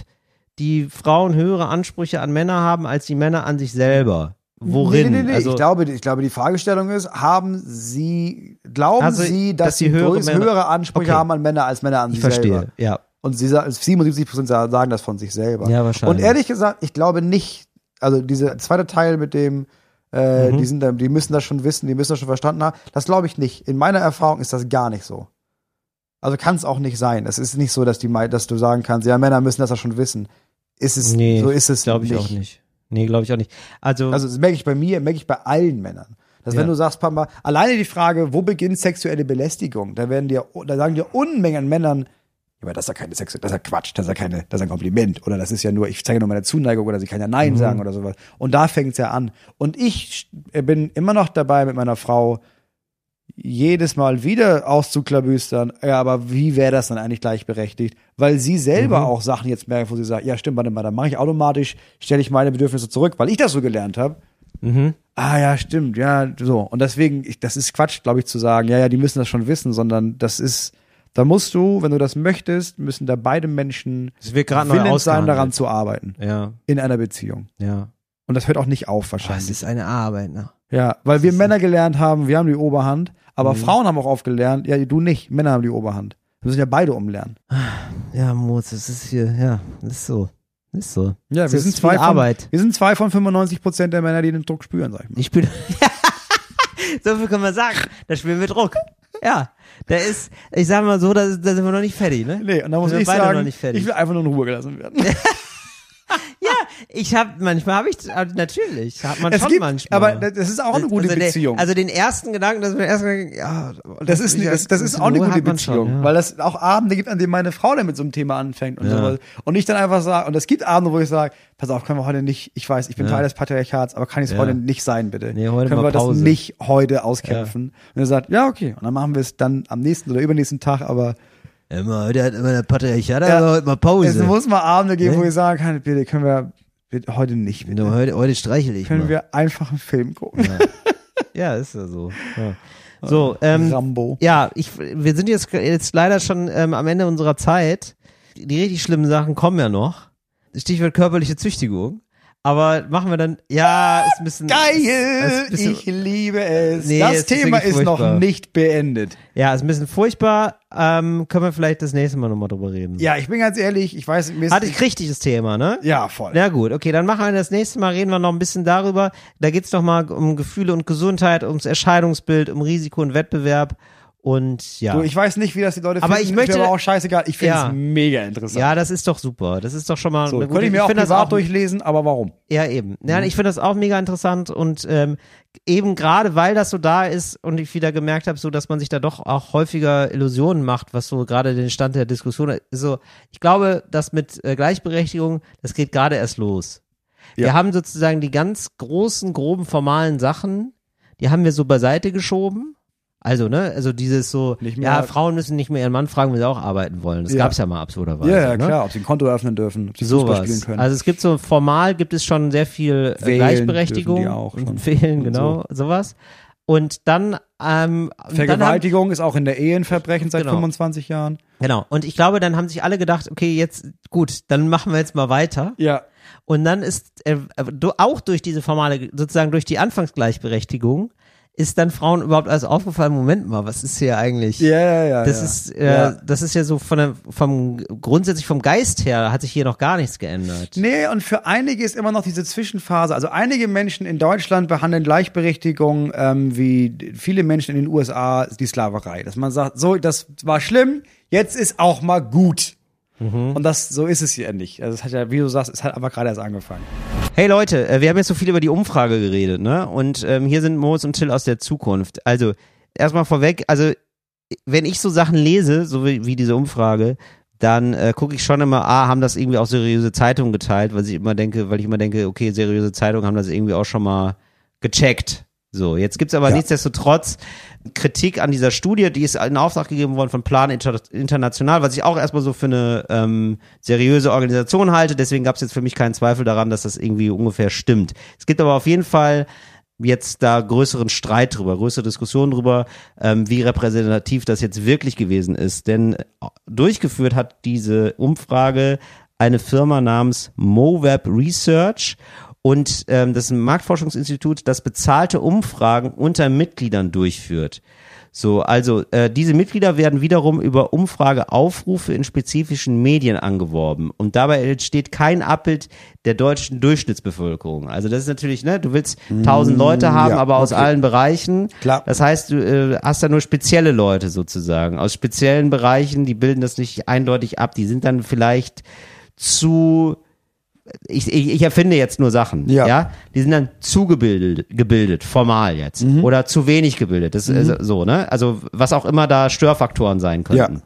Speaker 1: die Frauen höhere Ansprüche an Männer haben als die Männer an sich selber? Worin?
Speaker 2: Nee, nee, nee, nee.
Speaker 1: Also,
Speaker 2: ich, glaube, ich glaube, die Fragestellung ist, haben Sie, glauben
Speaker 1: Also,
Speaker 2: Sie,
Speaker 1: dass
Speaker 2: dass,
Speaker 1: sie
Speaker 2: Sie
Speaker 1: höhere
Speaker 2: höhere,
Speaker 1: Männer-
Speaker 2: höhere Ansprüche
Speaker 1: Okay.
Speaker 2: haben an Männer als Männer an
Speaker 1: ich
Speaker 2: sich
Speaker 1: verstehe,
Speaker 2: selber?
Speaker 1: ja.
Speaker 2: Und sie sa- 77 Prozent sagen das von sich selber.
Speaker 1: Ja, wahrscheinlich.
Speaker 2: Und ehrlich gesagt, ich glaube nicht, also dieser zweite Teil mit dem,
Speaker 1: Mhm.
Speaker 2: äh, die, sind da, die müssen das schon wissen, die müssen das schon verstanden haben, das glaube ich nicht. In meiner Erfahrung ist das gar nicht so. Also kann es auch nicht sein. Es ist nicht so, dass, die, mei- dass du sagen kannst, ja, Männer müssen das ja schon wissen. Ist es,
Speaker 1: Nee,
Speaker 2: so ist es
Speaker 1: Glaube ich
Speaker 2: nicht.
Speaker 1: auch nicht. Nee, glaube ich auch nicht. Also,
Speaker 2: Also das merke ich bei mir, merke ich bei allen Männern. Dass
Speaker 1: Ja.
Speaker 2: wenn du sagst, Papa, alleine die Frage, wo beginnt sexuelle Belästigung, da werden dir, da sagen dir Unmengen an Männern, ja, aber das ist ja keine Sex, das ist ja Quatsch, das ist ja keine, das ist ein Kompliment oder das ist ja nur, ich zeige nur meine Zuneigung oder sie kann ja Nein sagen oder sowas. Und da fängt es ja an. Und ich sch- bin immer noch dabei mit meiner Frau, jedes Mal wieder auszuklabüstern, ja, aber wie wäre das dann eigentlich gleichberechtigt? Weil sie selber auch Sachen jetzt merken, wo sie sagt, ja stimmt, warte mal, dann mache ich automatisch, stelle ich meine Bedürfnisse zurück, weil ich das so gelernt habe.
Speaker 1: mhm.
Speaker 2: Ah ja, stimmt, ja, so. Und deswegen, ich, das ist Quatsch, glaube ich, zu sagen, ja, ja, die müssen das schon wissen, sondern das ist, da musst du, wenn du das möchtest, müssen da beide Menschen
Speaker 1: es wird gerade neu
Speaker 2: willens sein,
Speaker 1: ausgehandelt.
Speaker 2: daran zu arbeiten.
Speaker 1: Ja,
Speaker 2: In einer Beziehung.
Speaker 1: ja.
Speaker 2: Und das hört auch nicht auf
Speaker 1: Boah, es
Speaker 2: wahrscheinlich.
Speaker 1: ist eine Arbeit, ne?
Speaker 2: Ja, weil wir Männer gelernt haben, wir haben die Oberhand,
Speaker 1: Mhm.
Speaker 2: aber Frauen haben auch oft gelernt, ja, du nicht, Männer haben die Oberhand. Wir müssen ja beide umlernen.
Speaker 1: Ja, Moritz, es ist hier, ja, ist so. Ist so.
Speaker 2: Ja,
Speaker 1: Es ist viel
Speaker 2: von,
Speaker 1: Arbeit.
Speaker 2: Wir sind zwei von 95 Prozent der Männer, die den Druck spüren, sag ich mal.
Speaker 1: Ich bin. so viel kann man sagen. Da spielen wir Druck. Ja. Da ist, ich sag mal so, da, da sind wir noch nicht fertig, ne?
Speaker 2: Nee, und da muss
Speaker 1: sind
Speaker 2: ich
Speaker 1: beide noch
Speaker 2: sagen,
Speaker 1: nicht
Speaker 2: ich
Speaker 1: fertig.
Speaker 2: will einfach nur in Ruhe gelassen werden.
Speaker 1: Ich hab, manchmal habe ich, aber natürlich, hat man
Speaker 2: es
Speaker 1: schon
Speaker 2: gibt,
Speaker 1: manchmal.
Speaker 2: aber das ist auch eine gute
Speaker 1: also
Speaker 2: Beziehung.
Speaker 1: Der, also den ersten Gedanken, dass wir den ersten Gedanken, ja,
Speaker 2: das ist, das, das ist auch eine
Speaker 1: Ruhe
Speaker 2: gute
Speaker 1: hat man
Speaker 2: Beziehung,
Speaker 1: schon, ja.
Speaker 2: weil das auch Abende gibt, an denen meine Frau dann mit so einem Thema anfängt und
Speaker 1: Ja.
Speaker 2: sowas. Und ich dann einfach sage, und es gibt Abende, wo ich sage, pass auf, können wir heute nicht, ich weiß, ich bin
Speaker 1: Ja.
Speaker 2: Teil des Patriarchats, aber kann ich es
Speaker 1: Ja.
Speaker 2: heute nicht sein, bitte.
Speaker 1: Nee, heute
Speaker 2: können
Speaker 1: mal
Speaker 2: wir das
Speaker 1: Pause.
Speaker 2: nicht heute auskämpfen? Und er sagt, ja, okay. Und dann machen wir es dann am nächsten oder übernächsten Tag, aber
Speaker 1: Immer, heute hat immer der Patriarchat,
Speaker 2: Ja.
Speaker 1: aber heute mal
Speaker 2: es
Speaker 1: Pause.
Speaker 2: muss mal Abende geben,
Speaker 1: Nee.
Speaker 2: wo ich sagen kann, bitte, können wir bitte, heute nicht, bitte.
Speaker 1: Nur heute, heute streichel ich
Speaker 2: Können
Speaker 1: mal.
Speaker 2: wir einfach einen Film gucken?
Speaker 1: Ja, ist ja so. Ja. So, ähm,
Speaker 2: Rambo.
Speaker 1: Ja, ich, wir sind jetzt, jetzt leider schon ähm, am Ende unserer Zeit. Die richtig schlimmen Sachen kommen ja noch. Stichwort körperliche Züchtigung. Aber machen wir dann, ja, ist ein bisschen. Ist, ist
Speaker 2: Geil!
Speaker 1: ein bisschen,
Speaker 2: ich liebe es.
Speaker 1: Nee, es
Speaker 2: das
Speaker 1: ist
Speaker 2: Thema
Speaker 1: wirklich
Speaker 2: ist
Speaker 1: furchtbar.
Speaker 2: noch nicht beendet.
Speaker 1: ja, ist ein bisschen furchtbar. Ähm, können wir vielleicht das nächste Mal nochmal drüber reden.
Speaker 2: Ja, ich bin ganz ehrlich, ich weiß, mir ist
Speaker 1: Hatte ich richtig das Thema, ne?
Speaker 2: Ja, voll.
Speaker 1: Na gut, okay, dann machen wir das nächste Mal, reden wir noch ein bisschen darüber. Da geht's noch mal um Gefühle und Gesundheit, ums Erscheinungsbild, um Risiko und Wettbewerb Und ja.
Speaker 2: Du, ich weiß nicht, wie das die Leute
Speaker 1: Aber
Speaker 2: finden.
Speaker 1: ich möchte-
Speaker 2: ist mir aber auch scheißegal. Ich finde es
Speaker 1: Ja.
Speaker 2: mega interessant.
Speaker 1: ja, das ist doch super. Das ist doch schon mal
Speaker 2: so,
Speaker 1: eine
Speaker 2: könnte
Speaker 1: gute
Speaker 2: ich mir auch
Speaker 1: find das
Speaker 2: privat durchlesen, aber warum?
Speaker 1: Ja, eben.
Speaker 2: Mhm.
Speaker 1: Ja, ich finde das auch mega interessant und ähm, eben gerade weil das so da ist und ich wieder gemerkt habe, so dass man sich da doch auch häufiger Illusionen macht, was so gerade den Stand der Diskussion ist. So, ich glaube, das mit äh, Gleichberechtigung, das geht gerade erst los. Wir
Speaker 2: Ja.
Speaker 1: haben sozusagen die ganz großen, groben, formalen Sachen, die haben wir so beiseite geschoben. Also, ne, also dieses so,
Speaker 2: Nicht mehr-
Speaker 1: ja, Frauen müssen nicht mehr ihren Mann fragen, wenn sie auch arbeiten wollen. Das
Speaker 2: Ja.
Speaker 1: gab's ja mal absurderweise.
Speaker 2: Ja, ja,
Speaker 1: ne?
Speaker 2: klar, ob sie ein Konto eröffnen dürfen, ob sie Fußball spielen
Speaker 1: Sowas.
Speaker 2: können.
Speaker 1: Also es gibt so formal gibt es schon sehr viel äh,
Speaker 2: Wählen
Speaker 1: Gleichberechtigung,
Speaker 2: dürfen die auch schon.
Speaker 1: wählen genau sowas. Und dann ähm, dann haben,
Speaker 2: Vergewaltigung ist auch in der Ehe ein Verbrechen seit
Speaker 1: Genau.
Speaker 2: 25 Jahren.
Speaker 1: genau. Und ich glaube, dann haben sich alle gedacht, okay, jetzt gut, dann machen wir jetzt mal weiter.
Speaker 2: Ja.
Speaker 1: Und dann ist äh, du- auch durch diese formale sozusagen durch die Anfangsgleichberechtigung ist dann Frauen überhaupt alles aufgefallen. Moment mal, was ist hier eigentlich?
Speaker 2: Ja, ja, ja.
Speaker 1: Das
Speaker 2: ja.
Speaker 1: ist äh,
Speaker 2: Ja.
Speaker 1: das ist ja so von der, vom grundsätzlich vom Geist her hat sich hier noch gar nichts geändert.
Speaker 2: Nee, und für einige ist immer noch diese Zwischenphase. Also einige Menschen in Deutschland behandeln Gleichberechtigung ähm, wie d- viele Menschen in den USA die Sklaverei. Dass man sagt, so, das war schlimm, jetzt ist auch mal gut.
Speaker 1: Mhm.
Speaker 2: Und das, so ist es ja nicht. Also es hat ja, wie du sagst, es hat aber gerade erst angefangen.
Speaker 1: Hey Leute, äh, wir haben jetzt so viel über die Umfrage geredet, ne? Und ähm, hier sind Moritz und Till aus der Zukunft. Also, erstmal vorweg, also, wenn ich so Sachen lese, so wie, wie diese Umfrage, dann äh, gucke ich schon immer, ah, haben das irgendwie auch seriöse Zeitungen geteilt, weil ich immer denke, weil ich immer denke, okay, seriöse Zeitungen haben das irgendwie auch schon mal gecheckt. So, jetzt gibt's aber
Speaker 2: Ja.
Speaker 1: nichtsdestotrotz Kritik an dieser Studie, die ist in Auftrag gegeben worden von Plan Inter International, was ich auch erstmal so für eine ähm, seriöse Organisation halte. Deswegen gab's jetzt für mich keinen Zweifel daran, dass das irgendwie ungefähr stimmt. Es gibt aber auf jeden Fall jetzt da größeren Streit drüber, größere Diskussion drüber, ähm, wie repräsentativ das jetzt wirklich gewesen ist. Denn äh, durchgeführt hat diese Umfrage eine Firma namens Moweb Research und ähm, das ist ein Marktforschungsinstitut, das bezahlte Umfragen unter Mitgliedern durchführt. So, also äh, diese Mitglieder werden wiederum über Umfrageaufrufe in spezifischen Medien angeworben und dabei entsteht kein Abbild der deutschen Durchschnittsbevölkerung. Also das ist natürlich, ne, du willst tausend Leute haben,
Speaker 2: Mm, ja,
Speaker 1: aber aus
Speaker 2: okay.
Speaker 1: allen Bereichen.
Speaker 2: Klar.
Speaker 1: Das heißt, du äh, hast da nur spezielle Leute sozusagen aus speziellen Bereichen, die bilden das nicht eindeutig ab. Die sind dann vielleicht zu ich, ich, ich erfinde jetzt nur Sachen. Ja.
Speaker 2: Ja.
Speaker 1: Die sind dann zugebildet, gebildet, formal jetzt. Oder zu wenig gebildet. Das ist so, ne? Also, was auch immer da Störfaktoren sein könnten.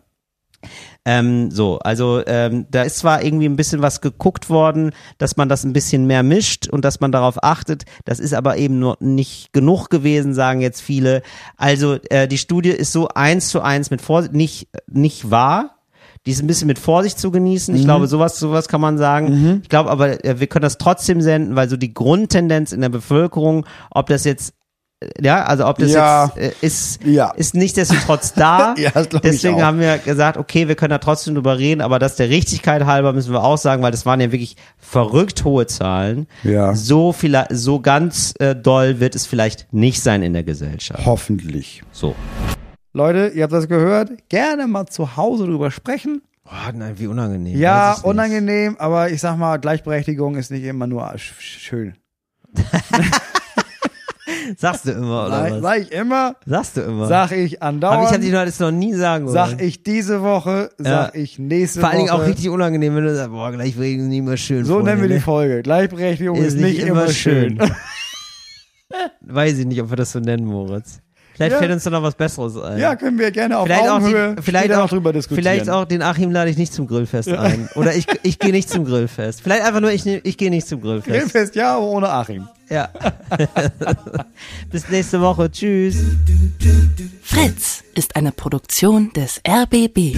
Speaker 2: Ja.
Speaker 1: Ähm, so, also ähm, da ist zwar irgendwie ein bisschen was geguckt worden, dass man das ein bisschen mehr mischt und dass man darauf achtet. Das ist aber eben nur nicht genug gewesen, sagen jetzt viele. Also äh, die Studie ist so eins zu eins mit Vorsicht nicht nicht wahr. Die ist ein bisschen mit Vorsicht zu genießen. Ich
Speaker 2: Mhm.
Speaker 1: glaube, sowas sowas kann man sagen. Ich glaube, aber äh, wir können das trotzdem senden, weil so die Grundtendenz in der Bevölkerung, ob das jetzt äh, ja, also ob das
Speaker 2: Ja.
Speaker 1: jetzt äh, ist,
Speaker 2: Ja.
Speaker 1: ist nichtsdestotrotz da.
Speaker 2: Ja, das glaub ich
Speaker 1: Deswegen
Speaker 2: auch.
Speaker 1: haben wir gesagt, okay, wir können da trotzdem drüber reden, aber das der Richtigkeit halber müssen wir auch sagen, weil das waren ja wirklich verrückt hohe Zahlen.
Speaker 2: Ja.
Speaker 1: So viel, so ganz äh, doll wird es vielleicht nicht sein in der Gesellschaft.
Speaker 2: Hoffentlich.
Speaker 1: So.
Speaker 2: Leute, ihr habt das gehört. Gerne mal zu Hause drüber sprechen.
Speaker 1: Boah, nein, wie unangenehm.
Speaker 2: Ja, unangenehm, aber ich sag mal, Gleichberechtigung ist nicht immer nur sch schön.
Speaker 1: Sagst du immer, oder
Speaker 2: Sag,
Speaker 1: was?
Speaker 2: sag ich immer,
Speaker 1: Sagst du immer.
Speaker 2: sag ich
Speaker 1: aber ich
Speaker 2: andauernd.
Speaker 1: hatte dir das noch nie sagen wollen.
Speaker 2: Sag ich diese Woche, sag ich nächste
Speaker 1: Vor allen
Speaker 2: Woche.
Speaker 1: Dingen auch richtig unangenehm, wenn du sagst, boah, gleich wegen nicht mehr schön.
Speaker 2: so
Speaker 1: Freunde,
Speaker 2: nennen wir die
Speaker 1: ne?
Speaker 2: Folge. Gleichberechtigung ist, nicht immer schön.
Speaker 1: ne? Weiß ich nicht, ob wir das so nennen, Moritz. Vielleicht
Speaker 2: Ja.
Speaker 1: fällt uns da noch was Besseres ein.
Speaker 2: Ja, können wir gerne auf
Speaker 1: Vielleicht auch,
Speaker 2: Augenhöhe
Speaker 1: die, vielleicht,
Speaker 2: später
Speaker 1: auch,
Speaker 2: noch drüber diskutieren.
Speaker 1: vielleicht auch den Achim lade ich nicht zum Grillfest ein. Oder ich, ich gehe nicht zum Grillfest. Vielleicht einfach nur, ich, ne- ich gehe nicht zum Grillfest.
Speaker 2: Grillfest, ja, aber ohne Achim.
Speaker 1: Ja. Bis nächste Woche. Tschüss.
Speaker 3: Fritz ist eine Produktion des RBB.